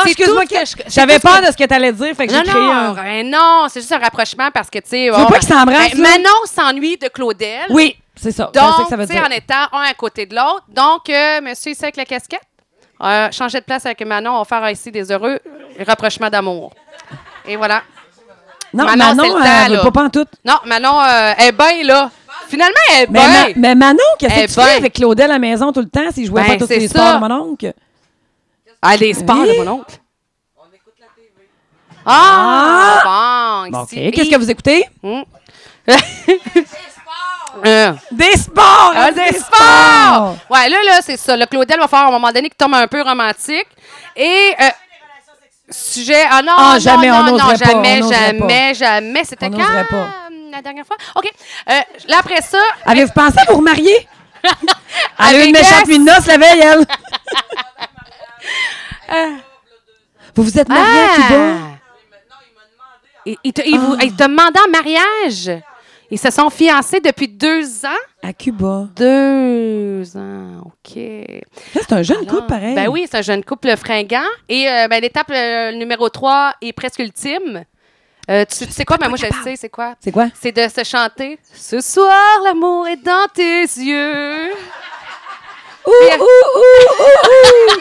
Speaker 2: C'est
Speaker 1: excuse-moi,
Speaker 2: tout ce que je- c'est
Speaker 1: j'avais
Speaker 2: tout ce
Speaker 1: peur de ce que tu allais dire, fait que j'ai
Speaker 2: Non,
Speaker 1: créé
Speaker 2: non,
Speaker 1: un...
Speaker 2: ben non, c'est juste un rapprochement parce que, tu sais...
Speaker 1: veux
Speaker 2: on- ben,
Speaker 1: pas qu'ils s'embrassent, là?
Speaker 2: Manon s'ennuie de Claudel.
Speaker 1: Oui, c'est ça. c'est ça
Speaker 2: Donc,
Speaker 1: que ça veut
Speaker 2: tu sais,
Speaker 1: dire.
Speaker 2: en étant un à côté de l'autre. Donc, euh, monsieur ici avec la casquette, euh, changer de place avec Manon, on va faire ici des heureux rapprochements d'amour. Et voilà.
Speaker 1: Non,
Speaker 2: Manon,
Speaker 1: Manon,
Speaker 2: c'est le
Speaker 1: elle
Speaker 2: temps,
Speaker 1: veut
Speaker 2: là.
Speaker 1: pas pantoute.
Speaker 2: Non, Manon, euh, elle est bien, là. Finalement, elle est
Speaker 1: Mais,
Speaker 2: bien.
Speaker 1: Ma- mais Manon, qu'est-ce
Speaker 2: Eh
Speaker 1: que tu fais
Speaker 2: ben.
Speaker 1: avec Claudel à la maison tout le temps s'il jouait
Speaker 2: Ben,
Speaker 1: pas tous
Speaker 2: c'est
Speaker 1: les
Speaker 2: ça.
Speaker 1: sports de mon oncle?
Speaker 2: Ah, les sports
Speaker 1: Oui.
Speaker 2: de mon oncle. Ah! Bon,
Speaker 1: Bon, OK. Qu'est-ce que vous écoutez?
Speaker 2: Euh.
Speaker 1: Des sports!
Speaker 2: Ah, des sports! Ouais, là, là, c'est ça. Le Claudel va falloir à un moment donné qu'il tombe un peu romantique. Et. euh, Sujet. Ah non,
Speaker 1: Ah,
Speaker 2: non,
Speaker 1: jamais,
Speaker 2: non,
Speaker 1: on
Speaker 2: non,
Speaker 1: n'oserait pas,
Speaker 2: jamais,
Speaker 1: on n'oserait
Speaker 2: jamais, jamais. C'était
Speaker 1: On
Speaker 2: quand
Speaker 1: n'oserait pas.
Speaker 2: la dernière fois? OK. Euh, là, après ça,
Speaker 1: Avez-vous pensé à vous remarier? Elle a eu une
Speaker 2: Vegas.
Speaker 1: méchante nuit de noces la veille, elle! Ah. vous vous êtes mariés à Cuba?
Speaker 2: Et- ah! Il, te, il vous- il te demandait en mariage. Ils se sont fiancés depuis deux ans.
Speaker 1: À Cuba.
Speaker 2: Deux ans, OK.
Speaker 1: Là, c'est un jeune
Speaker 2: Alors,
Speaker 1: couple, pareil.
Speaker 2: Ben oui, c'est un jeune couple fringant. Et euh, ben, l'étape euh, numéro trois est presque ultime. Euh, tu, tu sais quoi? Mais moi, je le sais, c'est quoi?
Speaker 1: C'est quoi?
Speaker 2: C'est de se chanter « Ce soir, l'amour est dans tes yeux
Speaker 1: Ouh, ouh, ouh, ouh, ouh! ».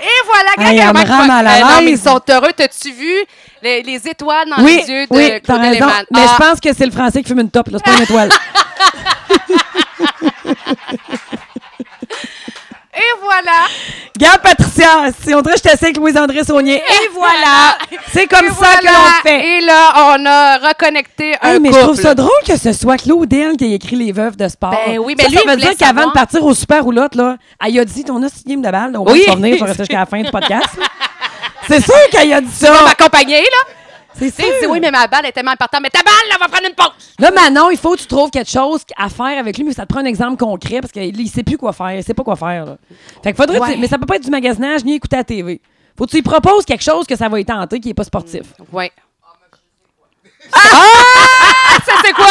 Speaker 2: Et voilà, gars,
Speaker 1: Hey, elle me rend mal à
Speaker 2: Non, mais ils
Speaker 1: l'aise.
Speaker 2: sont heureux. T'as-tu vu les, les étoiles dans
Speaker 1: Oui,
Speaker 2: les yeux de
Speaker 1: oui, t'as
Speaker 2: Claudel
Speaker 1: raison.
Speaker 2: Lehmann?
Speaker 1: Mais
Speaker 2: Ah,
Speaker 1: je pense que c'est le français qui fume une top, là. C'est pas une étoile.
Speaker 2: Et voilà!
Speaker 1: Regarde, Patricia, si on dirait que je t'assieds avec Louise-André Saunier. Et voilà! C'est comme
Speaker 2: Et
Speaker 1: ça que
Speaker 2: voilà.
Speaker 1: l'on fait.
Speaker 2: Et là, on a reconnecté un
Speaker 1: Hey, mais
Speaker 2: couple.
Speaker 1: je trouve ça drôle que ce soit Claudel qui ait écrit Les Veuves de sport.
Speaker 2: Ben oui,
Speaker 1: ça,
Speaker 2: mais lui,
Speaker 1: ça
Speaker 2: il
Speaker 1: veut
Speaker 2: voulait
Speaker 1: dire qu'avant de
Speaker 2: savoir.
Speaker 1: partir au super roulotte, là, elle a dit ton os game de balle, donc on va
Speaker 2: Oui.
Speaker 1: se souvenir, je vais rester jusqu'à la fin du podcast. C'est sûr qu'elle a dit
Speaker 2: On va
Speaker 1: ça.
Speaker 2: m'accompagner, là.
Speaker 1: C'est
Speaker 2: Tu sais, il dit,
Speaker 1: sûr.
Speaker 2: oui, mais ma balle est tellement importante. Mais ta balle, là, on va prendre une pause.
Speaker 1: Là, Manon, il faut que tu trouves quelque chose à faire avec lui, mais ça te prend un exemple concret parce qu'il il sait plus quoi faire. Il sait pas quoi faire. Là. Fait que faudrait que tu-
Speaker 2: Ouais.
Speaker 1: Mais ça peut pas être du magasinage ni écouter à la TV. Faut que tu lui proposes quelque chose que ça va y tenter qui est pas sportif.
Speaker 2: Oui. Ah! Ça, c'est quoi?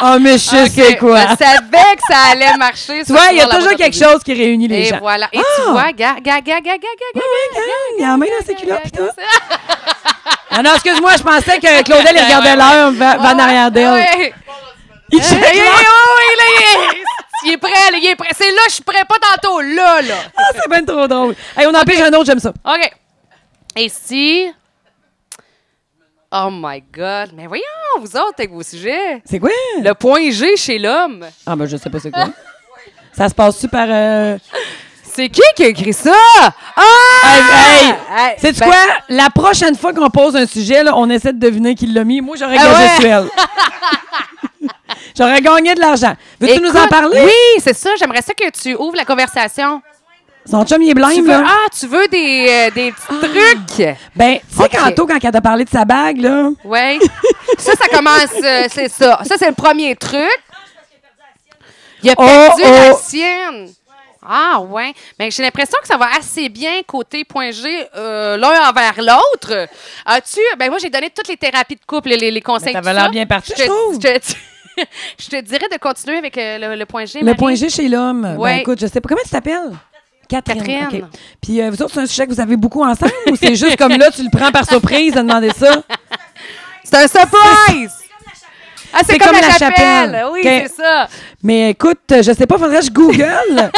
Speaker 1: Ah, mais je
Speaker 2: Ok,
Speaker 1: sais quoi.
Speaker 2: Je savais que ça allait marcher.
Speaker 1: Tu vois, il y a toujours quelque chose qui réunit les
Speaker 2: Et
Speaker 1: gens.
Speaker 2: voilà. Et
Speaker 1: Ah!
Speaker 2: tu vois, gars, gars, gars, gars, gars, gars,
Speaker 1: Ah ouais, gang, il a la main dans ses culottes, pis tout.
Speaker 2: gars.
Speaker 1: Ah non, excuse-moi, je pensais que Claudel il regardait l'heure va, va en arrière d'elle.
Speaker 2: Ouais.
Speaker 1: Il
Speaker 2: Hey,
Speaker 1: check
Speaker 2: hey,
Speaker 1: l'heure.
Speaker 2: oh, il est- il est prêt, là, il est prêt. C'est là, je suis prêt, pas tantôt. Là, là.
Speaker 1: Ah, c'est bien trop drôle. Hey, on empêche un autre, j'aime ça.
Speaker 2: OK. Et si. Oh my God. Mais voyons, vous autres, avec vos sujets.
Speaker 1: C'est quoi?
Speaker 2: Le point G chez l'homme.
Speaker 1: Ah ben, je sais pas c'est quoi. Ça se passe super... Euh...
Speaker 2: C'est qui qui a écrit ça? Ah!
Speaker 1: Hey, hey!
Speaker 2: Hey,
Speaker 1: Sais-tu
Speaker 2: ben,
Speaker 1: quoi? La prochaine fois qu'on pose un sujet, là, on essaie de deviner qui l'a mis. Moi, j'aurais
Speaker 2: Ah
Speaker 1: gagné
Speaker 2: ouais?
Speaker 1: sur elle. j'aurais gagné de l'argent. Veux-tu nous en
Speaker 2: écoute,
Speaker 1: parler?
Speaker 2: Oui, c'est ça. J'aimerais ça que tu ouvres la conversation.
Speaker 1: Son chum, il est
Speaker 2: Tu
Speaker 1: blême,
Speaker 2: veux,
Speaker 1: là.
Speaker 2: ah, tu veux des, euh, des petits trucs?
Speaker 1: Ben, tu sais,
Speaker 2: Ok.
Speaker 1: quand tantôt, quand elle a parlé de sa bague, là...
Speaker 2: Oui. ça, ça commence. euh, c'est ça. Ça, c'est le premier truc. Il a
Speaker 1: Oh,
Speaker 2: perdu la
Speaker 1: oh.
Speaker 2: sienne. Ah, ouais. Mais j'ai l'impression que ça va assez bien côté point G, euh, l'un envers l'autre. As-tu. Ben, moi, j'ai donné toutes les thérapies de couple, les, les conseils.
Speaker 1: Mais
Speaker 2: tout
Speaker 1: t'avais
Speaker 2: ça.
Speaker 1: l'air bien parti, je
Speaker 2: te-
Speaker 1: trouve.
Speaker 2: Je te, je te dirais de continuer avec euh, le, le point G.
Speaker 1: Le
Speaker 2: Marie.
Speaker 1: point G chez l'homme. Ben,
Speaker 2: Ouais.
Speaker 1: écoute, je sais pas. Comment tu t'appelles? Catherine.
Speaker 2: Catherine.
Speaker 1: OK. Puis euh, vous autres, c'est un sujet que vous avez beaucoup ensemble ou c'est juste comme là, tu le prends par surprise de demander ça?
Speaker 2: C'est un surprise! Ah, c'est comme, la, chapelle. Oui,
Speaker 1: OK.
Speaker 2: c'est ça.
Speaker 1: Mais écoute, je sais pas, faudrait que je Google.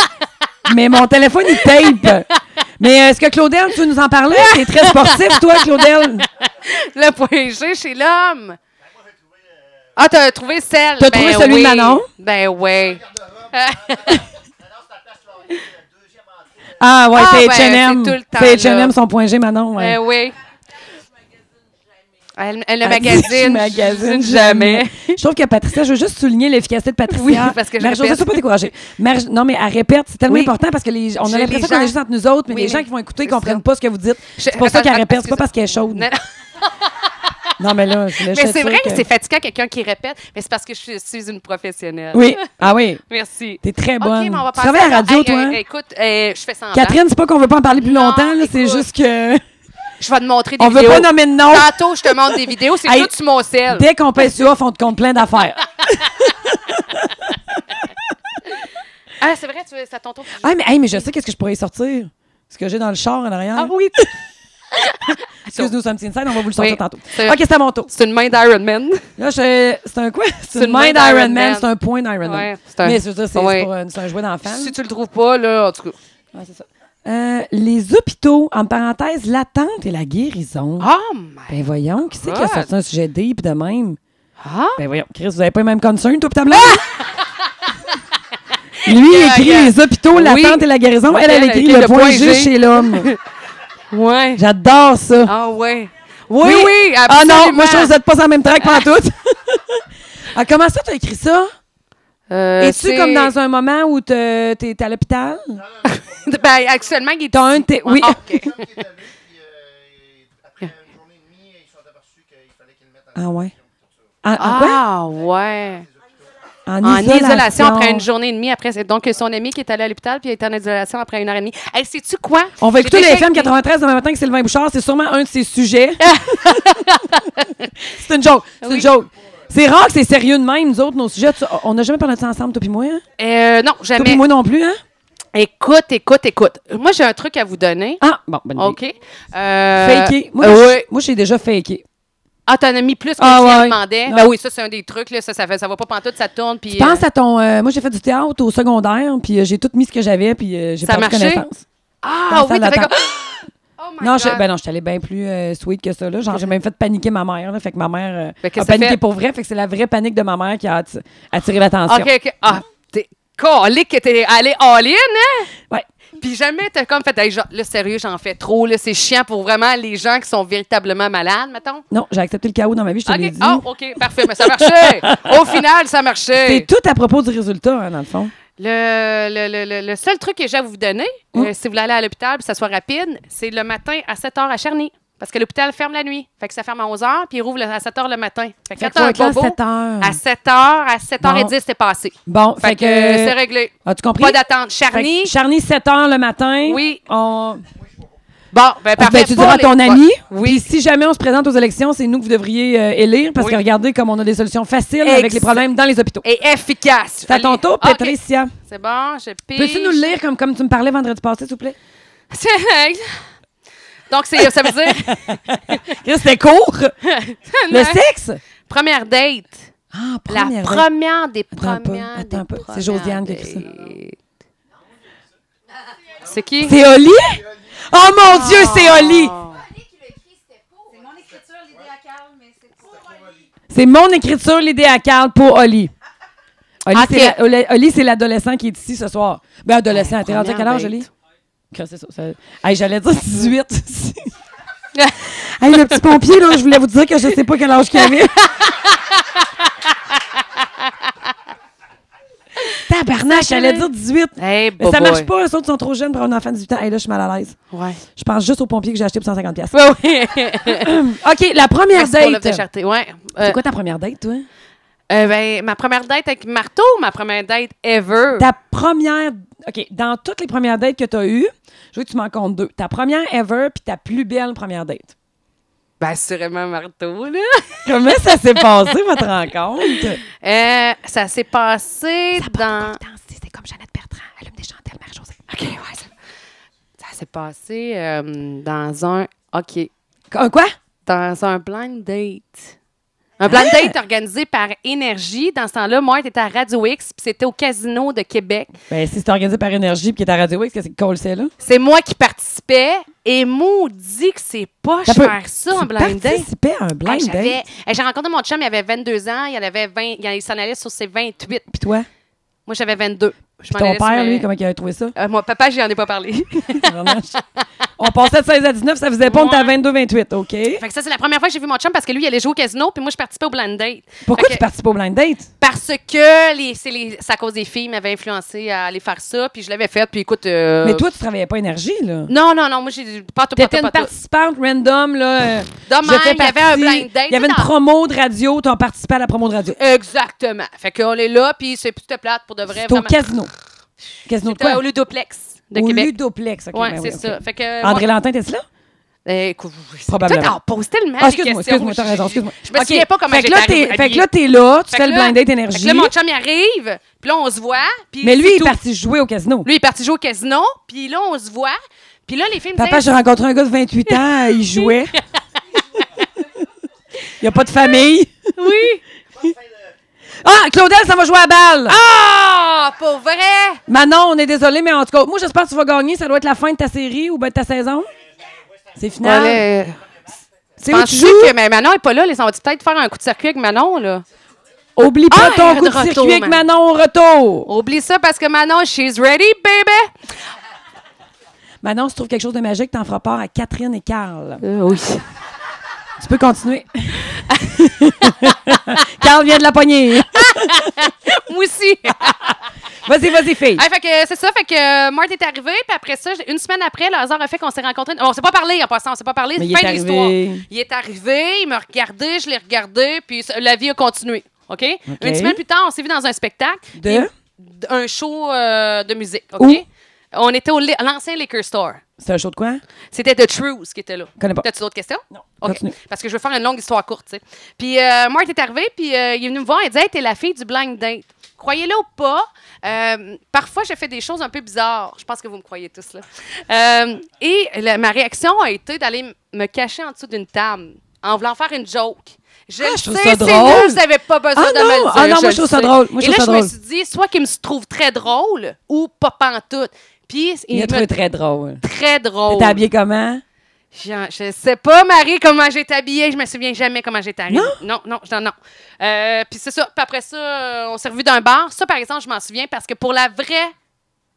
Speaker 1: mais mon téléphone, il tape. Mais euh, est-ce que Claudel, tu veux nous en parler? T'es très sportif, toi, Claudel.
Speaker 2: Le point G chez l'homme. Ah, t'as trouvé celle.
Speaker 1: T'as
Speaker 2: Ben
Speaker 1: trouvé celui de
Speaker 2: oui.
Speaker 1: Manon?
Speaker 2: Ben oui.
Speaker 1: Ah, ouais,
Speaker 2: Ah,
Speaker 1: c'est
Speaker 2: ben,
Speaker 1: H&M.
Speaker 2: c'est tout le temps,
Speaker 1: C'est H&M,
Speaker 2: là.
Speaker 1: son point G, Manon. ouais.
Speaker 2: Ben oui. Elle, elle le
Speaker 1: Elle dit,
Speaker 2: magazine.
Speaker 1: Je magasine jamais. Je trouve que Patricia, je veux juste souligner l'efficacité de Patricia.
Speaker 2: Oui, parce que je
Speaker 1: Marie-Josée,
Speaker 2: répète.
Speaker 1: sois pas découragée. Marie- non, mais elle répète, c'est tellement
Speaker 2: Oui.
Speaker 1: important parce que les, on
Speaker 2: J'ai
Speaker 1: a
Speaker 2: les
Speaker 1: l'impression qu'on
Speaker 2: gens-
Speaker 1: est juste entre nous autres, mais
Speaker 2: Oui,
Speaker 1: les
Speaker 2: mais
Speaker 1: gens qui vont écouter ne
Speaker 2: c'est ça.
Speaker 1: comprennent pas ce que vous dites. C'est
Speaker 2: Je-
Speaker 1: pour ça
Speaker 2: attends,
Speaker 1: qu'elle répète, c'est pas
Speaker 2: excuse-
Speaker 1: parce qu'elle est chaude.
Speaker 2: Non, non.
Speaker 1: Non, mais là, je
Speaker 2: Mais c'est vrai que c'est fatigant quelqu'un qui répète, mais c'est parce que je suis- suis une professionnelle.
Speaker 1: Oui, ah oui.
Speaker 2: Merci.
Speaker 1: T'es très
Speaker 2: Ok,
Speaker 1: bonne.
Speaker 2: mais on va
Speaker 1: tu
Speaker 2: passer
Speaker 1: travailles à la radio,
Speaker 2: Hey,
Speaker 1: toi. hein?
Speaker 2: euh, écoute, euh, je fais semblant.
Speaker 1: Catherine, c'est pas qu'on veut pas en parler plus
Speaker 2: Non,
Speaker 1: longtemps, là, c'est
Speaker 2: écoute.
Speaker 1: juste que.
Speaker 2: je vais te montrer des
Speaker 1: On veut
Speaker 2: vidéos.
Speaker 1: pas nommer de nom.
Speaker 2: Tantôt, je te montre des vidéos. C'est
Speaker 1: Oh. Hey,
Speaker 2: tout sur mon sel.
Speaker 1: Dès qu'on pèse sur off, on te compte plein d'affaires.
Speaker 2: Ah, c'est vrai, tu veux, ça t'entend.
Speaker 1: Ah, mais, hey, mais je sais qu'est-ce que je pourrais sortir. Ce que j'ai dans le char en arrière.
Speaker 2: Ah oui.
Speaker 1: Excuse-nous, c'est un petit inside, on va vous le sortir
Speaker 2: Oui.
Speaker 1: tantôt. OK,
Speaker 2: C'est-
Speaker 1: c'est à mon tour.
Speaker 2: C'est une main d'Iron Man.
Speaker 1: Là, je- c'est un quoi? C'est
Speaker 2: C'est
Speaker 1: une
Speaker 2: une
Speaker 1: main
Speaker 2: main d'Iron
Speaker 1: d'Iron Man,
Speaker 2: Man.
Speaker 1: c'est un point d'Iron Man.
Speaker 2: Ouais, c'est un-
Speaker 1: Mais c'est ça, c'est
Speaker 2: Ouais.
Speaker 1: c'est pour, euh, c'est un jouet d'enfant. là.
Speaker 2: Si tu le trouves pas, là, en tout cas.
Speaker 1: Ouais, c'est ça. Euh, les hôpitaux, en parenthèse, l'attente et la guérison.
Speaker 2: Oh, my.
Speaker 1: Ben voyons, qui c'est qui a
Speaker 2: God.
Speaker 1: sorti un sujet deep de même?
Speaker 2: Ah.
Speaker 1: Ben voyons, Chris, vous avez pas les mêmes concerns, toi, pis ta blague? Lui, il
Speaker 2: Yeah,
Speaker 1: écrit
Speaker 2: yeah.
Speaker 1: les hôpitaux,
Speaker 2: Oui.
Speaker 1: l'attente et la guérison. Elle, elle
Speaker 2: Elle a
Speaker 1: écrit
Speaker 2: écrit
Speaker 1: le
Speaker 2: le
Speaker 1: point
Speaker 2: point
Speaker 1: G
Speaker 2: G.
Speaker 1: chez l'homme.
Speaker 2: Ouais.
Speaker 1: J'adore ça.
Speaker 2: Ah, ouais. Oui, oui. Absolument.
Speaker 1: Ah non, moi, je trouve que vous êtes pas sur la même track pantoute. ah, comment ça, t'as écrit ça?
Speaker 2: Euh,
Speaker 1: Es-tu
Speaker 2: c'est-
Speaker 1: comme dans un moment où te- t'es t'es à l'hôpital?
Speaker 2: Ben, actuellement, il est.
Speaker 1: T'as un de tes- Oui.
Speaker 2: Ah,
Speaker 3: Tom
Speaker 2: OK.
Speaker 3: qui est allé, puis euh, après une journée et demie, ils se sont aperçus qu'il fallait qu'ils le mettent en
Speaker 1: Ah ouais. En, en quoi?
Speaker 2: Ah, ouais.
Speaker 1: En,
Speaker 2: Ah, En isolation. après une journée et demie. Après, c'est donc son ami qui est allé à l'hôpital puis il est en isolation après une heure et demie. Hey, sais-tu quoi?
Speaker 1: On va
Speaker 2: J'ai
Speaker 1: écouter les
Speaker 2: déjà
Speaker 1: FM
Speaker 2: écrit-
Speaker 1: 93 demain matin avec Sylvain Bouchard. C'est sûrement un de ses sujets. c'est une joke. C'est une
Speaker 2: Oui.
Speaker 1: joke. C'est rare que c'est sérieux de même, nous autres, nos sujets. Tu- on n'a jamais parlé de ça ensemble, toi puis moi. Hein?
Speaker 2: Euh, non,
Speaker 1: Toi puis
Speaker 2: jamais.
Speaker 1: moi non plus, hein?
Speaker 2: Écoute, écoute, écoute. Moi, j'ai un truc à vous donner.
Speaker 1: Ah, bon, bonne idée.
Speaker 2: OK? Euh,
Speaker 1: Faké. Moi,
Speaker 2: euh,
Speaker 1: j'ai-
Speaker 2: oui.
Speaker 1: moi, j'ai déjà faké.
Speaker 2: Ah, t'en as mis plus que
Speaker 1: Ah,
Speaker 2: je
Speaker 1: ouais.
Speaker 2: lui demandais.
Speaker 1: Ouais.
Speaker 2: Ben oui, ça, c'est un des trucs. Là. Ça, ça, fait, ça va pas pantoute, ça tourne. Puis, euh,
Speaker 1: Pense à ton. euh, moi, j'ai fait du théâtre au secondaire, puis euh, j'ai tout mis ce que j'avais, puis euh, j'ai
Speaker 2: Ça a
Speaker 1: perdu
Speaker 2: marché?
Speaker 1: connaissance.
Speaker 2: Ah
Speaker 1: pense à
Speaker 2: oui, t'as fait
Speaker 1: l'attente.
Speaker 2: comme... Oh my
Speaker 1: Non,
Speaker 2: God.
Speaker 1: je, ben non, j'étais allée bien plus euh, sweet que ça. Là. Genre, j'ai même fait paniquer ma mère. Là, fait que ma mère euh,
Speaker 2: Ben, qu'est-ce
Speaker 1: a
Speaker 2: que t'as
Speaker 1: paniqué
Speaker 2: fait?
Speaker 1: pour vrai. Fait que c'est la vraie panique de ma mère qui a atti- attiré l'attention.
Speaker 2: OK, OK. Ah, t'es calique que t'es allé all-in, hein?
Speaker 1: Ouais.
Speaker 2: Puis jamais t'as comme fait, hey, genre, là, sérieux, j'en fais trop, là, c'est chiant pour vraiment les gens qui sont véritablement malades, mettons.
Speaker 1: Non, j'ai accepté le chaos dans ma vie, je te l'ai
Speaker 2: OK,
Speaker 1: dit.
Speaker 2: oh, OK, parfait, mais ça marchait. Au final, ça
Speaker 1: C'est
Speaker 2: marchait.
Speaker 1: tout à propos du résultat, hein, dans le fond.
Speaker 2: Le, le, le- le- le seul truc que j'ai à vous donner,
Speaker 1: Mm.
Speaker 2: euh, si vous voulez aller à l'hôpital puis ça soit rapide, c'est le matin à 7 h à Charny. Parce que l'hôpital ferme la nuit. Fait que ça ferme à 11 h puis il rouvre le- à 7 h le matin. Fait que
Speaker 1: Fait
Speaker 2: quand
Speaker 1: que ça
Speaker 2: t'as
Speaker 1: va
Speaker 2: un
Speaker 1: être là à
Speaker 2: bobo,
Speaker 1: 7 heures.
Speaker 2: à 7 h, à 7 h et
Speaker 1: Bon.
Speaker 2: 10, c'est passé.
Speaker 1: Bon, fait,
Speaker 2: Ah, Fait que euh, c'est réglé.
Speaker 1: As-tu compris?
Speaker 2: Pas d'attente.
Speaker 1: Fait que
Speaker 2: Charny.
Speaker 1: Charny, 7 heures le matin.
Speaker 2: Oui.
Speaker 1: On...
Speaker 2: Bon, ben
Speaker 1: Ah,
Speaker 2: parfait.
Speaker 1: ben, tu
Speaker 2: Pour
Speaker 1: diras à
Speaker 2: les-
Speaker 1: ton
Speaker 2: Ouais.
Speaker 1: ami. Oui. si jamais on se présente aux élections, c'est nous que vous devriez euh, élire parce
Speaker 2: Oui.
Speaker 1: que regardez comme on a des solutions faciles
Speaker 2: Ex-
Speaker 1: avec les problèmes dans les hôpitaux.
Speaker 2: Et efficace.
Speaker 1: C'est à ton tour,
Speaker 2: Ah, ok.
Speaker 1: Patricia.
Speaker 2: C'est bon, je pige.
Speaker 1: Peux-tu nous le lire comme, comme tu me parlais vendredi passé, s'il vous plaît?
Speaker 2: Donc, c'est, ça veut dire,
Speaker 1: C'était court! Le sexe?
Speaker 2: première date.
Speaker 1: Ah,
Speaker 2: La
Speaker 1: première.
Speaker 2: première des
Speaker 1: un peu,
Speaker 2: premières.
Speaker 1: attends
Speaker 2: des
Speaker 1: un peu. C'est
Speaker 2: premières
Speaker 1: Josiane qui a écrit ça.
Speaker 2: dates. C'est qui?
Speaker 1: C'est Oli? Oh mon Dieu,
Speaker 2: Ah.
Speaker 1: c'est Oli!
Speaker 4: C'est mon écriture, l'idée à calme, mais c'est pour Oli.
Speaker 1: C'est mon écriture, l'idée à Carl pour Oli. Oli,
Speaker 2: Ok.
Speaker 1: c'est la- Oli- Oli, c'est l'adolescent qui est ici ce soir. Ben, adolescent,
Speaker 2: Ouais,
Speaker 1: t'es rendu à quel
Speaker 2: première
Speaker 1: âge,
Speaker 2: date.
Speaker 1: Oli? Crée, c'est ça, ça- Hey, j'allais dire 18. hey, le petit pompier, là, je voulais vous dire que je sais pas quel âge qu'il avait. Tabarnache, j'allais dire 18.
Speaker 2: Hey,
Speaker 1: Mais ça
Speaker 2: boboy.
Speaker 1: marche pas, eux autres sont trop jeunes pour avoir un enfant de 18 ans. Hey, là, je suis mal à l'aise.
Speaker 2: Ouais.
Speaker 1: Je pense juste aux pompiers que j'ai acheté pour 150$. piastres.
Speaker 2: Ouais, oui.
Speaker 1: OK, la première
Speaker 2: Merci pour l'offre de
Speaker 1: date.
Speaker 2: charité. Ouais. Euh,
Speaker 1: C'est quoi ta première date, toi?
Speaker 2: euh, ben, ma première date avec Marteau, ma première date ever.
Speaker 1: Ta première. OK, dans toutes les premières dates que tu as eues, je veux que tu m'en comptes deux. Ta première ever puis ta plus belle première date.
Speaker 2: Ben, sûrement Marteau, là.
Speaker 1: Comment ça s'est passé, votre rencontre?
Speaker 2: Euh, ça s'est passé dans.
Speaker 1: C'est comme Jeannette Bertrand. Allume des chandelles, Marie-Josée.
Speaker 2: OK, ouais. Ça, ça s'est passé euh, dans un. OK.
Speaker 1: Un quoi?
Speaker 2: Dans un blind date. Un blind
Speaker 1: Hein?
Speaker 2: date organisé par Énergie. Dans ce temps-là, moi, j'étais à Radio X, puis c'était au Casino de Québec.
Speaker 1: Ben, si c'est organisé par Énergie puis qui est à Radio X, qu'est-ce que Cole c'est là?
Speaker 2: C'est moi qui participais, et maudit que c'est poche
Speaker 1: T'as peu-
Speaker 2: faire ça en
Speaker 1: tu
Speaker 2: blind date.
Speaker 1: participais à un
Speaker 2: Hey,
Speaker 1: blind
Speaker 2: j'avais-
Speaker 1: date.
Speaker 2: hey, J'ai rencontré mon chum, il avait 22 ans, il, en avait 20, il en- il s'en allait sur ses 28.
Speaker 1: Puis toi?
Speaker 2: Moi, j'avais 22. Je
Speaker 1: Puis
Speaker 2: m'en
Speaker 1: ton
Speaker 2: allais sur
Speaker 1: père,
Speaker 2: mes-
Speaker 1: lui, comment il avait trouvé ça?
Speaker 2: Euh, moi, papa, j'en ai pas parlé.
Speaker 1: Vraiment, je- on passait de 16 à 19, ça faisait pas, on était à 22-28, OK?
Speaker 2: fait que ça, c'est la première fois que j'ai vu mon chum parce que lui, il allait jouer au casino, puis moi, je participais au blind date.
Speaker 1: Pourquoi
Speaker 2: Fait
Speaker 1: tu
Speaker 2: que-
Speaker 1: participes au blind date?
Speaker 2: Parce que les, c'est les, c'est à cause des filles, ils m'avaient influencé à aller faire ça, puis je l'avais fait, puis écoute. euh,
Speaker 1: Mais toi, tu travaillais pas énergie, là.
Speaker 2: Non, non, non, moi, j'ai. Pas tout, pas
Speaker 1: T'étais
Speaker 2: tout,
Speaker 1: une
Speaker 2: pas tout.
Speaker 1: participante random, là. euh,
Speaker 2: Demain,
Speaker 1: je fais
Speaker 2: il y avait
Speaker 1: partie-
Speaker 2: un blind date,
Speaker 1: Il y avait une
Speaker 2: dans-
Speaker 1: promo de radio, t'as participé à la promo de radio.
Speaker 2: Exactement. Fait qu'on est là, puis c'est plutôt plate pour de vrai.
Speaker 1: C'était au
Speaker 2: vraiment.
Speaker 1: casino. Casino de
Speaker 2: C'était
Speaker 1: quoi?
Speaker 2: au Ludoplex de
Speaker 1: Au
Speaker 2: Québec.
Speaker 1: Ludoplex, OK.
Speaker 2: ouais,
Speaker 1: ben oui,
Speaker 2: c'est
Speaker 1: OK.
Speaker 2: ça. Fait que. euh,
Speaker 1: André
Speaker 2: moi-
Speaker 1: Lantin, t'es là?
Speaker 2: Eh, écoute, oui, c'est-
Speaker 1: Probablement.
Speaker 2: Toi, t'en poses tellement
Speaker 1: Ah,
Speaker 2: des
Speaker 1: excuse-moi,
Speaker 2: questions.
Speaker 1: excuse-moi, t'as raison, excuse-moi.
Speaker 2: Je me
Speaker 1: Ok,
Speaker 2: souviens pas comment
Speaker 1: fait que
Speaker 2: j'étais
Speaker 1: là,
Speaker 2: arrivée
Speaker 1: t'es- Fait que
Speaker 2: habillée.
Speaker 1: là, t'es là, tu
Speaker 2: Fait
Speaker 1: fais
Speaker 2: que
Speaker 1: le
Speaker 2: là-
Speaker 1: blind date
Speaker 2: Fait
Speaker 1: énergie.
Speaker 2: que là, mon chum, il arrive, puis là, on se voit, puis
Speaker 1: Mais lui,
Speaker 2: c'est
Speaker 1: il est
Speaker 2: tout.
Speaker 1: parti jouer au casino.
Speaker 2: Lui, il est parti jouer au casino, puis là, on se voit, puis là, les filles me
Speaker 1: Papa,
Speaker 2: disent...
Speaker 1: j'ai rencontré un gars de 28 ans, il jouait. Il n'y a pas de famille.
Speaker 2: Oui!
Speaker 1: Ah, Claudel, ça va jouer à balle.
Speaker 2: Ah! Pour vrai!
Speaker 1: Manon, on est désolé, mais en tout cas, moi, j'espère que tu vas gagner. Ça doit être la fin de ta série ou ben, de ta saison. C'est final. C'est où tu
Speaker 2: Penses-tu
Speaker 1: joues?
Speaker 2: que mais Manon est pas là? Ils vont peut-être faire un coup de circuit avec Manon, là?
Speaker 1: Oublie pas
Speaker 2: Ah,
Speaker 1: ton
Speaker 2: de
Speaker 1: coup de
Speaker 2: retour,
Speaker 1: circuit avec
Speaker 2: Manon.
Speaker 1: Manon au retour.
Speaker 2: Oublie ça parce que Manon, she's ready, baby!
Speaker 1: Manon, si tu trouves quelque chose de magique, t'en feras part à Catherine et Carl.
Speaker 2: oui.
Speaker 1: Tu peux continuer. Carl vient de la poignée.
Speaker 2: Moi aussi!
Speaker 1: Vas-y, vas-y, fille.
Speaker 2: Hey, fait que c'est ça, fait que euh, Mart est arrivé, puis après ça, j'ai- une semaine après, le hasard a fait qu'on s'est rencontrés. On s'est pas parlé en passant, on s'est pas parlé.
Speaker 1: Mais il
Speaker 2: fin
Speaker 1: est
Speaker 2: de l'histoire.
Speaker 1: arrivé.
Speaker 2: Il est arrivé, il m'a regardé, je l'ai regardé, puis ça- la vie a continué. OK? Une semaine plus tard, on s'est vu dans un spectacle.
Speaker 1: De?
Speaker 2: Et- Un show euh, de musique. OK?
Speaker 1: Où?
Speaker 2: On était au li- à l'ancien Liquor Store.
Speaker 1: C'est un show de quoi?
Speaker 2: C'était The Truth qui était là.
Speaker 1: Connais pas.
Speaker 2: T'as-tu d'autres questions?
Speaker 1: Non.
Speaker 2: OK.
Speaker 1: Continue.
Speaker 2: Parce que je veux faire une longue histoire courte, tu sais. Puis euh, Mart est arrivé, puis euh, il est venu me voir et dit Hey, t'es la fille du blind date. Croyez-le ou pas, euh, parfois je fais des choses un peu bizarres. Je pense que vous me croyez tous, là. Euh, et la- ma réaction a été d'aller m- me cacher en dessous d'une table en voulant faire une joke. Je,
Speaker 1: Ah,
Speaker 2: le
Speaker 1: je trouve
Speaker 2: sais,
Speaker 1: ça
Speaker 2: c'est
Speaker 1: drôle.
Speaker 2: nul, vous n'avez pas besoin
Speaker 1: Ah
Speaker 2: de
Speaker 1: non,
Speaker 2: me le dire.
Speaker 1: ah non, moi,
Speaker 2: le
Speaker 1: je trouve ça
Speaker 2: sais.
Speaker 1: drôle. Moi, je
Speaker 2: et là,
Speaker 1: trouve ça
Speaker 2: je me
Speaker 1: drôle.
Speaker 2: suis dit soit qu'il me trouve très drôle ou pas pantoute. Puis
Speaker 1: Il
Speaker 2: il, me Oh.
Speaker 1: a trouvé très drôle.
Speaker 2: très drôle.
Speaker 1: T'es habillée comment?
Speaker 2: Je, je sais pas, Marie, comment j'étais habillée. Je me souviens jamais comment j'étais habillée. Non? Non, non, non. Euh, Puis c'est ça. Puis après ça, euh, on s'est revus d'un bar. Ça, par exemple, je m'en souviens parce que pour la vraie.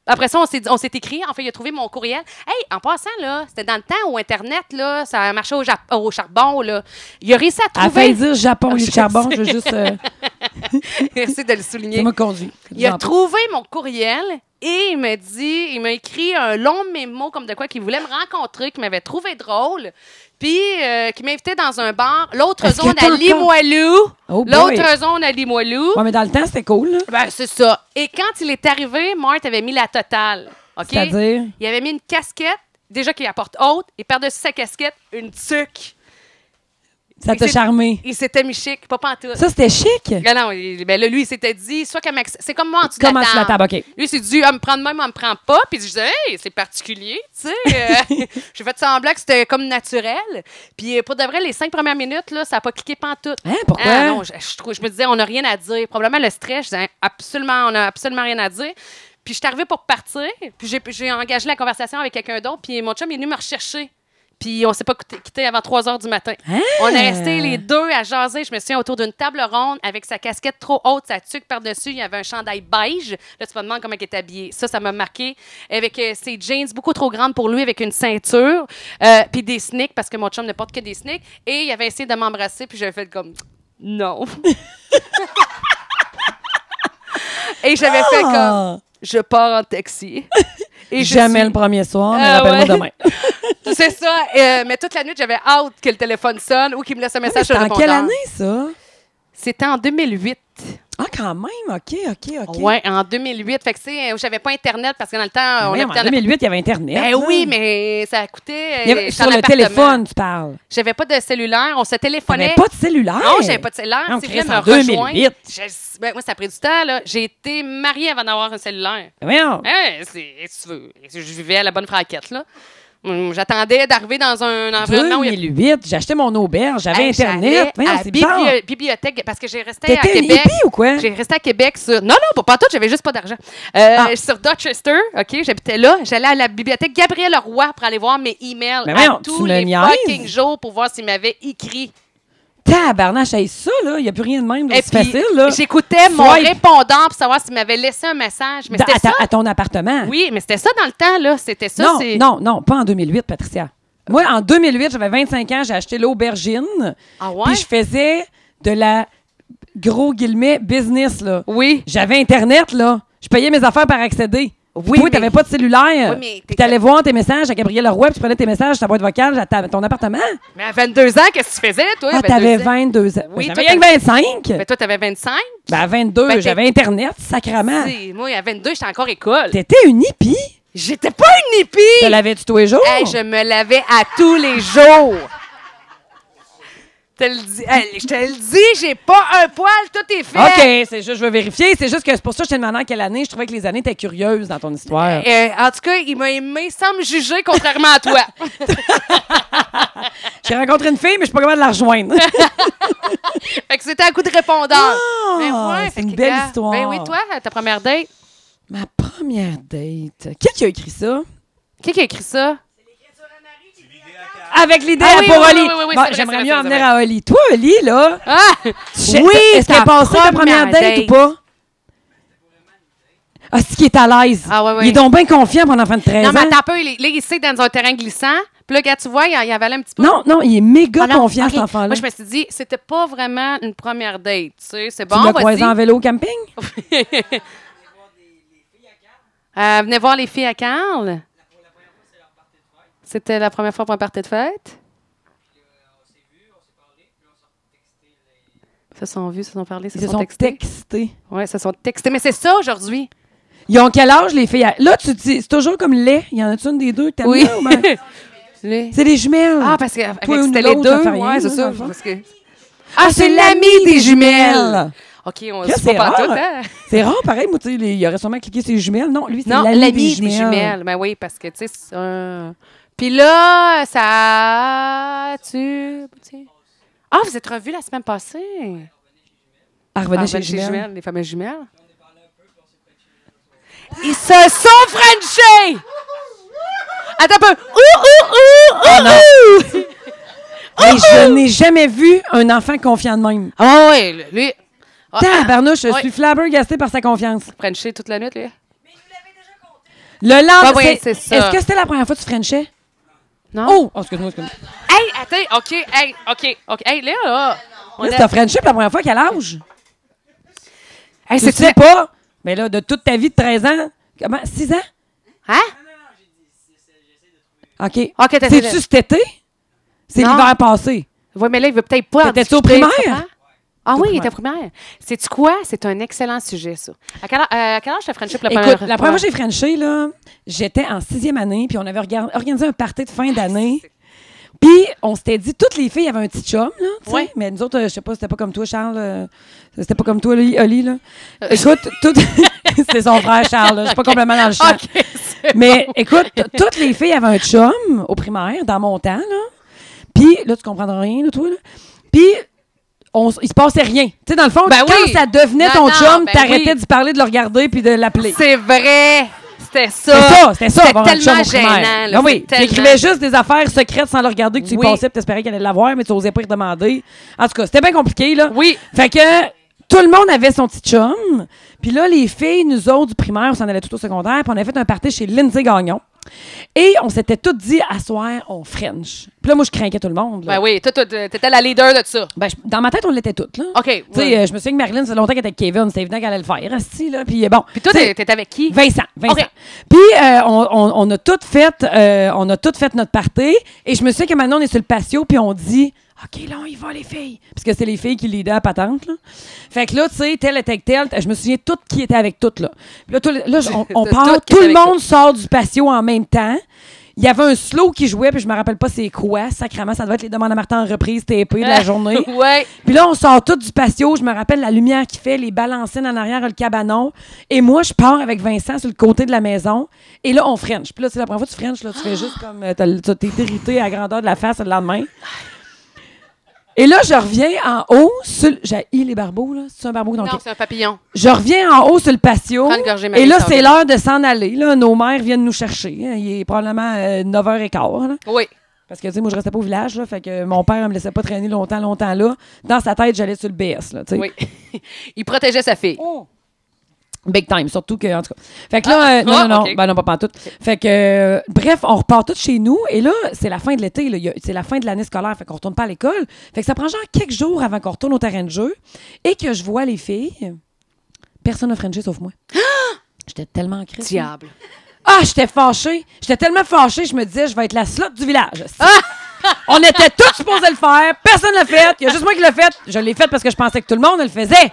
Speaker 2: Après ça, on s'est, dit- on s'est écrit. Enfin, il a trouvé mon courriel. Hey, en passant, là, c'était dans le temps où Internet, là, ça marchait au, Jap- au charbon, là. Il a réussi à
Speaker 1: À la fin de
Speaker 2: trouver. Ah,
Speaker 1: dire Japon,
Speaker 2: Je
Speaker 1: les
Speaker 2: sais.
Speaker 1: charbon, je veux juste. euh,
Speaker 2: Merci de le
Speaker 1: c'est
Speaker 2: souligner.
Speaker 1: moi qui conduis.
Speaker 2: Il a
Speaker 1: J'en-
Speaker 2: trouvé mon courriel et il m'a dit, il m'a écrit un long mémo comme de quoi qu'il voulait me rencontrer, qu'il m'avait trouvé drôle, puis euh, qu'il m'invitait dans un bar, l'autre
Speaker 1: Est-ce
Speaker 2: zone
Speaker 1: que
Speaker 2: à
Speaker 1: t'as encore-
Speaker 2: Limoilou,
Speaker 1: Oh boy.
Speaker 2: l'autre zone à Limoilou.
Speaker 1: Ouais, mais dans le temps, c'était cool. là.
Speaker 2: Ben c'est ça. Et quand il est arrivé, Mart avait mis la totale. OK
Speaker 1: C'est-à-dire?
Speaker 2: il avait mis une casquette déjà qu'il apporte haute et par-dessus sa casquette, une tuque.
Speaker 1: Ça
Speaker 2: Et
Speaker 1: t'a
Speaker 2: c'est-
Speaker 1: charmé.
Speaker 2: Il s'était mis chic, pas pantoute.
Speaker 1: Ça, c'était chic.
Speaker 2: Ah non, il- ben là, lui, il s'était dit, soit comme C'est comme moi en dessous de
Speaker 1: Comment tu la table, OK.
Speaker 2: Lui, c'est dû, elle ah, me prend de même, elle me prend pas. Puis je disais, hey, c'est particulier, tu sais. euh, J'ai fait semblant que c'était comme naturel. Puis euh, pour de vrai, les cinq premières minutes, là, ça n'a pas cliqué pantoute.
Speaker 1: Hein, pourquoi?
Speaker 2: Ah non, je, je trou- je me disais, on n'a rien à dire. Probablement le stress, je disais, absolument, on n'a absolument rien à dire. Puis je suis arrivée pour partir, puis j'ai- j'ai engagé la conversation avec quelqu'un d'autre, puis mon chum est venu me rechercher. Puis on s'est pas quitté- quitté avant 3 heures du matin.
Speaker 1: Hein?
Speaker 2: On est restés les deux à jaser. Je me souviens autour d'une table ronde avec sa casquette trop haute, sa tuque par-dessus. Il y avait un chandail beige. Là, tu me demandes comment il était habillé. Ça, ça m'a marqué. Avec euh, ses jeans beaucoup trop grandes pour lui, avec une ceinture. Euh, puis des sneaks, parce que mon chum ne porte que des sneaks. Et il avait essayé de m'embrasser, puis j'avais fait comme non. Et j'avais fait comme
Speaker 1: Ah!
Speaker 2: je pars en taxi. Et je
Speaker 1: Jamais
Speaker 2: suis-
Speaker 1: le premier soir, mais
Speaker 2: Ah,
Speaker 1: rappelle-moi
Speaker 2: ouais.
Speaker 1: demain.
Speaker 2: c'est ça. Euh, mais toute la nuit, j'avais hâte que le téléphone sonne ou qu'il me laisse un message
Speaker 1: C'était
Speaker 2: sur le
Speaker 1: Ah, en
Speaker 2: répondeur.
Speaker 1: quelle année, ça?
Speaker 2: C'était en 2008.
Speaker 1: Ah, quand même, OK, OK, OK.
Speaker 2: Ouais, en 2008. Fait que, tu sais, euh, j'avais pas Internet parce que dans le temps, Ah, on
Speaker 1: Voyons,
Speaker 2: habitait
Speaker 1: en 2008, il y avait Internet.
Speaker 2: Ben
Speaker 1: là.
Speaker 2: oui, mais ça coûtait. euh,
Speaker 1: Il y avait-
Speaker 2: j'étais
Speaker 1: sur
Speaker 2: en
Speaker 1: le
Speaker 2: appartement.
Speaker 1: téléphone, tu parles.
Speaker 2: J'avais pas de cellulaire. On se téléphonait.
Speaker 1: T'avais pas de cellulaire?
Speaker 2: Non, j'avais pas de cellulaire.
Speaker 1: Non,
Speaker 2: C'est
Speaker 1: Chris,
Speaker 2: vrai, me
Speaker 1: en
Speaker 2: rejoindre.
Speaker 1: 2008.
Speaker 2: Je- ben, moi, ça a pris du temps, là. J'ai été mariée avant d'avoir un cellulaire.
Speaker 1: Voyons.
Speaker 2: Hein, c'est, si tu veux, je vivais à la bonne fraquette, là. Hum, J'attendais d'arriver dans un environnement où il y a-
Speaker 1: 2008, j'ai acheté mon auberge, j'avais
Speaker 2: Hey,
Speaker 1: Internet.
Speaker 2: j'allais
Speaker 1: Voyons,
Speaker 2: à
Speaker 1: c'est bizarre.
Speaker 2: bibli- euh, bibliothèque, parce que j'ai resté à
Speaker 1: T'étais une
Speaker 2: Québec.
Speaker 1: hippie ou quoi?
Speaker 2: J'ai resté à Québec sur. Non, non, pas, pas tout, j'avais juste pas d'argent. Euh,
Speaker 1: Ah.
Speaker 2: Sur Dorchester, OK, j'habitais là. J'allais à la bibliothèque Gabriel Roy pour aller voir mes emails
Speaker 1: Mais
Speaker 2: à
Speaker 1: voyons, tu
Speaker 2: tous
Speaker 1: me
Speaker 2: les
Speaker 1: niaises.
Speaker 2: fucking jours pour voir s'ils m'avaient écrit.
Speaker 1: Tabarnache, hey, ça, là, il n'y a plus rien de même. là,
Speaker 2: Et
Speaker 1: C'est
Speaker 2: puis,
Speaker 1: facile, là.
Speaker 2: J'écoutais mon
Speaker 1: Swipe.
Speaker 2: répondant pour savoir s'il m'avait laissé un message. Mais
Speaker 1: Dans-
Speaker 2: c'était
Speaker 1: à, ta-
Speaker 2: ça.
Speaker 1: à ton appartement.
Speaker 2: Oui, mais c'était ça dans le temps, là. C'était ça.
Speaker 1: non,
Speaker 2: c'est-
Speaker 1: non, non, pas en 2008, Patricia. Moi, en 2008, j'avais 25 ans, j'ai acheté l'aubergine.
Speaker 2: Ah ouais?
Speaker 1: Puis je faisais de la, gros guillemets, business, là.
Speaker 2: Oui.
Speaker 1: J'avais Internet, là. Je payais mes affaires par accéder.
Speaker 2: Oui,
Speaker 1: Oui, Toi,
Speaker 2: mais-
Speaker 1: t'avais pas de cellulaire.
Speaker 2: Oui, mais t'es-
Speaker 1: Puis t'allais voir tes messages à Gabriel Leroy, puis tu prenais tes messages, ta boîte vocale, à ta- ton appartement.
Speaker 2: Mais à 22 ans, qu'est-ce que tu faisais, toi?
Speaker 1: Ah,
Speaker 2: 22
Speaker 1: t'avais
Speaker 2: ben, ans?
Speaker 1: 22 ans.
Speaker 2: Oui,
Speaker 1: j'avais
Speaker 2: toi,
Speaker 1: rien que 25.
Speaker 2: Mais toi, t'avais 25?
Speaker 1: Ben, à 22,
Speaker 2: Ben, t'es-
Speaker 1: j'avais Internet, sacrament.
Speaker 2: Si, Moi, à 22, j'étais encore école.
Speaker 1: T'étais une hippie.
Speaker 2: J'étais pas une hippie!
Speaker 1: Te l'avais-tu tous les jours?
Speaker 2: Hey, je me lavais à tous les jours. Je te le dis, hey, je te le dis, j'ai pas un poil, tout est fait.
Speaker 1: OK, c'est juste, je veux vérifier. C'est juste que c'est pour ça que je te demandais en quelle année. Je trouvais que les années étaient curieuses dans ton histoire.
Speaker 2: Euh, en tout cas, il m'a aimé sans me juger, contrairement à toi.
Speaker 1: J'ai rencontré une fille, mais je suis pas capable de la rejoindre.
Speaker 2: fait que c'était un coup de répondant.
Speaker 1: Ah,
Speaker 2: Ben ouais,
Speaker 1: c'est
Speaker 2: fait
Speaker 1: une
Speaker 2: que,
Speaker 1: belle
Speaker 2: gars,
Speaker 1: histoire.
Speaker 2: Ben oui, toi, ta première date,
Speaker 1: Ma première date. Qui qui a écrit ça?
Speaker 2: qui qui a écrit ça?
Speaker 1: Avec l'idée
Speaker 2: Ah
Speaker 1: à
Speaker 2: oui,
Speaker 1: pour
Speaker 2: oui,
Speaker 1: Oli.
Speaker 2: oui, oui, oui,
Speaker 1: Bon,
Speaker 2: c'est vrai, c'est
Speaker 1: J'aimerais
Speaker 2: vrai,
Speaker 1: mieux
Speaker 2: c'est
Speaker 1: en
Speaker 2: vrai.
Speaker 1: venir à Oli. Toi, Oli, là.
Speaker 2: Ah!
Speaker 1: je-
Speaker 2: Oui,
Speaker 1: Est-ce qu'elle
Speaker 2: ta
Speaker 1: est passée ta première
Speaker 2: première
Speaker 1: date ou
Speaker 2: date.
Speaker 1: pas? Ah, c'est qu'il est à l'aise.
Speaker 2: Ah, ouais, ouais.
Speaker 1: Il est donc bien confiant pour un enfant de 13
Speaker 2: Non, mais
Speaker 1: ans.
Speaker 2: attends un peu, il est- là, il sait dans un terrain glissant. Puis là, gars, tu vois, il, il avalait un petit peu.
Speaker 1: Non, non, il est méga
Speaker 2: Ah non,
Speaker 1: confiant,
Speaker 2: ok.
Speaker 1: cet enfant-là.
Speaker 2: Moi, je me suis dit, c'était pas vraiment une première date. Tu sais, c'est
Speaker 1: Tu
Speaker 2: bon,
Speaker 1: l'as
Speaker 2: vas-y.
Speaker 1: croisé en vélo au camping?
Speaker 2: Euh, venez voir les filles à Carl. C'était la première fois pour un party de fête. Se sont vus, se sont parlé, se
Speaker 1: Ils se
Speaker 2: sont,
Speaker 1: sont
Speaker 2: textés.
Speaker 1: textés.
Speaker 2: Ouais, se sont textés. Mais c'est ça aujourd'hui.
Speaker 1: Ils ont quel âge, les filles? à- Là, tu dis, c'est toujours comme lait. Il y en a-tu une des deux que t'aimes bien ou ben-
Speaker 2: Les-
Speaker 1: C'est les jumelles.
Speaker 2: Ah, parce que avec-
Speaker 1: Toi ou
Speaker 2: c'était
Speaker 1: nous
Speaker 2: les
Speaker 1: autres,
Speaker 2: deux.
Speaker 1: ça fait rien,
Speaker 2: ouais, c'est
Speaker 1: là,
Speaker 2: ça.
Speaker 1: dans le
Speaker 2: parce que- Ah, c'est l'ami des jumelles. OK, on se
Speaker 1: Là,
Speaker 2: voit
Speaker 1: c'est
Speaker 2: pas
Speaker 1: rare.
Speaker 2: tout, hein?
Speaker 1: C'est rare, pareil. Moi, tu sais, les- il aurait sûrement cliqué ses jumelles. Non, lui, c'est
Speaker 2: Non,
Speaker 1: l'ami des
Speaker 2: l'ami des,
Speaker 1: jumelles.
Speaker 2: jumelles. Ben oui, parce que, tu sais, c'est un... Puis là, ça... Tu... tu- Ah, vous êtes revus la semaine passée.
Speaker 1: Elle revenait
Speaker 2: Ah,
Speaker 1: chez les
Speaker 2: ben,
Speaker 1: jumelles.
Speaker 2: les fameuses jumelles. Ils se sont frenchés! Attends un peu. Ouh, ouh, ouh,
Speaker 1: Ah,
Speaker 2: ouh, ouh!
Speaker 1: Hey, je n'ai jamais vu un enfant confiant de même.
Speaker 2: Ah oui, lui... Ah,
Speaker 1: Tabarnouche, je
Speaker 2: Ouais.
Speaker 1: suis flabbergastée par sa confiance.
Speaker 2: frenché toute la nuit, lui.
Speaker 1: Le lendemain,
Speaker 2: Ah oui, c'est ça.
Speaker 1: est-ce que c'était la première fois que tu frenchais?
Speaker 2: Non?
Speaker 1: Oh! oh, excuse-moi, excuse-moi.
Speaker 2: Hey, attends, OK, hey, OK, OK. Hey, là, là... on
Speaker 1: Là,
Speaker 2: a-
Speaker 1: tu as frenché pour la première fois, quel âge?
Speaker 2: Hey,
Speaker 1: Tu
Speaker 2: c'est...
Speaker 1: sais pas? Mais là, de toute ta vie de 13 ans, comment? 6 ans?
Speaker 2: Hein?
Speaker 1: OK.
Speaker 2: OK, t'as-
Speaker 1: C'est-tu cet été? C'est
Speaker 2: Non.
Speaker 1: l'hiver passé.
Speaker 2: Oui, mais là, il veut peut-être pas. en
Speaker 1: T'étais-tu au
Speaker 2: discuter,
Speaker 1: primaire?
Speaker 2: tu comprends? Ah oui, il était
Speaker 1: primaire.
Speaker 2: au primaire. C'est-tu quoi? C'est un excellent sujet, ça. À quel, âge- euh, à quel âge t'as friendship la première
Speaker 1: Écoute, la première fois que j'ai Frenché, là, j'étais en sixième année, puis on avait orga- organisé un party de
Speaker 2: Ah,
Speaker 1: fin d'année. Puis on s'était dit, toutes les filles avaient un petit chum, là, tu sais.
Speaker 2: Ouais.
Speaker 1: Mais nous autres, euh, je sais pas, c'était pas comme toi, Charles. euh, c'était pas comme toi, Oli, Oli, là.
Speaker 2: Euh.
Speaker 1: Écoute, toutes... c'est son frère, Charles, là. Je suis pas complètement dans le champ.
Speaker 2: OK, c'est
Speaker 1: Mais écoute, t- toutes les filles avaient un chum au primaire, dans mon temps, là. Puis là, tu comprendras rien, là, toi, là. Puis... On, s- il se passait rien. Tu sais, dans le fond,
Speaker 2: Ben
Speaker 1: quand
Speaker 2: oui.
Speaker 1: ça devenait
Speaker 2: Non,
Speaker 1: ton
Speaker 2: non,
Speaker 1: chum,
Speaker 2: ben
Speaker 1: t'arrêtais
Speaker 2: oui.
Speaker 1: d'y parler, de le regarder puis de l'appeler.
Speaker 2: c'est vrai. C'était ça.
Speaker 1: C'est ça, c'était ça.
Speaker 2: Ah, C'était
Speaker 1: avoir un chum
Speaker 2: tellement
Speaker 1: au primaire.
Speaker 2: gênant. là.
Speaker 1: Non, oui,
Speaker 2: C'était
Speaker 1: tu écrivais juste des affaires secrètes sans le regarder que tu y
Speaker 2: Oui.
Speaker 1: pensais, puis t'espérais qu'elle allait l'avoir, mais tu osais pas y demander. En tout cas, c'était bien compliqué, là.
Speaker 2: Oui.
Speaker 1: Fait que tout le monde avait son petit chum. Puis là, les filles, nous autres, du primaire, on s'en allait tout au secondaire, puis on avait fait un party chez Lindsay Gagnon. Et on s'était toutes dit, à soir, on French. Puis là, moi, je crainquais tout le monde. là.
Speaker 2: Ben oui, toi, toi, t'étais la leader de ça.
Speaker 1: Ben, je- dans ma tête, on l'était toutes, là.
Speaker 2: OK,
Speaker 1: Tu sais,
Speaker 2: ouais.
Speaker 1: euh, je me souviens que Marilyn, ça fait longtemps qu'elle était avec Kevin, c'était évident qu'elle allait le faire, asti, là. Puis euh, bon.
Speaker 2: Puis toi,
Speaker 1: tu sais,
Speaker 2: t'es- t'étais avec qui?
Speaker 1: Vincent, Vincent.
Speaker 2: OK.
Speaker 1: Puis euh, on, on- on a toutes fait, euh, on a toutes fait notre party. Et je me souviens que maintenant on est sur le patio puis on dit, ok là on y va les filles, parce que c'est les filles qui l'aidaient à patente là. Fait que là tu sais telle était avec telle, je me souviens toutes qui étaient avec toutes là. Puis là, tout le- là, on, on
Speaker 2: Toutes
Speaker 1: part,
Speaker 2: qui
Speaker 1: tout
Speaker 2: étaient
Speaker 1: le
Speaker 2: avec
Speaker 1: monde sort du patio en même temps. Il y avait un slow qui jouait, puis je me rappelle pas c'est quoi, sacrément. Ça devait être les demandes à Martin en reprise TP de la journée.
Speaker 2: ouais.
Speaker 1: Puis là, on sort tout du patio. Je me rappelle la lumière qui fait, les balancines en arrière, le cabanon. Et moi, je pars avec Vincent sur le côté de la maison. Et là, on French. Puis là, c'est la première fois que tu French. Là, tu fais
Speaker 2: Ah.
Speaker 1: juste comme. euh, t'as- t'as- T'es irrité à la grandeur de la face le lendemain. Et là, je reviens en haut. Sur... le- J'ai les barbeaux, là. C'est un barbeau? Donc,
Speaker 2: Non, c'est un papillon.
Speaker 1: je reviens en haut sur le patio.
Speaker 2: Prends une gorgée, Marie,
Speaker 1: Et là,
Speaker 2: ça va
Speaker 1: c'est
Speaker 2: bien.
Speaker 1: l'heure de s'en aller. Là, nos mères viennent nous chercher. hein. Il est probablement euh, 9h15. là.
Speaker 2: Oui.
Speaker 1: Parce que, tu sais, moi, je restais pas au village, là, fait que mon père ne me laissait pas traîner longtemps, longtemps là. Dans sa tête, j'allais sur le BS, là, tu sais.
Speaker 2: Oui. Il protégeait sa fille.
Speaker 1: Big time, surtout que, en tout cas. Fait que là,
Speaker 2: Ah!
Speaker 1: euh, non,
Speaker 2: Ah,
Speaker 1: non, non,
Speaker 2: ok.
Speaker 1: ben non, pas pantoute. Fait que, euh, bref, on repart tous chez nous, et là, c'est la fin de l'été, là, il y a- c'est la fin de l'année scolaire, fait qu'on retourne pas à l'école. Fait que ça prend genre quelques jours avant qu'on retourne au terrain de jeu, et que je vois les filles. Personne n'a frenché sauf moi.
Speaker 2: Ah!
Speaker 1: J'étais tellement en crise.
Speaker 2: Diable.
Speaker 1: Ah, j'étais fâchée. J'étais tellement fâchée, je me disais, je vais être la slot du village. On était tous supposés le faire. Personne ne l'a fait. Il y a juste moi qui l'ai fait. Je l'ai fait parce que je pensais que tout le monde le faisait.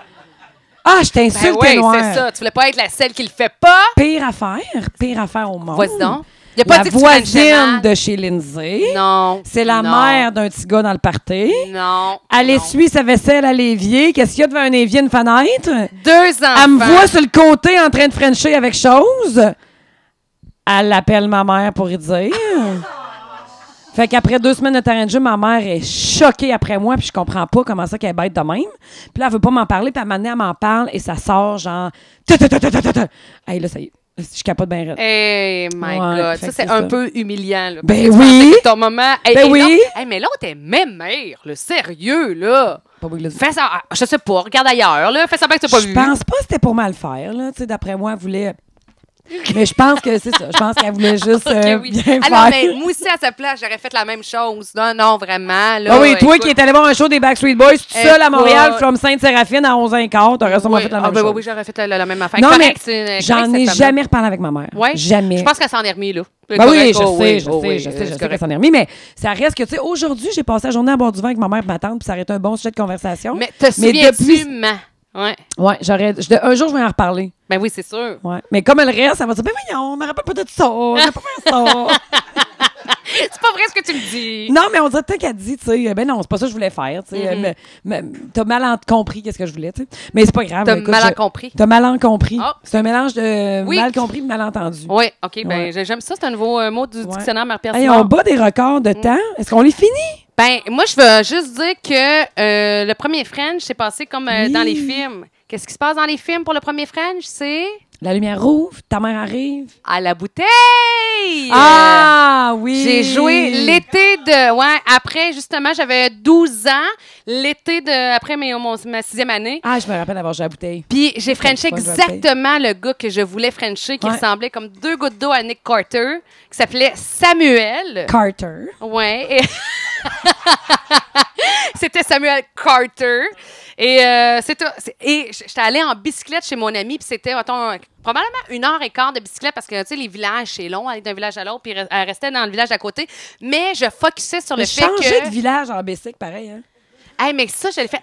Speaker 1: Ah, je
Speaker 2: Ben
Speaker 1: t'insulte,
Speaker 2: oui,
Speaker 1: t'es noire.
Speaker 2: c'est ça. Tu voulais pas être la celle qui le fait pas.
Speaker 1: Pire affaire. Pire affaire au monde.
Speaker 2: Vas-y donc. Il a pas
Speaker 1: La
Speaker 2: dit que tu mangeais
Speaker 1: voisine
Speaker 2: mal.
Speaker 1: de chez Lindsay.
Speaker 2: Non.
Speaker 1: C'est la
Speaker 2: non,
Speaker 1: mère d'un petit gars dans le party.
Speaker 2: Non.
Speaker 1: Elle
Speaker 2: non.
Speaker 1: essuie sa vaisselle à l'évier. Qu'est-ce qu'il y a devant un évier, une fenêtre?
Speaker 2: Deux enfants.
Speaker 1: Elle me voit sur le côté en train de frencher avec chose. Elle appelle ma mère pour y dire. Fait qu'après deux semaines de terrain de jeu, ma mère est choquée après moi, puis je comprends pas comment ça qu'elle est bête de même. Puis là, elle veut pas m'en parler, puis à un moment donné, elle m'en parle, et ça sort genre... ta, ta, ta, ta, ta, ta, ta. Hey, là, ça y est, je capote bien
Speaker 2: Eh,
Speaker 1: raide.
Speaker 2: Hey, my
Speaker 1: Ouais,
Speaker 2: God.
Speaker 1: fait
Speaker 2: Ça,
Speaker 1: que
Speaker 2: c'est
Speaker 1: c'est
Speaker 2: un
Speaker 1: ça.
Speaker 2: peu humiliant. Là,
Speaker 1: Ben
Speaker 2: Parce que tu
Speaker 1: oui.
Speaker 2: pensais que Ton moment. Hey,
Speaker 1: Ben
Speaker 2: hey,
Speaker 1: oui.
Speaker 2: là- hey, mais là, t'es même mère, le sérieux, là.
Speaker 1: Pas oui, là.
Speaker 2: Fais ça. ah, Je sais pas. Regarde ailleurs, là. Fais ça bien que t'as pas
Speaker 1: Je
Speaker 2: vu.
Speaker 1: pense pas que c'était pour mal faire, là. Tu sais, d'après moi, elle voulait... Mais je pense que c'est ça. Je pense qu'elle voulait juste
Speaker 2: Ok,
Speaker 1: euh,
Speaker 2: oui.
Speaker 1: bien
Speaker 2: Ah
Speaker 1: faire.
Speaker 2: non, mais moi aussi, à sa place, j'aurais fait la même chose. Non, non, vraiment. Là,
Speaker 1: Ah oui, toi
Speaker 2: écoute.
Speaker 1: qui es allé voir un show des Backstreet Boys tout seul à
Speaker 2: Écoute.
Speaker 1: Montréal, from Sainte-Séraphine à 11 h 15 t'aurais sûrement
Speaker 2: Oui.
Speaker 1: fait la
Speaker 2: Ah,
Speaker 1: même
Speaker 2: ben
Speaker 1: chose.
Speaker 2: oui, oui, j'aurais fait la, la- la même affaire.
Speaker 1: non,
Speaker 2: Correct,
Speaker 1: mais
Speaker 2: c'est-
Speaker 1: j'en
Speaker 2: correct,
Speaker 1: ai
Speaker 2: cette femme-là.
Speaker 1: jamais reparlé avec ma mère.
Speaker 2: Ouais.
Speaker 1: Jamais.
Speaker 2: Je pense qu'elle s'en est remise, là.
Speaker 1: Ben oui,
Speaker 2: Correct,
Speaker 1: je
Speaker 2: oh,
Speaker 1: sais, je
Speaker 2: oh,
Speaker 1: sais,
Speaker 2: oui,
Speaker 1: je
Speaker 2: euh,
Speaker 1: sais, je sais
Speaker 2: correct.
Speaker 1: qu'elle s'en est remis, mais ça reste que, tu sais, aujourd'hui, j'ai passé la journée à boire du vin avec ma mère et ma tante, puis ça aurait été un bon sujet de conversation.
Speaker 2: Mais te souviens-tu,
Speaker 1: depuis-
Speaker 2: ma? Ouais.
Speaker 1: Ouais, j'aurais. je- Un jour, je vais en reparler.
Speaker 2: Ben oui, c'est sûr.
Speaker 1: Ouais. Mais comme elle reste, elle va dire, ben voyons, on me rappelle pas de ça, on me rappelle pas de ça.
Speaker 2: C'est pas vrai ce que tu me dis.
Speaker 1: Non, mais on dirait tant qu'elle dit, tu sais, ben non, c'est pas ça que je voulais faire, tu sais.
Speaker 2: Mhm.
Speaker 1: mais- mais T'as mal en- compris qu'est-ce que je voulais, tu sais. Mais c'est pas grave.
Speaker 2: T'as
Speaker 1: écoute,
Speaker 2: mal
Speaker 1: je-
Speaker 2: compris.
Speaker 1: T'as mal en compris.
Speaker 2: Ah.
Speaker 1: C'est un mélange de
Speaker 2: Oui.
Speaker 1: mal compris et malentendu.
Speaker 2: Oui, OK, ben
Speaker 1: Ouais.
Speaker 2: j'ai- j'aime ça. C'est un nouveau euh, mot du
Speaker 1: Ouais.
Speaker 2: dictionnaire Mm. marc
Speaker 1: Hey, on bat des records de temps. Est-ce qu'on les finit?
Speaker 2: Ben, moi, je veux juste dire que euh, le premier French s'est passé comme euh,
Speaker 1: Oui.
Speaker 2: dans les films. Qu'est-ce qui se passe dans les films pour le premier French? C'est
Speaker 1: La lumière rouvre, ta mère arrive.
Speaker 2: à la bouteille! Euh,
Speaker 1: Ah oui!
Speaker 2: J'ai joué l'été de. Ouais, après, justement, j'avais 12 ans, l'été de. Après mes, mon- ma sixième année.
Speaker 1: Ah, je me rappelle avoir joué à la bouteille.
Speaker 2: Puis j'ai Frenché
Speaker 1: Quel fun, je l'appelle.
Speaker 2: exactement le gars que je voulais Frencher, qui
Speaker 1: Ouais.
Speaker 2: ressemblait comme deux gouttes d'eau à Nick Carter, qui s'appelait Samuel.
Speaker 1: Carter.
Speaker 2: Ouais. Et- c'était Samuel Carter. Et euh, c'était- c'est- et j- j'étais allée en bicyclette chez mon ami, puis c'était, mettons, probablement une heure et quart de bicyclette parce que, tu sais, les villages, c'est long, aller d'un village à l'autre, puis re- elle restait dans le village d'à côté. Mais je focusais sur le fait
Speaker 1: Changer
Speaker 2: que.
Speaker 1: de village en bicycle, pareil. Hein?
Speaker 2: Hey, mais ça, je l'ai fait.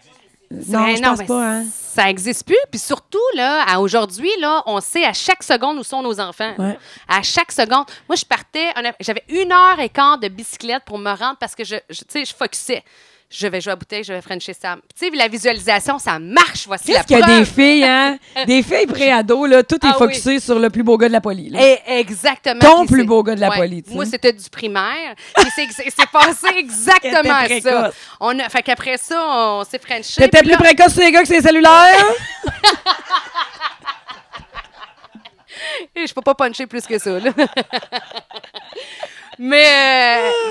Speaker 1: Non,
Speaker 2: Ben
Speaker 1: je
Speaker 2: non,
Speaker 1: pense
Speaker 2: ben,
Speaker 1: pas. Hein?
Speaker 2: Ça n'existe plus. Puis surtout, là, à aujourd'hui, là, on sait à chaque seconde où sont nos enfants.
Speaker 1: Ouais.
Speaker 2: À chaque seconde. Moi, je partais, honnêtement, j'avais une heure et quart de bicyclette pour me rendre parce que je, je- tu sais, je focusais. Je vais jouer à bouteille, je vais frencher Sam. Puis, Tu sais, la visualisation, ça marche. Voici la
Speaker 1: Qu'est-ce qu'il y a
Speaker 2: preuve.
Speaker 1: des filles, hein? des filles pré-ados, là, tout est
Speaker 2: Ah oui.
Speaker 1: focusé sur le plus beau gars de la police. là.
Speaker 2: Eh, exactement.
Speaker 1: Ton
Speaker 2: Puis
Speaker 1: plus
Speaker 2: c'est-
Speaker 1: beau gars de la police, tu
Speaker 2: Moi,
Speaker 1: sais.
Speaker 2: c'était du primaire. Puis c'est ex- c'est passé
Speaker 1: T'étais
Speaker 2: exactement ça.
Speaker 1: précoce.
Speaker 2: On a, fait qu'après ça, on s'est frenché.
Speaker 1: T'étais
Speaker 2: Puis
Speaker 1: plus
Speaker 2: là-
Speaker 1: précoce sur les gars que sur les cellulaires?
Speaker 2: Et je peux pas puncher plus que ça. là. mais,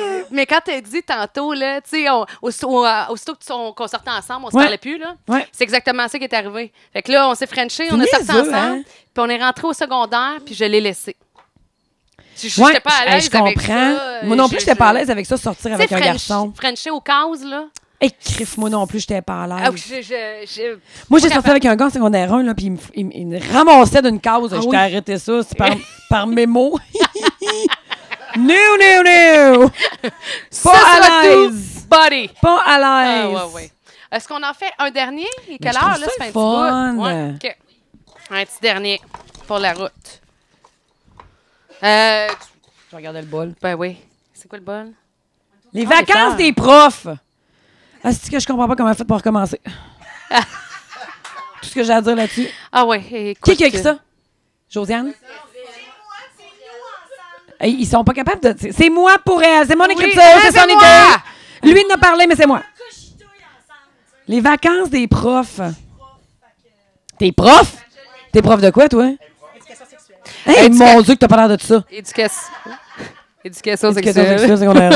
Speaker 2: euh, mais quand tu dit tantôt, là, tu sais, on- aussitôt, euh, aussitôt que tu- on- qu'on sortait ensemble, on se
Speaker 1: Ouais.
Speaker 2: parlait plus, là.
Speaker 1: Ouais.
Speaker 2: C'est exactement ça qui est arrivé. Fait que là, on s'est frenché,
Speaker 1: C'est
Speaker 2: on est sortis
Speaker 1: niaiseux,
Speaker 2: ensemble,
Speaker 1: hein?
Speaker 2: puis on est rentré au secondaire, puis je l'ai laissé. Je
Speaker 1: Ouais.
Speaker 2: j'étais pas à
Speaker 1: Hey, je
Speaker 2: l'aise avec
Speaker 1: comprends.
Speaker 2: ça, euh,
Speaker 1: moi non plus,
Speaker 2: je-
Speaker 1: j'étais pas à
Speaker 2: je-
Speaker 1: l'aise avec ça, sortir
Speaker 2: Tu sais,
Speaker 1: avec un
Speaker 2: French-
Speaker 1: garçon.
Speaker 2: Frencher au cause, là.
Speaker 1: Et crif, moi non plus, j'étais pas à l'aise.
Speaker 2: Ah, oui, je- je- je-
Speaker 1: Moi, j'ai
Speaker 2: pas
Speaker 1: sorti avec un gars en secondaire 1, là, puis il me, f- il me- il me ramassait d'une cause.
Speaker 2: Ah
Speaker 1: je t'ai
Speaker 2: oui.
Speaker 1: arrêté ça c'est par, par mes mots. no, no, no!
Speaker 2: Ça
Speaker 1: Pas à
Speaker 2: sera tout,
Speaker 1: l'aise!
Speaker 2: buddy.
Speaker 1: Pas à
Speaker 2: Ah,
Speaker 1: l'aise!
Speaker 2: ouais, ouais. Est-ce qu'on en fait un dernier? Il est
Speaker 1: je
Speaker 2: quelle
Speaker 1: trouve
Speaker 2: heure,
Speaker 1: ça
Speaker 2: là? C'est un
Speaker 1: le
Speaker 2: petit bout.
Speaker 1: fun.
Speaker 2: Ouais, OK. Un petit dernier pour la route. Euh,
Speaker 1: Je regardais le bol.
Speaker 2: Ben oui. C'est quoi le bol?
Speaker 1: Les
Speaker 2: Ah,
Speaker 1: vacances
Speaker 2: les
Speaker 1: des profs. Ah, c'est que je comprends pas comment elle a fait pour recommencer. Tout ce que j'ai à dire là-dessus.
Speaker 2: Ah ouais, écoute. euh,
Speaker 1: Qui qui a écrit ça? Josiane?
Speaker 4: hein.
Speaker 1: Hey, Ils sont pas capables de. c'est- C'est moi pour elle. C'est mon écriture,
Speaker 2: hein,
Speaker 1: c'est
Speaker 2: c'est
Speaker 1: son
Speaker 2: moi!
Speaker 1: idée. Lui, il en a parlé, mais c'est moi. Les vacances des profs. T'es prof? T'es prof de quoi, toi? Hey,
Speaker 2: Éducation-
Speaker 1: mon Dieu, que t'as pas l'air de tout ça.
Speaker 2: Éducation. Éducation
Speaker 1: Éducation
Speaker 2: sexuelle.
Speaker 1: sexuelle secondaire.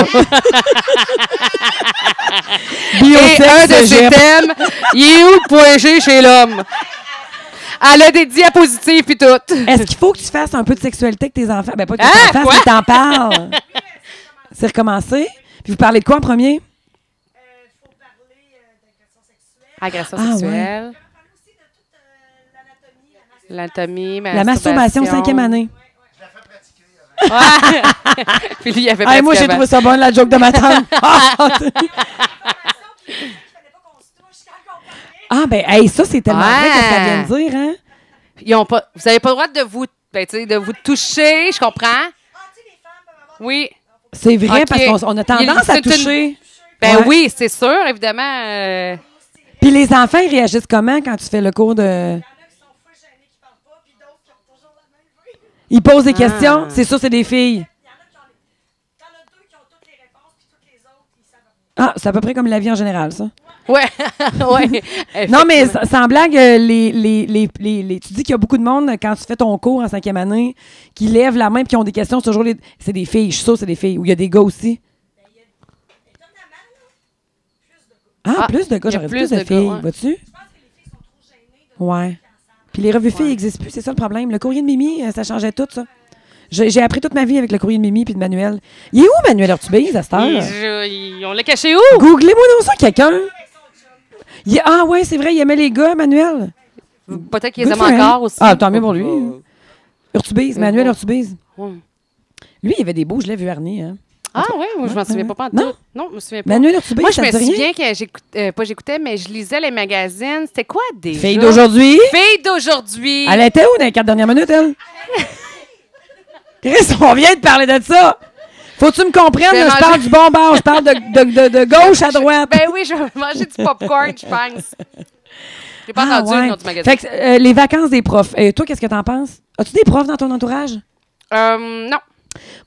Speaker 2: Et
Speaker 1: Biotech,
Speaker 2: un de ses
Speaker 1: cégep.
Speaker 2: thèmes, il est où le point G chez l'homme? Elle a des diapositives puis tout.
Speaker 1: Est-ce qu'il faut que tu fasses un peu de sexualité avec tes enfants? Ben, pas que tu
Speaker 2: Hein?
Speaker 1: t'en fasses,
Speaker 2: Quoi?
Speaker 1: mais t'en parles. C'est recommencé. Puis vous parlez de quoi en premier?
Speaker 4: euh,
Speaker 2: Agression
Speaker 1: Ah,
Speaker 2: sexuelle.
Speaker 4: euh,
Speaker 2: L'anatomie,
Speaker 1: La masturbation, cinquième année.
Speaker 2: Ouais. puis lui, il avait
Speaker 1: Ah, et moi, j'ai
Speaker 2: pratiqué
Speaker 1: trouvé ça bonne, la joke de ma tante. Ah, Ah, ben, hey, ça, c'est tellement vrai que ça vient de dire, hein?
Speaker 2: avant. Ils ont pas, vous n'avez pas le droit de vous, ben, tu sais, de vous toucher, je comprends.
Speaker 4: Ah,
Speaker 2: Oui.
Speaker 1: C'est vrai,
Speaker 2: Ok.
Speaker 1: parce qu'on on a tendance
Speaker 2: Il-
Speaker 1: à
Speaker 2: c'est une-
Speaker 1: toucher.
Speaker 2: Ben
Speaker 1: Ouais.
Speaker 2: oui, c'est sûr, évidemment. euh,
Speaker 1: Puis les enfants, ils réagissent comment quand tu fais le cours de. Ils posent des questions. C'est sûr, c'est des filles. Ah, c'est à peu près comme la vie en général, ça.
Speaker 2: Ouais, ouais.
Speaker 1: Non, mais sans sans blague, euh, les, les, les, les- les- tu dis qu'il y a beaucoup de monde, euh, quand tu fais ton cours en cinquième année, qui lèvent la main et qui ont des questions. C'est toujours les... C'est des filles, je suis sûre que c'est des filles. Ou il y a des gars aussi.
Speaker 2: Ben,
Speaker 1: Ah,
Speaker 2: Ah,
Speaker 1: plus de gars,
Speaker 2: il y a
Speaker 1: j'aurais dit
Speaker 2: plus
Speaker 1: plus de,
Speaker 2: de gars,
Speaker 1: filles.
Speaker 2: ouais.
Speaker 1: Vois-tu? Ouais. Puis les revues filles n'existent plus, c'est ça le problème. Le courrier de Mimi, euh, ça changeait tout, ça. J'ai j'ai appris toute ma vie avec le courrier de Mimi puis de Manuel. Il est où Manuel Ortubise à cette
Speaker 2: Ils-
Speaker 1: heure?
Speaker 2: je- ils- on l'a caché où?
Speaker 1: Googlez-moi donc ça, quelqu'un. Il- Ah ouais, c'est vrai, il aimait les gars, Manuel.
Speaker 2: Peut-être qu'ils
Speaker 1: Good
Speaker 2: aiment
Speaker 1: for him.
Speaker 2: encore aussi.
Speaker 1: Ah, tant mieux pour lui. Urtubise, Manuel
Speaker 2: ouais.
Speaker 1: Urtubise.
Speaker 2: Ouais.
Speaker 1: Lui, il avait des beaux gelets vuarnés. Hein.
Speaker 2: Ah oui, moi, je m'en souviens pas, pas en
Speaker 1: Non? Ben,
Speaker 2: tout. Non, je me souviens pas.
Speaker 1: Manuel Urtubise,
Speaker 2: Moi, je
Speaker 1: ça
Speaker 2: me
Speaker 1: te dit rien?
Speaker 2: souviens que j'écoutais, pas j'écoutais, mais je lisais les magazines. C'était quoi déjà?
Speaker 1: Fille d'aujourd'hui.
Speaker 2: Fille d'aujourd'hui.
Speaker 1: Elle était où dans les quatre dernières minutes, elle? Chris, on vient de parler de ça. Faut-tu me comprendre?
Speaker 2: J'ai
Speaker 1: là, Je
Speaker 2: mangé-
Speaker 1: parle du bon bord, je parle de, de- de- de gauche à droite.
Speaker 2: Ben oui, je vais manger du popcorn, je pense. J'ai pas
Speaker 1: Ah,
Speaker 2: entendu
Speaker 1: ouais.
Speaker 2: le nom du magazine.
Speaker 1: Fait que, euh, les vacances des profs. Et toi, qu'est-ce que t'en penses? As-tu des profs dans ton entourage?
Speaker 2: Euh, non.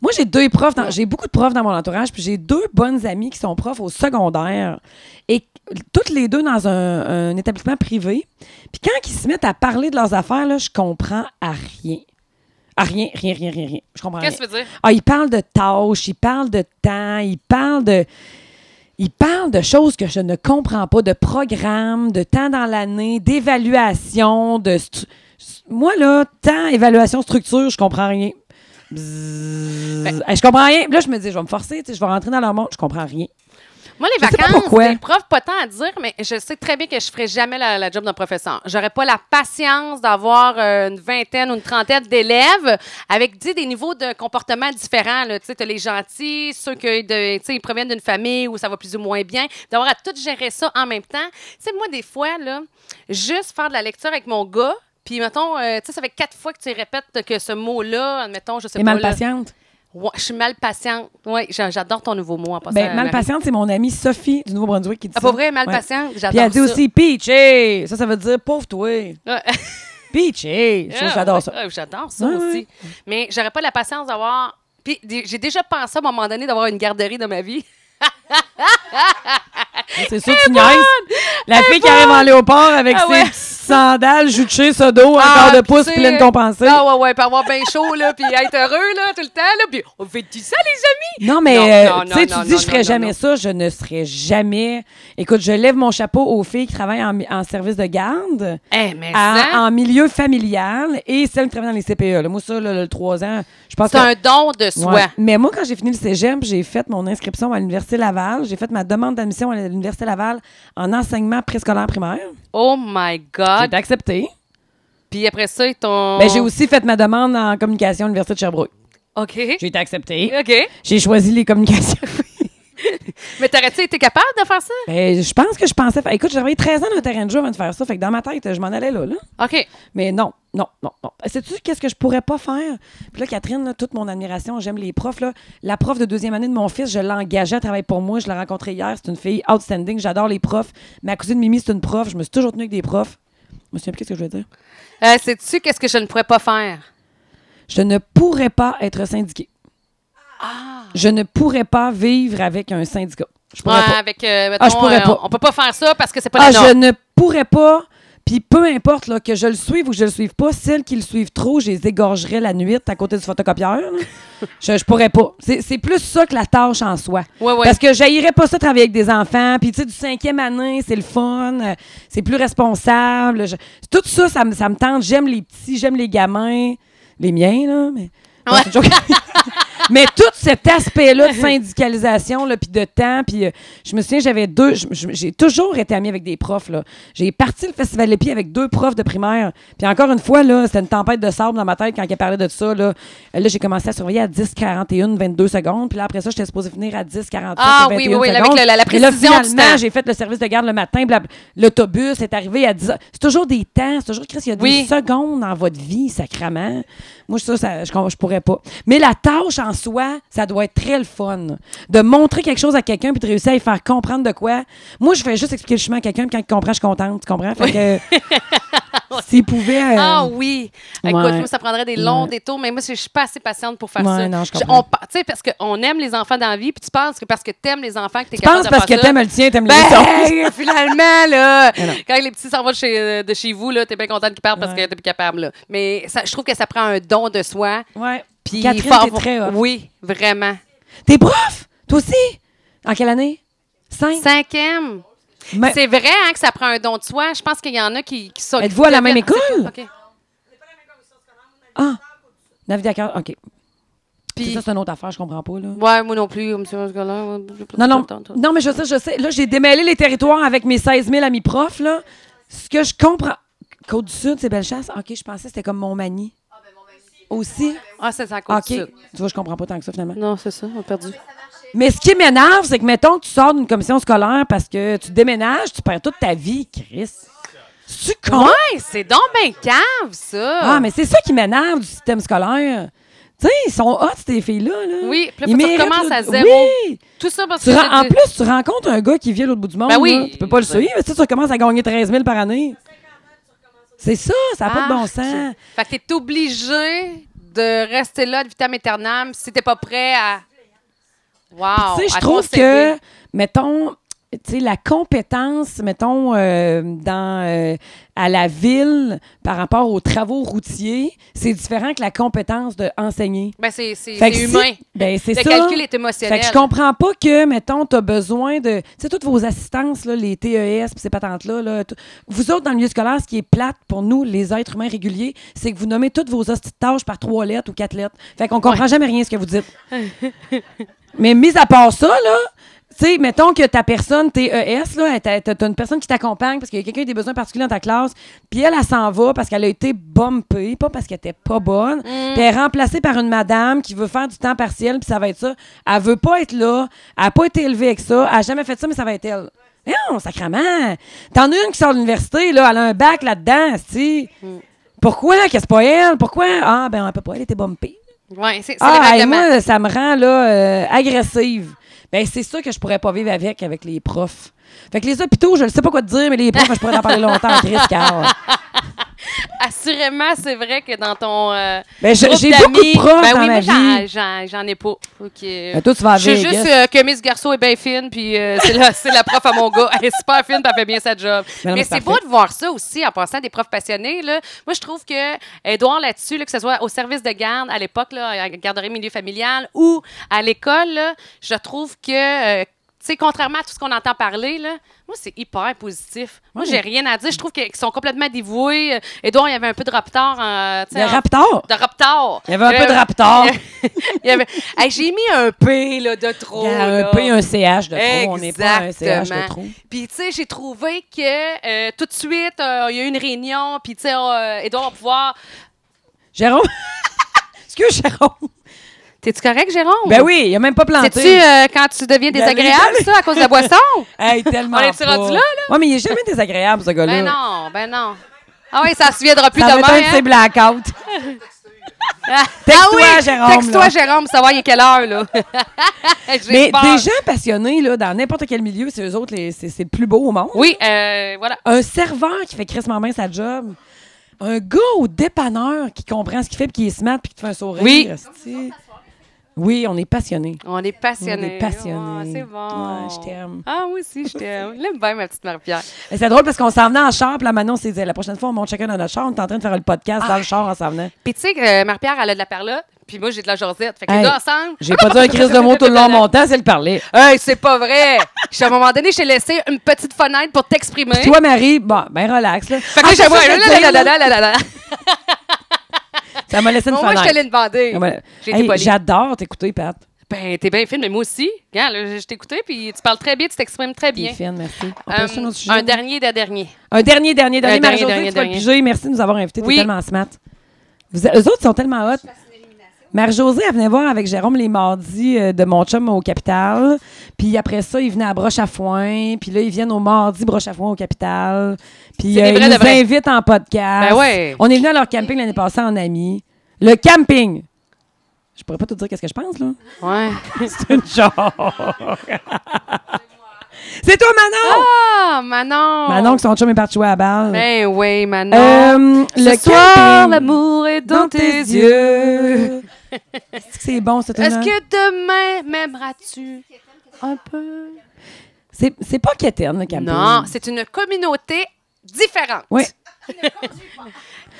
Speaker 1: Moi, j'ai deux profs. dans- J'ai beaucoup de profs dans mon entourage, puis j'ai deux bonnes amies qui sont profs au secondaire. Et toutes les deux dans un, un établissement privé. Puis quand ils se mettent à parler de leurs affaires, là, je comprends à rien. À rien, rien, rien, rien, rien. Je comprends rien.
Speaker 2: Qu'est-ce que tu veux dire?
Speaker 1: Ah, ils parlent de tâches, ils parlent de temps, ils parlent de. Ils parlent de choses que je ne comprends pas, de programmes, de temps dans l'année, d'évaluation, de. stru- Moi, là, temps, évaluation, structure, je comprends rien. Bzzz.
Speaker 2: Ben,
Speaker 1: Hey, je comprends rien. Puis Là, je me dis, je vais me forcer, tu sais, je vais rentrer dans leur monde, je comprends rien.
Speaker 2: Moi, les
Speaker 1: Je sais pas
Speaker 2: vacances,
Speaker 1: pourquoi.
Speaker 2: les profs, pas tant à dire, mais je sais très bien que je ferai jamais la, la job d'un professeur. J'aurais pas la patience d'avoir euh, une vingtaine ou une trentaine d'élèves avec tu sais, des niveaux de comportement différents. là. Tu sais, t'as les gentils, ceux qui de, tu sais, ils proviennent d'une famille où ça va plus ou moins bien, d'avoir à tout gérer ça en même temps. Tu sais, moi, des fois, là, juste faire de la lecture avec mon gars, puis, mettons, euh, tu sais, ça fait quatre fois que tu répètes que ce mot-là, admettons, je sais
Speaker 1: T'es
Speaker 2: pas.
Speaker 1: mal
Speaker 2: là.
Speaker 1: patiente?
Speaker 2: Ouais, je suis mal patiente. Oui, j'adore ton nouveau mot en passant.
Speaker 1: Ben, mal
Speaker 2: Marie.
Speaker 1: patiente, c'est mon amie Sophie du Nouveau-Brunswick qui dit
Speaker 2: Ah,
Speaker 1: ça.
Speaker 2: pas vrai, mal
Speaker 1: Ouais.
Speaker 2: patient, j'adore
Speaker 1: Puis elle dit
Speaker 2: ça.
Speaker 1: aussi, peach, hey! Ça, ça veut dire pauvre toi.
Speaker 2: Ouais.
Speaker 1: Peach, hey! Je- J'adore ça.
Speaker 2: Ah, Ouais, j'adore ça
Speaker 1: Ouais,
Speaker 2: aussi. Mais j'aurais pas la patience d'avoir. Puis des- j'ai déjà pensé à un moment donné d'avoir une garderie dans ma vie.
Speaker 1: C'est sûr que tu niaises. La fille qui arrive en léopard avec
Speaker 2: Ah
Speaker 1: ses
Speaker 2: ouais. Ah,
Speaker 1: petits sandales juchées, ce dos, un quart de pouce, puis
Speaker 2: pleine
Speaker 1: pleine compensée.
Speaker 2: Ah, ouais, ouais, puis avoir bien chaud, là, puis être heureux, là, tout le temps, là. Puis on fait tout ça, les amis?
Speaker 1: Non, mais
Speaker 2: Non,
Speaker 1: euh,
Speaker 2: non,
Speaker 1: tu sais,
Speaker 2: non,
Speaker 1: tu
Speaker 2: non,
Speaker 1: dis,
Speaker 2: non,
Speaker 1: je ferais
Speaker 2: non,
Speaker 1: jamais
Speaker 2: non.
Speaker 1: ça, je ne serais jamais. Écoute, je lève mon chapeau aux filles qui travaillent en, en service de garde,
Speaker 2: Eh, mais
Speaker 1: à-
Speaker 2: ça,
Speaker 1: Ah, en milieu familial et celles qui travaillent dans les CPE. là. Moi, ça, là, le 3 ans, je pense
Speaker 2: c'est
Speaker 1: que-
Speaker 2: un don de soi.
Speaker 1: Ouais. Mais moi, quand j'ai fini le cégep, j'ai fait mon inscription à l'Université Laval. J'ai fait ma demande d'admission à l'Université Laval en enseignement préscolaire primaire.
Speaker 2: Oh my
Speaker 1: J'ai
Speaker 2: God.
Speaker 1: été acceptée.
Speaker 2: Puis après ça, ils t'ont.
Speaker 1: Mais Ben, j'ai aussi fait ma demande en communication à l'Université de Sherbrooke.
Speaker 2: OK.
Speaker 1: J'ai été acceptée.
Speaker 2: OK.
Speaker 1: J'ai choisi les communications.
Speaker 2: Mais t'aurais-tu été capable de faire ça?
Speaker 1: Ben, je pense que je pensais. faire- Écoute, j'avais 13 ans dans le terrain de jeu avant de faire ça. Fait que dans ma tête, je m'en allais là, là.
Speaker 2: OK.
Speaker 1: Mais non, non, non, non. Sais-tu qu'est-ce que je pourrais pas faire? Puis là, Catherine, là, toute mon admiration, j'aime les profs. Là. La prof de deuxième année de mon fils, je l'ai engagée à travailler pour moi. Je l'ai rencontrée hier. C'est une fille outstanding. J'adore les profs. Ma cousine Mimi, c'est une prof. Je me suis toujours tenue avec des profs. Je me souviens plus qu'est-ce que je voulais dire.
Speaker 2: Euh, Sais-tu qu'est-ce que je ne pourrais pas faire?
Speaker 1: Je ne pourrais pas être syndiquée. Je ne pourrais pas vivre avec un syndicat. Je pourrais
Speaker 2: Ah. Ouais,
Speaker 1: pas.
Speaker 2: avec, euh, mettons,
Speaker 1: Ah, je pourrais
Speaker 2: euh,
Speaker 1: pas.
Speaker 2: On peut pas faire ça parce que c'est pas
Speaker 1: Ah,
Speaker 2: la norme.
Speaker 1: je ne pourrais pas. Puis peu importe là, que je le suive ou que je le suive pas, celles qui le suivent trop, je les égorgerais la nuit à côté du photocopieur. là. je, je pourrais pas. C'est c'est plus ça que la tâche en soi.
Speaker 2: Ouais, ouais.
Speaker 1: Parce que j'haïrais pas ça travailler avec des enfants. Puis tu sais, du cinquième année, c'est le fun. euh, C'est plus responsable. Je- tout ça, ça me, ça me tente. J'aime les petits, j'aime les gamins. Les miens, là. Mais, Non,
Speaker 2: Ouais.
Speaker 1: c'est une joke. Mais tout cet aspect-là de syndicalisation, là, puis de temps, puis euh, je me souviens, j'avais deux. je- je- J'ai toujours été amie avec des profs, là. J'ai parti le Festival des Pieds avec deux profs de primaire. Puis encore une fois, là, c'était une tempête de sable dans ma tête quand elle parlait de ça, là. Euh, Là, j'ai commencé à surveiller à 10, 41, 22 secondes. Puis là, après ça, j'étais supposée finir à 10, 43,
Speaker 2: Ah
Speaker 1: 21
Speaker 2: oui, oui, oui, avec
Speaker 1: secondes.
Speaker 2: le- la- la
Speaker 1: Mais là,
Speaker 2: précision du
Speaker 1: finalement,
Speaker 2: temps.
Speaker 1: j'ai fait le service de garde le matin. blab- L'autobus est arrivé à 10 heures. C'est toujours des temps. C'est toujours, Chris, il y a
Speaker 2: Oui.
Speaker 1: des secondes dans votre vie, sacrament. Moi, ça, ça je, com- je pourrais pas. Mais la tâche en soi, ça doit être très le fun. De montrer quelque chose à quelqu'un puis de réussir à lui faire comprendre de quoi. Moi, je vais juste expliquer le chemin à quelqu'un puis quand il comprend, je suis contente. Tu comprends? Fait que s'il pouvait. euh,
Speaker 2: Ah oui!
Speaker 1: Ouais.
Speaker 2: Écoute, moi, ça prendrait des longs
Speaker 1: Ouais.
Speaker 2: détours, mais moi, je suis pas assez patiente pour faire
Speaker 1: Ouais,
Speaker 2: ça.
Speaker 1: non, je
Speaker 2: Je-
Speaker 1: comprends.
Speaker 2: on pa- Tu sais, parce qu'on aime les enfants dans la vie, puis tu penses que parce que t'aimes les enfants que t'es
Speaker 1: Je
Speaker 2: capable
Speaker 1: pense
Speaker 2: de
Speaker 1: parce que
Speaker 2: faire ça.
Speaker 1: t'aimes le tien, t'aimes les autres.
Speaker 2: Ben, hey, finalement, là,
Speaker 1: Mais non.
Speaker 2: quand les petits s'en vont de chez, euh, de chez vous, là, t'es bien contente qu'ils partent parce
Speaker 1: Ouais.
Speaker 2: que t'es plus capable, là. Mais ça- je trouve que ça prend un don de soi.
Speaker 1: Ouais.
Speaker 2: Puis
Speaker 1: Catherine,
Speaker 2: fort-
Speaker 1: t'es très off.
Speaker 2: Oui, vraiment.
Speaker 1: T'es prof? Toi aussi? En quelle année? Cinq?
Speaker 2: Cinquième.
Speaker 1: Mais-
Speaker 2: C'est vrai hein, que ça prend un don de soi. Je pense qu'il y en a qui, qui sont.
Speaker 1: Êtes-vous à la même
Speaker 2: C'est-
Speaker 1: école?
Speaker 2: OK.
Speaker 1: Ah! Nav- d'accord, OK.
Speaker 2: Puis-
Speaker 1: Ça, c'est une autre affaire, je comprends pas, là.
Speaker 2: Ouais, moi non plus. comme ça, ce gars-là, ouais, j'ai pas
Speaker 1: Non, non,
Speaker 2: tant- tant-
Speaker 1: non, mais je sais, je sais. Là, j'ai démêlé les territoires avec mes 16 000 amis profs, là. Ce que je comprends... Côte-du-Sud, c'est Bellechasse? OK, je pensais que c'était comme Montmagny. Aussi?
Speaker 2: Ah, c'est ça,
Speaker 1: OK. Tu
Speaker 2: côte-sud.
Speaker 1: vois, je comprends pas tant que ça, finalement.
Speaker 2: Non, c'est ça, on a perdu.
Speaker 1: Mais ce qui m'énerve, c'est que, mettons, que tu sors d'une commission scolaire parce que tu déménages, tu perds toute ta vie, Chris. Tu con?
Speaker 2: Ouais, c'est donc ben cave, ça.
Speaker 1: Ah, mais c'est ça qui m'énerve du système scolaire. Tu sais, ils sont hot, ces filles-là. Là.
Speaker 2: Oui, puis
Speaker 1: Ils
Speaker 2: là, faut que tu
Speaker 1: méritent
Speaker 2: recommences
Speaker 1: le-
Speaker 2: à zéro.
Speaker 1: Oui!
Speaker 2: Tout ça parce
Speaker 1: Tu
Speaker 2: que.
Speaker 1: ren-
Speaker 2: j'ai
Speaker 1: en
Speaker 2: dit-
Speaker 1: plus, tu rencontres un gars qui vit à l'autre bout du monde.
Speaker 2: Ben oui.
Speaker 1: là. Tu peux pas le suivre. mais Tu sais, tu recommences à gagner 13 000 par année. C'est ça, ça n'a pas de bon
Speaker 2: Ah,
Speaker 1: sens.
Speaker 2: c'est- Fait que t'es obligé de rester là de vitam aeternam si t'es pas prêt à. Wow.
Speaker 1: Tu sais, je
Speaker 2: Ah, à
Speaker 1: trouve
Speaker 2: conseiller.
Speaker 1: que, mettons, tu sais, la compétence, mettons, euh, dans, euh, à la ville par rapport aux travaux routiers, c'est différent que la compétence de enseigner.
Speaker 2: Ben, c'est c'est-
Speaker 1: Fait que
Speaker 2: c'est
Speaker 1: si-
Speaker 2: humain.
Speaker 1: ben, c'est
Speaker 2: Le
Speaker 1: ça.
Speaker 2: calcul est émotionnel.
Speaker 1: Fait que je comprends pas que, mettons, t'as besoin de. Tu sais, toutes vos assistances, là, les TES pis ces patentes-là. là, tout- vous autres, dans le milieu scolaire, ce qui est plate pour nous, les êtres humains réguliers, c'est que vous nommez toutes vos hosties de tâches par trois lettres ou quatre lettres. Fait qu'on comprend jamais rien ce que vous dites. Mais mis à part ça, là. Tu sais, mettons que ta personne, TES, E là, t'as t'as- t'as une personne qui t'accompagne parce qu'il y a quelqu'un qui a des besoins particuliers dans ta classe, puis elle, elle s'en va parce qu'elle a été bumpée, pas parce qu'elle était pas bonne, puis elle est remplacée par une madame qui veut faire du temps partiel, puis ça va être ça. Elle veut pas être là, elle a pas été élevée avec ça, elle a jamais fait ça, mais ça va être elle. Non, sacrament! T'en as une qui sort de l'université, là, elle a un bac là-dedans, tu Pourquoi que c'est pas elle? Pourquoi? Ah, ben, elle peut pas, elle était bumpée.
Speaker 2: Ouais, c'est c'est
Speaker 1: Ah,
Speaker 2: le
Speaker 1: hey,
Speaker 2: règlement.
Speaker 1: moi, ça me rend là, euh, agressive. Ben, c'est ça que je pourrais pas vivre avec, avec les profs. Fait que les hôpitaux, je ne sais pas quoi te dire, mais les profs, je pourrais en parler longtemps, Chris, car.
Speaker 2: Assurément, c'est vrai que dans ton. euh,
Speaker 1: Ben, je-
Speaker 2: groupe
Speaker 1: j'ai beaucoup de
Speaker 2: d'amis-
Speaker 1: profs
Speaker 2: ben
Speaker 1: dans
Speaker 2: oui,
Speaker 1: ma
Speaker 2: moi, j'en-
Speaker 1: vie.
Speaker 2: j'en- J'en ai pas. Faut que-
Speaker 1: Ben, toi, tu vas à
Speaker 2: Je sais
Speaker 1: Vegas.
Speaker 2: juste euh, que Miss Garceau est bien fine, puis euh, c'est la, c'est la prof à mon gars. Elle est super fine, puis elle fait bien sa job.
Speaker 1: Ben non,
Speaker 2: mais
Speaker 1: mais
Speaker 2: c'est
Speaker 1: c'est
Speaker 2: beau
Speaker 1: parfait.
Speaker 2: de voir ça aussi, en passant des profs passionnés. Là. Moi, je trouve que Édouard, là-dessus, là, que ce soit au service de garde à l'époque, là, à la garderie milieu familial ou à l'école, là, je trouve que. euh, tu sais, contrairement à tout ce qu'on entend parler, là, moi, c'est hyper positif. Moi,
Speaker 1: Ouais,
Speaker 2: j'ai
Speaker 1: mais-
Speaker 2: rien à dire. Je trouve qu'ils sont complètement dévoués. Euh, Édouard, il y avait un peu de raptor. en- tu sais,
Speaker 1: Le
Speaker 2: en-
Speaker 1: raptor?
Speaker 2: de Raptor. Euh,
Speaker 1: Il y avait un peu de Raptor.
Speaker 2: Il y avait- Hey, J'ai mis un P là, de trop.
Speaker 1: Il y a
Speaker 2: Oh là.
Speaker 1: un P, un CH de trop. On n'est pas un CH de
Speaker 2: Exactement.
Speaker 1: trop.
Speaker 2: Puis, tu sais, j'ai trouvé que euh, tout de suite, euh, il y a eu une réunion, puis, tu sais, euh, Édouard va pouvoir.
Speaker 1: Jérôme. Excuse, Jérôme.
Speaker 2: T'es-tu correct, Jérôme?
Speaker 1: Ben oui, il a même pas planté.
Speaker 2: C'est-tu Oh. euh, quand tu deviens
Speaker 1: Galerie,
Speaker 2: désagréable,
Speaker 1: galerie.
Speaker 2: ça, à cause de la boisson?
Speaker 1: Hey, tellement.
Speaker 2: On est-tu
Speaker 1: pas.
Speaker 2: rendu là, là?
Speaker 1: Ouais, mais il est jamais désagréable, ce gars-là.
Speaker 2: ben non, ben non. Ah oui, ça se viendra plus
Speaker 1: Ça va
Speaker 2: demain.
Speaker 1: être un de
Speaker 2: hein?
Speaker 1: ses blackouts.
Speaker 2: Ah,
Speaker 1: Texte-toi,
Speaker 2: ah oui,
Speaker 1: Jérôme, là.
Speaker 2: Texte-toi, Jérôme, savoir il est quelle heure, là. J'ai
Speaker 1: Mais
Speaker 2: peur.
Speaker 1: des gens passionnés, là, dans n'importe quel milieu, c'est eux autres, les- c'est c'est le plus beau au monde.
Speaker 2: Oui, euh, voilà.
Speaker 1: Un serveur qui fait Chris main sa job. Un gars au dépanneur qui comprend ce qu'il fait puis qui est smart puis qui te fait un sourire.
Speaker 2: Oui.
Speaker 1: esti. Oui, on est passionnés.
Speaker 2: On est passionnés.
Speaker 1: On est passionnés.
Speaker 2: Ah, c'est bon.
Speaker 1: Ouais, je t'aime.
Speaker 2: Ah, moi aussi, je t'aime. L'aime bien, ma petite Marie-Pierre.
Speaker 1: Et C'est drôle parce qu'on s'en venait en char, puis la Manon s'est dit la prochaine fois, on monte chacun dans notre char, on est en train de faire le podcast dans le char en s'en venant.
Speaker 2: Puis, tu sais, que, euh, Marie-Pierre, elle a de la perlotte, puis moi, j'ai de la Josette. Fait que
Speaker 1: Hey,
Speaker 2: les deux ensemble.
Speaker 1: J'ai pas dit un crise de mots tout le long de mon temps, c'est le parler.
Speaker 2: Hey, c'est pas vrai. Je- à un moment donné, j'ai laissé une petite fenêtre pour t'exprimer.
Speaker 1: Toi, Marie, bon, ben relax. Là.
Speaker 2: Hein? Fait que là,
Speaker 1: Ah,
Speaker 2: j'ai-
Speaker 1: c'est ça,
Speaker 2: ouais,
Speaker 1: je
Speaker 2: là,
Speaker 1: vais
Speaker 2: là,
Speaker 1: te
Speaker 2: là,
Speaker 1: dire,
Speaker 2: là, là, là, là, là.
Speaker 1: Ça m'a laissé une
Speaker 2: Bon, Moi, je te
Speaker 1: fenêtre.
Speaker 2: l'ai demandé.
Speaker 1: Ah, voilà.
Speaker 2: J'ai été
Speaker 1: Hey,
Speaker 2: polie.
Speaker 1: J'adore t'écouter, Pat.
Speaker 2: Ben, t'es bien fine, mais moi aussi. Regarde, là, je t'écoutais, puis tu parles très bien, tu t'exprimes très
Speaker 1: T'es
Speaker 2: bien.
Speaker 1: fine, merci. On
Speaker 2: Euh,
Speaker 1: passe sur un autre sujet.
Speaker 2: un dernier des derniers.
Speaker 1: Un dernier, dernier, dernier.
Speaker 2: dernier,
Speaker 1: Marie-Josée,
Speaker 2: dernier,
Speaker 1: tu vas le
Speaker 2: dernier.
Speaker 1: piger. Merci de nous avoir invités.
Speaker 2: Oui.
Speaker 1: T'es tellement smart. Vous, eux autres sont tellement hot. Marie-Josée, elle venait voir avec Jérôme les mardis euh, de mon chum au Capital. Puis après ça, ils venaient à Broche à Foin. Puis là, ils viennent au mardi Broche à Foin au Capital. Puis
Speaker 2: C'est des
Speaker 1: euh,
Speaker 2: vrais
Speaker 1: ils
Speaker 2: de
Speaker 1: nous
Speaker 2: vrais.
Speaker 1: invitent en podcast.
Speaker 2: Ben ouais.
Speaker 1: On est venu à leur camping l'année passée en amis. Le camping! Je pourrais pas te dire qu'est-ce que je pense, là.
Speaker 2: Ouais.
Speaker 1: C'est une genre. C'est toi, Manon!
Speaker 2: Ah, Manon!
Speaker 1: Manon, qui son chum est parti jouer à la balle.
Speaker 2: Ben oui, Manon.
Speaker 1: Euh,
Speaker 2: le
Speaker 1: le
Speaker 2: soir,
Speaker 1: camping
Speaker 2: l'amour est dans, tes yeux.
Speaker 1: yeux. Est-ce que c'est bon, cette
Speaker 2: Est-ce
Speaker 1: tune-là?
Speaker 2: que demain m'aimeras-tu un peu?
Speaker 1: C'est, c'est pas quétaine, le camping.
Speaker 2: Non, c'est une communauté différente
Speaker 1: Oui.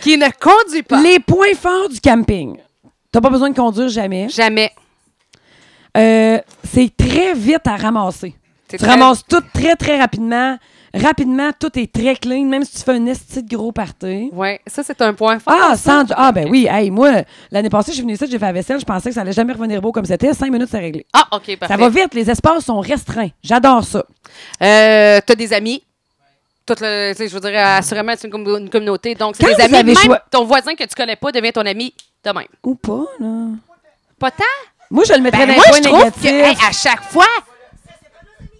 Speaker 2: qui ne conduit pas.
Speaker 1: Les points forts du camping. T'as pas besoin de conduire jamais.
Speaker 2: Jamais.
Speaker 1: Euh, c'est très vite à ramasser.
Speaker 2: C'est
Speaker 1: Tu
Speaker 2: très-
Speaker 1: ramasses tout très, très rapidement. Rapidement, tout est très clean, même si tu fais un esti de gros party.
Speaker 2: Oui, ça, Oh, c'est un point fort.
Speaker 1: Ah, sans... ah, ben oui, hey, moi, l'année passée, je suis venue ici, j'ai fait la vaisselle, je pensais que ça allait jamais revenir beau comme c'était. Cinq minutes, c'est réglé.
Speaker 2: Ah, OK, parfait.
Speaker 1: Ça va vite, les espaces sont restreints. J'adore ça.
Speaker 2: Euh, T'as des amis. Tout le, tu sais, je veux dire, assurément, c'est une, com- une communauté. Donc, c'est
Speaker 1: Quand
Speaker 2: des
Speaker 1: vous
Speaker 2: amis.
Speaker 1: avez
Speaker 2: Même
Speaker 1: choi-
Speaker 2: ton voisin que tu connais pas devient ton ami de même.
Speaker 1: Ou pas, là.
Speaker 2: Pas tant?
Speaker 1: Eh, Moi, je le mettrais
Speaker 2: Ben,
Speaker 1: dans
Speaker 2: moi,
Speaker 1: les
Speaker 2: je
Speaker 1: points
Speaker 2: trouve
Speaker 1: négatifs.
Speaker 2: que, hey, Eh, à chaque fois...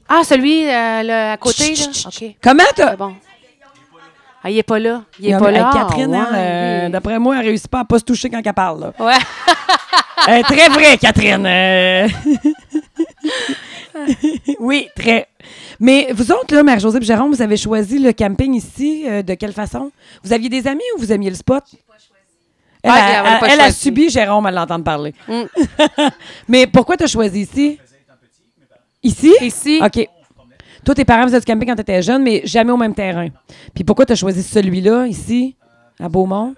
Speaker 2: Ah, celui euh, le- à côté,
Speaker 1: Chut,
Speaker 2: là.
Speaker 1: chut, chut, chut.
Speaker 2: OK.
Speaker 1: Comment t'as...
Speaker 2: C'est Ah, bon. Ah, il est pas là. Il
Speaker 1: Il y
Speaker 2: est
Speaker 1: a-
Speaker 2: pas
Speaker 1: hey,
Speaker 2: là. Ah,
Speaker 1: Catherine,
Speaker 2: Ouais,
Speaker 1: elle, euh,
Speaker 2: oui.
Speaker 1: d'après moi, elle réussit pas à pas se toucher quand elle parle. là.
Speaker 2: Ouais.
Speaker 1: Elle est très vrai, Catherine. euh. oui, très. Mais vous autres, là, Marie-Josée et Jérôme, vous avez choisi le camping ici euh, de quelle façon? Vous aviez des amis ou vous aimiez le spot? Elle,
Speaker 2: Ah,
Speaker 1: a-
Speaker 2: elle avait pas
Speaker 1: elle- elle a
Speaker 2: choisi.
Speaker 1: subi Jérôme à l'entendre parler.
Speaker 2: Mm.
Speaker 1: mais pourquoi t'as choisi ici? Ici?
Speaker 2: Ici.
Speaker 1: OK. Toi, tes parents faisaient du camping quand t'étais jeune, mais jamais au même terrain. Puis pourquoi t'as choisi celui-là, ici, à Beaumont?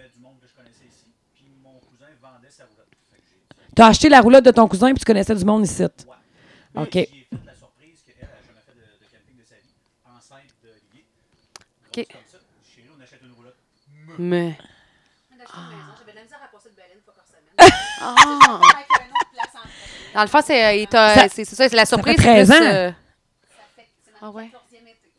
Speaker 1: T'as acheté la roulotte de ton cousin puis tu connaissais du monde ici. OK.
Speaker 2: OK. Mais. Ah. Dans le fond, c'est euh, il t'a-
Speaker 1: Ça-
Speaker 2: c'est- c'est ça, c'est la surprise.
Speaker 1: 13
Speaker 2: plus,
Speaker 1: ans.
Speaker 2: euh, Ah ouais.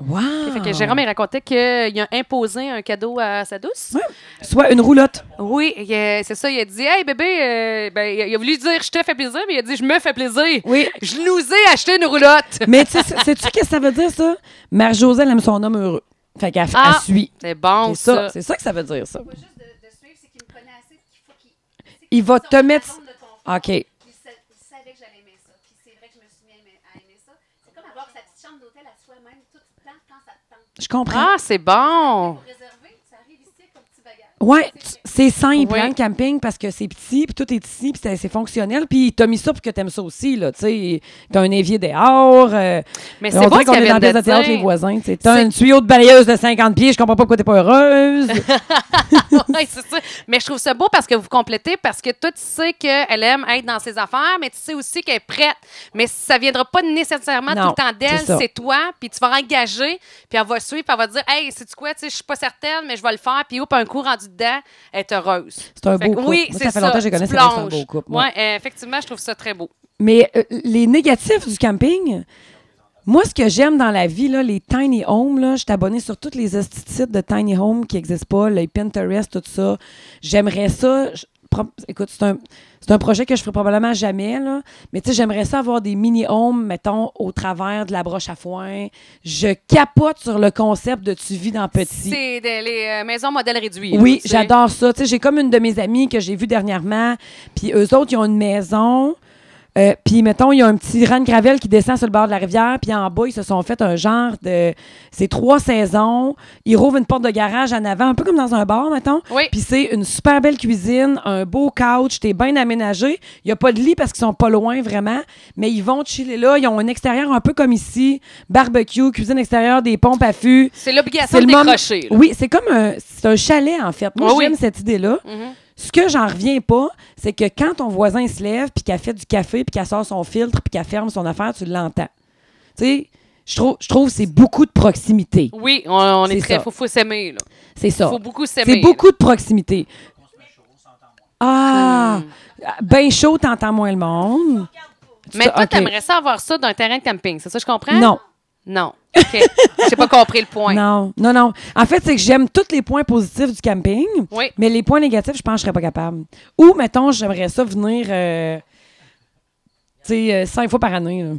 Speaker 1: Wow!
Speaker 2: Fait que Jérôme, il racontait qu'il a imposé un cadeau à sa douce.
Speaker 1: Ouais. Soit une roulotte.
Speaker 2: Oui, il a- c'est ça. Il a dit Hey bébé, euh, ben, il a- il a voulu dire je te fais plaisir, mais il a dit je me fais plaisir.
Speaker 1: Oui.
Speaker 2: Je nous ai acheté une roulotte.
Speaker 1: Mais tu sais, sais-tu qu'est-ce que ça veut dire, ça? Marie-Josée, elle aime son homme heureux. Fait qu'elle
Speaker 2: Ah,
Speaker 1: elle suit.
Speaker 2: C'est bon,
Speaker 1: C'est ça, c'est ça que ça veut dire, ça.
Speaker 4: Pas juste de, de suivre, c'est qu'il me connaît assez qu'il faut qu'il. c'est
Speaker 1: Il
Speaker 4: qu'il
Speaker 1: va
Speaker 4: sorte
Speaker 1: te
Speaker 4: de la
Speaker 1: mettre- Ah,
Speaker 4: zone de confort.
Speaker 1: OK.
Speaker 4: Puis ça- Il savait que j'allais aimer ça. Puis c'est vrai que je me suis mis à aimer, à aimer ça. C'est comme avoir sa petite chambre d'hôtel à soi-même tout le temps quand ça te tente.
Speaker 1: Je comprends.
Speaker 2: Ah, c'est bon.
Speaker 4: Pour réserver, ça arrive ici avec un petit bagage.
Speaker 1: Ouais, tu- c'est simple,
Speaker 2: Oui.
Speaker 1: hein, le camping, parce que c'est petit, puis tout est ici, puis c'est- c'est fonctionnel, puis t'as mis ça pour que t'aimes ça aussi, là, tu sais. T'as un évier dehors. euh,
Speaker 2: Mais
Speaker 1: on
Speaker 2: c'est bon
Speaker 1: dirait
Speaker 2: ce
Speaker 1: qu'on
Speaker 2: qu'il
Speaker 1: est dans
Speaker 2: vient de
Speaker 1: des théâtre,
Speaker 2: dire.
Speaker 1: les voisins, tu sais. T'as
Speaker 2: C'est-
Speaker 1: un tuyau de balayeuse de 50 pieds, je comprends pas pourquoi t'es pas heureuse.
Speaker 2: Ouais, c'est ça. Mais je trouve ça beau parce que vous complétez, parce que toi, tu sais qu'elle aime être dans ses affaires, mais tu sais aussi qu'elle est prête. Mais ça ne viendra pas nécessairement
Speaker 1: Non,
Speaker 2: tout le temps d'elle,
Speaker 1: c'est ça.
Speaker 2: c'est toi, puis tu vas engager, puis elle va suivre, puis elle va dire Hey, c'est quoi, tu sais, je suis pas certaine, mais je vais le faire, puis hop, un coup rendu dedans, elle est heureuse.
Speaker 1: C'est un
Speaker 2: Fait
Speaker 1: beau
Speaker 2: que
Speaker 1: couple.
Speaker 2: Oui,
Speaker 1: Moi,
Speaker 2: c'est
Speaker 1: ça fait longtemps que je
Speaker 2: tu
Speaker 1: connais, c'est vrai que c'est un
Speaker 2: plonges.
Speaker 1: beau couple, moi.
Speaker 2: Ouais, euh, effectivement, je trouve ça très beau.
Speaker 1: Mais euh, les négatifs du camping, moi, ce que j'aime dans la vie, là, les tiny homes, là, je suis abonnée sur tous les sites de tiny homes qui n'existent pas, les Pinterest, tout ça. J'aimerais ça. je- pro- Écoute, c'est un, c'est un projet que je ferai probablement jamais, là. Mais tu sais, j'aimerais ça avoir des mini-homes, mettons, au travers de la broche à foin. Je capote sur le concept de tu vis dans petit.
Speaker 2: C'est des- les euh, maisons modèles réduits. là,
Speaker 1: Oui,
Speaker 2: tu sais.
Speaker 1: j'adore ça. Tu sais, j'ai comme une de mes amies que j'ai vue dernièrement, puis eux autres, ils ont une maison. euh, puis, mettons, il y a un petit rang de gravel qui descend sur le bord de la rivière, puis en bas, ils se sont fait un genre de... C'est trois saisons, ils rouvrent une porte de garage en avant, un peu comme dans un bar, mettons.
Speaker 2: Oui.
Speaker 1: Puis c'est une super belle cuisine, un beau couch, t'es bien aménagé. Il y a pas de lit parce qu'ils sont pas loin, vraiment, mais ils vont chiller là. Ils ont un extérieur un peu comme ici, barbecue, cuisine extérieure, des pompes à fût.
Speaker 2: C'est l'obligation de
Speaker 1: moment-
Speaker 2: décrocher. là.
Speaker 1: Oui, c'est comme un, c'est un chalet, en fait. Moi,
Speaker 2: Oui,
Speaker 1: j'aime
Speaker 2: oui.
Speaker 1: cette idée-là.
Speaker 2: Mhm.
Speaker 1: Ce que j'en reviens pas, c'est que quand ton voisin se lève, puis qu'elle fait du café, puis qu'elle sort son filtre, puis qu'elle ferme son affaire, tu l'entends. Tu sais, je trouve, je trouve que c'est beaucoup de proximité.
Speaker 2: Oui, on, on est,
Speaker 1: C'est
Speaker 2: très.
Speaker 1: ça.
Speaker 2: Faut, faut s'aimer. là.
Speaker 1: C'est ça.
Speaker 2: Faut beaucoup s'aimer.
Speaker 1: C'est
Speaker 2: là.
Speaker 1: beaucoup de proximité. Ah! Ben chaud, t'entends moins le monde.
Speaker 2: Mais toi,
Speaker 1: Ok.
Speaker 2: t'aimerais ça avoir ça d'un terrain de camping, c'est ça que je comprends?
Speaker 1: Non.
Speaker 2: Non. OK. J'ai pas compris le point.
Speaker 1: Non, non, non. En fait, c'est que j'aime tous les points positifs du camping,
Speaker 2: Oui.
Speaker 1: mais les points négatifs, je pense que je serais pas capable. Ou, mettons, j'aimerais ça venir, euh, tu sais, euh, cinq fois par année. là.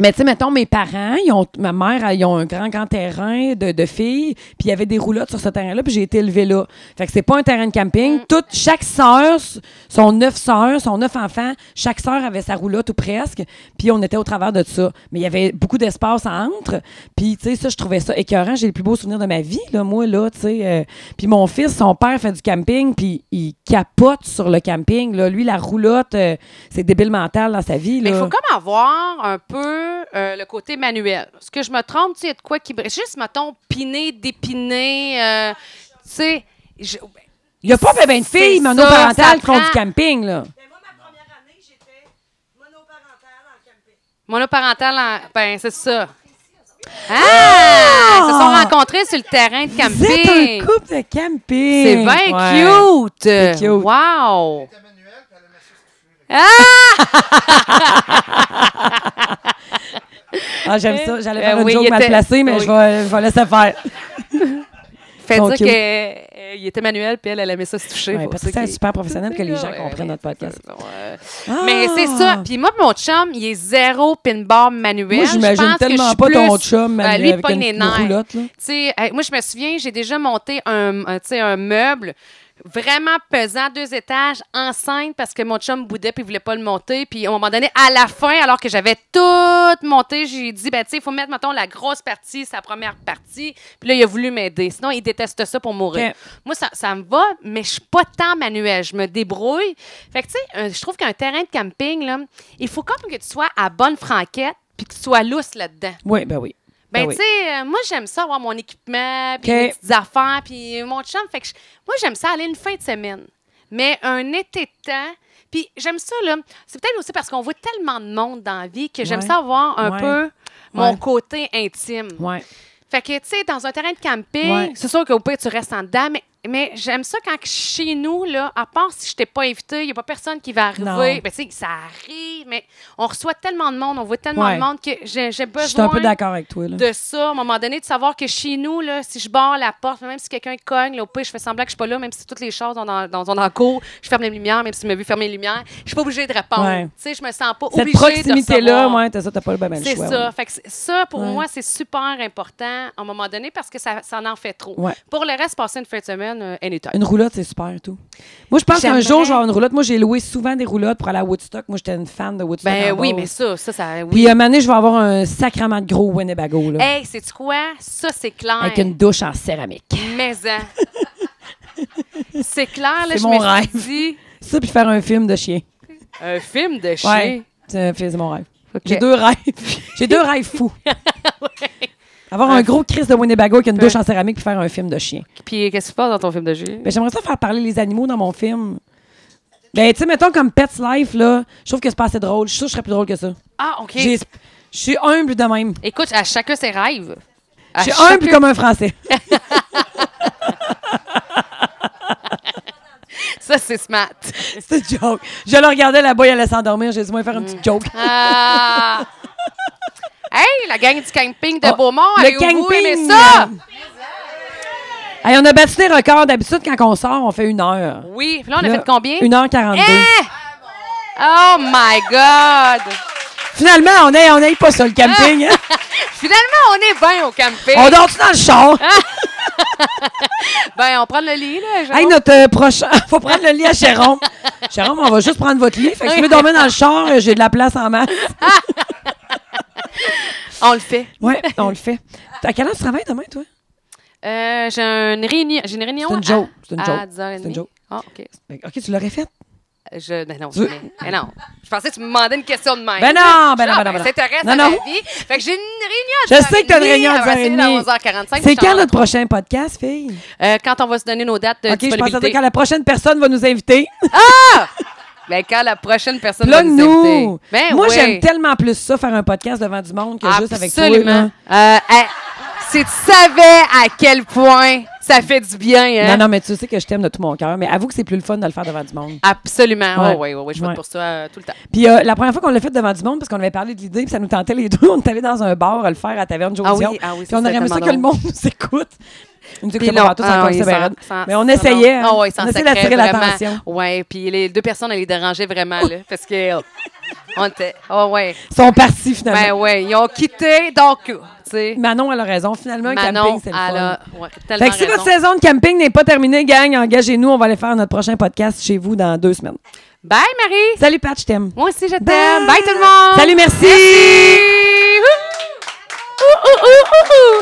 Speaker 1: Mais tu sais, mettons, mes parents, ils ont, ma mère, elle, ils ont un grand, grand terrain de, de filles, puis il y avait des roulottes sur ce terrain-là, puis j'ai été élevée là. Fait que c'est pas un terrain de camping.
Speaker 2: Mm.
Speaker 1: Toutes, chaque sœur, s- son neuf sœurs, son neuf enfants, chaque sœur avait sa roulotte ou presque, puis on était au travers de ça. Mais il y avait beaucoup d'espace entre, puis tu sais, ça, je trouvais ça écœurant. J'ai les plus beaux souvenirs de ma vie, là, moi, là, tu sais. euh. Puis mon fils, son père fait du camping, puis il capote sur le camping, là. Lui, la roulotte, euh, c'est débile mental dans sa vie, là.
Speaker 2: Mais il faut comme avoir un peu euh, le côté manuel. Est-ce que je me trompe? Tu sais, il y a de quoi qui brise? Juste, mettons, piner, dépiner. euh, tu sais, je-
Speaker 1: Il n'y a pas ben, ben de
Speaker 2: C'est
Speaker 1: filles
Speaker 2: ça,
Speaker 1: monoparentales
Speaker 2: ça
Speaker 1: qui font du
Speaker 2: prend-
Speaker 1: camping, là.
Speaker 5: Ben, moi, ma première année, j'étais monoparentale en camping.
Speaker 2: monoparental, en- ben, c'est ça. Ah! Ils se sont rencontrés sur le terrain de
Speaker 1: Vous êtes
Speaker 2: camping.
Speaker 1: un couple de camping.
Speaker 2: C'est bien
Speaker 1: Ouais.
Speaker 2: cute.
Speaker 1: cute.
Speaker 2: Wow!
Speaker 3: C'était manuel, puis elle aimait ça, ce que tu fais.
Speaker 1: Ah, j'aime ça. J'allais faire
Speaker 2: Euh,
Speaker 1: une
Speaker 2: oui,
Speaker 1: joke
Speaker 2: il
Speaker 1: mal
Speaker 2: était-
Speaker 1: placée, mais je,
Speaker 2: oui.
Speaker 1: vais, je vais laisser faire.
Speaker 2: Fait
Speaker 1: Sont
Speaker 2: dire euh,
Speaker 1: cute.
Speaker 2: qu'il était manuel, puis elle, elle aimait ça se toucher.
Speaker 1: Ouais,
Speaker 2: Faut
Speaker 1: Patricia
Speaker 2: ça
Speaker 1: est
Speaker 2: qu'il-
Speaker 1: super professionnelle que les gens
Speaker 2: Ouais,
Speaker 1: comprennent notre podcast.
Speaker 2: ouais.
Speaker 1: Ah!
Speaker 2: Mais c'est ça. Puis moi, mon chum, il est zéro pin-bar manuel.
Speaker 1: Moi,
Speaker 2: Je
Speaker 1: j'imagine
Speaker 2: pense que je
Speaker 1: tellement
Speaker 2: suis
Speaker 1: pas ton
Speaker 2: plus-
Speaker 1: chum
Speaker 2: Ben,
Speaker 1: avec
Speaker 2: lui, il
Speaker 1: avec
Speaker 2: pogne
Speaker 1: une,
Speaker 2: les
Speaker 1: une
Speaker 2: nerfs.
Speaker 1: roulotte. Là.
Speaker 2: Tu sais, euh, moi, je me souviens, j'ai déjà monté un, un, tu sais, un meuble vraiment pesant, deux étages, enceinte, parce que mon chum boudait puis il voulait pas le monter. Puis à un moment donné, à la fin, alors que j'avais tout monté, j'ai dit, ben, tu sais, il faut mettre, mettons, la grosse partie, sa première partie. Puis là, il a voulu m'aider. Sinon, il déteste ça pour mourir.
Speaker 1: Ok.
Speaker 2: Moi, ça, ça me va, mais je suis pas tant manuel. Je me débrouille. Fait que, tu sais, euh, je trouve qu'un terrain de camping, là, il faut comme que tu sois à bonne franquette puis que tu sois lousse là-dedans.
Speaker 1: Oui, ben oui.
Speaker 2: Ben,
Speaker 1: oui.
Speaker 2: tu sais, euh, moi, j'aime ça avoir mon équipement, puis
Speaker 1: OK.
Speaker 2: mes petites affaires, puis mon chum. Fait que je- moi, j'aime ça aller une fin de semaine. Mais un été de temps, puis j'aime ça, là. C'est peut-être aussi parce qu'on voit tellement de monde dans la vie que j'aime
Speaker 1: Ouais.
Speaker 2: ça avoir un
Speaker 1: Ouais.
Speaker 2: peu mon
Speaker 1: Ouais.
Speaker 2: côté intime.
Speaker 1: Ouais.
Speaker 2: Fait que, tu sais, dans un terrain de camping,
Speaker 1: Ouais.
Speaker 2: c'est sûr qu'au pire, tu restes en dedans, mais, mais j'aime ça quand que chez nous, là, à part si je t'ai pas invité, il n'y a pas personne qui va
Speaker 1: Non.
Speaker 2: arriver. Ben, tu sais, ça arrive, mais on reçoit tellement de monde, on voit tellement
Speaker 1: Ouais.
Speaker 2: de monde que j'ai j'ai besoin
Speaker 1: Je suis un peu d'accord avec toi. Là.
Speaker 2: de ça, à un moment donné, de savoir que chez nous, là, si je barre la porte, même si quelqu'un cogne, là, au pire, je fais semblant que je suis pas là, même si toutes les choses sont dans, dans, sont en cours, je ferme les lumières, même si tu m'as vu fermer les lumières, je suis pas obligée de répondre.
Speaker 1: Ouais.
Speaker 2: Tu sais, je me sens pas
Speaker 1: Cette
Speaker 2: obligée
Speaker 1: proximité-là,
Speaker 2: de recevoir.
Speaker 1: ouais, t'as ça, t'as pas le ben, ben le
Speaker 2: C'est
Speaker 1: choix,
Speaker 2: ça.
Speaker 1: ouais.
Speaker 2: Fait que c'est- ça, pour
Speaker 1: Ouais.
Speaker 2: moi, c'est super important à un moment donné parce que ça, ça en fait trop.
Speaker 1: Ouais.
Speaker 2: Pour le reste, passer une fin de semaine, euh, anytime.
Speaker 1: Une roulotte, c'est super, tout. Moi, je pense qu'un
Speaker 2: J'aimerais-
Speaker 1: jour, je vais avoir une roulotte. Moi, j'ai loué souvent des roulottes pour aller à Woodstock. Moi, j'étais une fan de Woodstock.
Speaker 2: Ben
Speaker 1: en
Speaker 2: oui,
Speaker 1: Beauce.
Speaker 2: mais ça, ça, ça. Oui.
Speaker 1: Puis, euh, à un moment donné, je vais avoir un sacrement de gros Winnebago, là,
Speaker 2: Hey, c'est quoi? Ça, c'est clair.
Speaker 1: avec une douche en céramique.
Speaker 2: maison. c'est clair, là,
Speaker 1: C'est
Speaker 2: je
Speaker 1: mon
Speaker 2: me
Speaker 1: rêve.
Speaker 2: suis dit,
Speaker 1: Ça, puis faire un film de chien.
Speaker 2: un film de chien.
Speaker 1: Ouais. C'est c'est mon rêve.
Speaker 2: Ok.
Speaker 1: J'ai deux rêves. J'ai deux rêves fous. Avoir
Speaker 2: Un
Speaker 1: un gros Chris de Winnebago avec une
Speaker 2: Ouais.
Speaker 1: douche en céramique puis faire un film de chien.
Speaker 2: Puis qu'est-ce qui se passe dans ton film de jeu?
Speaker 1: Mais j'aimerais ça faire parler les animaux dans mon film. Ben, tu sais, mettons comme Pets Life, là, je trouve que c'est pas assez drôle. Je suis sûre que je serais plus drôle que ça.
Speaker 2: Ah, OK.
Speaker 1: J'ai- Je suis humble de même.
Speaker 2: Écoute, à chacun ses rêves.
Speaker 1: Ben,
Speaker 2: À
Speaker 1: Je suis
Speaker 2: chacun-
Speaker 1: humble comme un Français.
Speaker 2: Ça, c'est smart.
Speaker 1: C'est une joke. Je le regardais là-bas, il allait s'endormir. J'ai dit, moi, faire une petite joke.
Speaker 2: Ah! hey, la gang du camping de
Speaker 1: Ah,
Speaker 2: Beaumont,
Speaker 1: le
Speaker 2: avez-vous
Speaker 1: camping!
Speaker 2: aimé ça?
Speaker 1: Hey, on a battu des records. D'habitude, quand on sort, on fait une heure.
Speaker 2: Oui. Puis là, on a
Speaker 1: Là,
Speaker 2: fait combien?
Speaker 1: 1h42.
Speaker 2: Hein? Oh my God!
Speaker 1: Finalement, on n'aille on aille pas sur le camping.
Speaker 2: Ah!
Speaker 1: hein?
Speaker 2: Finalement, on est bien au camping.
Speaker 1: on dort-tu dans le char?
Speaker 2: Ah! Ben, on prend le lit, là. genre.
Speaker 1: Hey, notre euh, prochain. Faut prendre le lit à Jérôme. Jérôme, on va juste prendre votre lit. Fait que si tu veux dormir dans le char, euh, j'ai de la place en masse.
Speaker 2: On le fait.
Speaker 1: Ouais, on le fait. À quelle heure tu travailles demain, toi?
Speaker 2: Euh, j'ai une réunion. J'ai une réunion.
Speaker 1: C'est une
Speaker 2: à-
Speaker 1: joke, c'est une
Speaker 2: à
Speaker 1: joke,
Speaker 2: 10h30.
Speaker 1: c'est une joke.
Speaker 2: Ah, OK.
Speaker 1: Fait que, Ben, OK, tu l'aurais fait.
Speaker 2: Je, ben non,
Speaker 1: Tu-
Speaker 2: mais- ben non. Je pensais que tu me demandais une question de même.
Speaker 1: Ben non, ben non,
Speaker 2: Ah,
Speaker 1: ben non, ben non.
Speaker 2: Ça t'intéresse
Speaker 1: Non,
Speaker 2: à ma
Speaker 1: non.
Speaker 2: vie. Fait que j'ai une réunion à
Speaker 1: Je sais que t'as une
Speaker 2: 10h30,
Speaker 1: réunion à
Speaker 2: elle va finir
Speaker 1: 10h30.
Speaker 2: à 11h45.
Speaker 1: C'est
Speaker 2: je t'en
Speaker 1: quand notre prochain podcast, fille?
Speaker 2: Euh, quand on va se donner nos dates de
Speaker 1: OK, je pense à
Speaker 2: disponibilité.
Speaker 1: dire quand la prochaine personne va nous inviter.
Speaker 2: Ben, quand la prochaine personne va nous
Speaker 1: Plug-nous!
Speaker 2: inviter. Ben,
Speaker 1: Moi,
Speaker 2: oui.
Speaker 1: j'aime tellement plus ça, faire un podcast devant du monde, que juste avec toi.
Speaker 2: Absolument.
Speaker 1: là.
Speaker 2: Euh, hey, si tu savais à quel point ça fait du bien, hein?
Speaker 1: Non, non, mais tu sais que je t'aime de tout mon cœur, mais avoue que c'est plus le fun de le faire devant du monde.
Speaker 2: Absolument.
Speaker 1: Ouais.
Speaker 2: Oh, oui, oui, oui, je vote
Speaker 1: Ouais.
Speaker 2: pour ça euh, tout le temps.
Speaker 1: Puis euh, la première fois qu'on l'a fait devant du monde, parce qu'on avait parlé de l'idée, puis ça nous tentait les deux, on est allé dans un bar à le faire à Taverne Josion.
Speaker 2: Ah oui, ah oui,
Speaker 1: puis on
Speaker 2: ça,
Speaker 1: aurait aimé
Speaker 2: c'est
Speaker 1: ça que
Speaker 2: tellement
Speaker 1: le monde nous écoute. Ils nous
Speaker 2: Puis
Speaker 1: écoutent
Speaker 2: non,
Speaker 1: pas tous
Speaker 2: ah
Speaker 1: encore,
Speaker 2: oui,
Speaker 1: c'est bien
Speaker 2: sans-
Speaker 1: raide.
Speaker 2: sans-
Speaker 1: Mais on
Speaker 2: sans-
Speaker 1: essayait. hein.
Speaker 2: Ah oui, sans
Speaker 1: on essayait
Speaker 2: secret,
Speaker 1: d'attirer
Speaker 2: vraiment.
Speaker 1: l'attention.
Speaker 2: Ouais, puis les deux personnes, elles les dérangeaient vraiment, là, parce que euh, on était. Ah ouais.
Speaker 1: Ils sont partis
Speaker 2: Ben
Speaker 1: finalement.
Speaker 2: ouais, ils ont quitté donc, tu sais.
Speaker 1: Manon, elle a raison. Finalement, un
Speaker 2: Manon,
Speaker 1: camping, c'est
Speaker 2: elle
Speaker 1: le fun.
Speaker 2: a ouais, tellement
Speaker 1: Fait que si
Speaker 2: raison.
Speaker 1: votre saison de camping n'est pas terminée, gang, engagez-nous. On va aller faire notre prochain podcast chez vous dans deux semaines.
Speaker 2: Bye Marie.
Speaker 1: Salut, Pat, je t'aime.
Speaker 2: Moi aussi je t'aime.
Speaker 1: Bye.
Speaker 2: Bye tout le monde.
Speaker 1: Salut, merci.
Speaker 2: Merci. Ouh, ouh, ouh, ouh, ouh.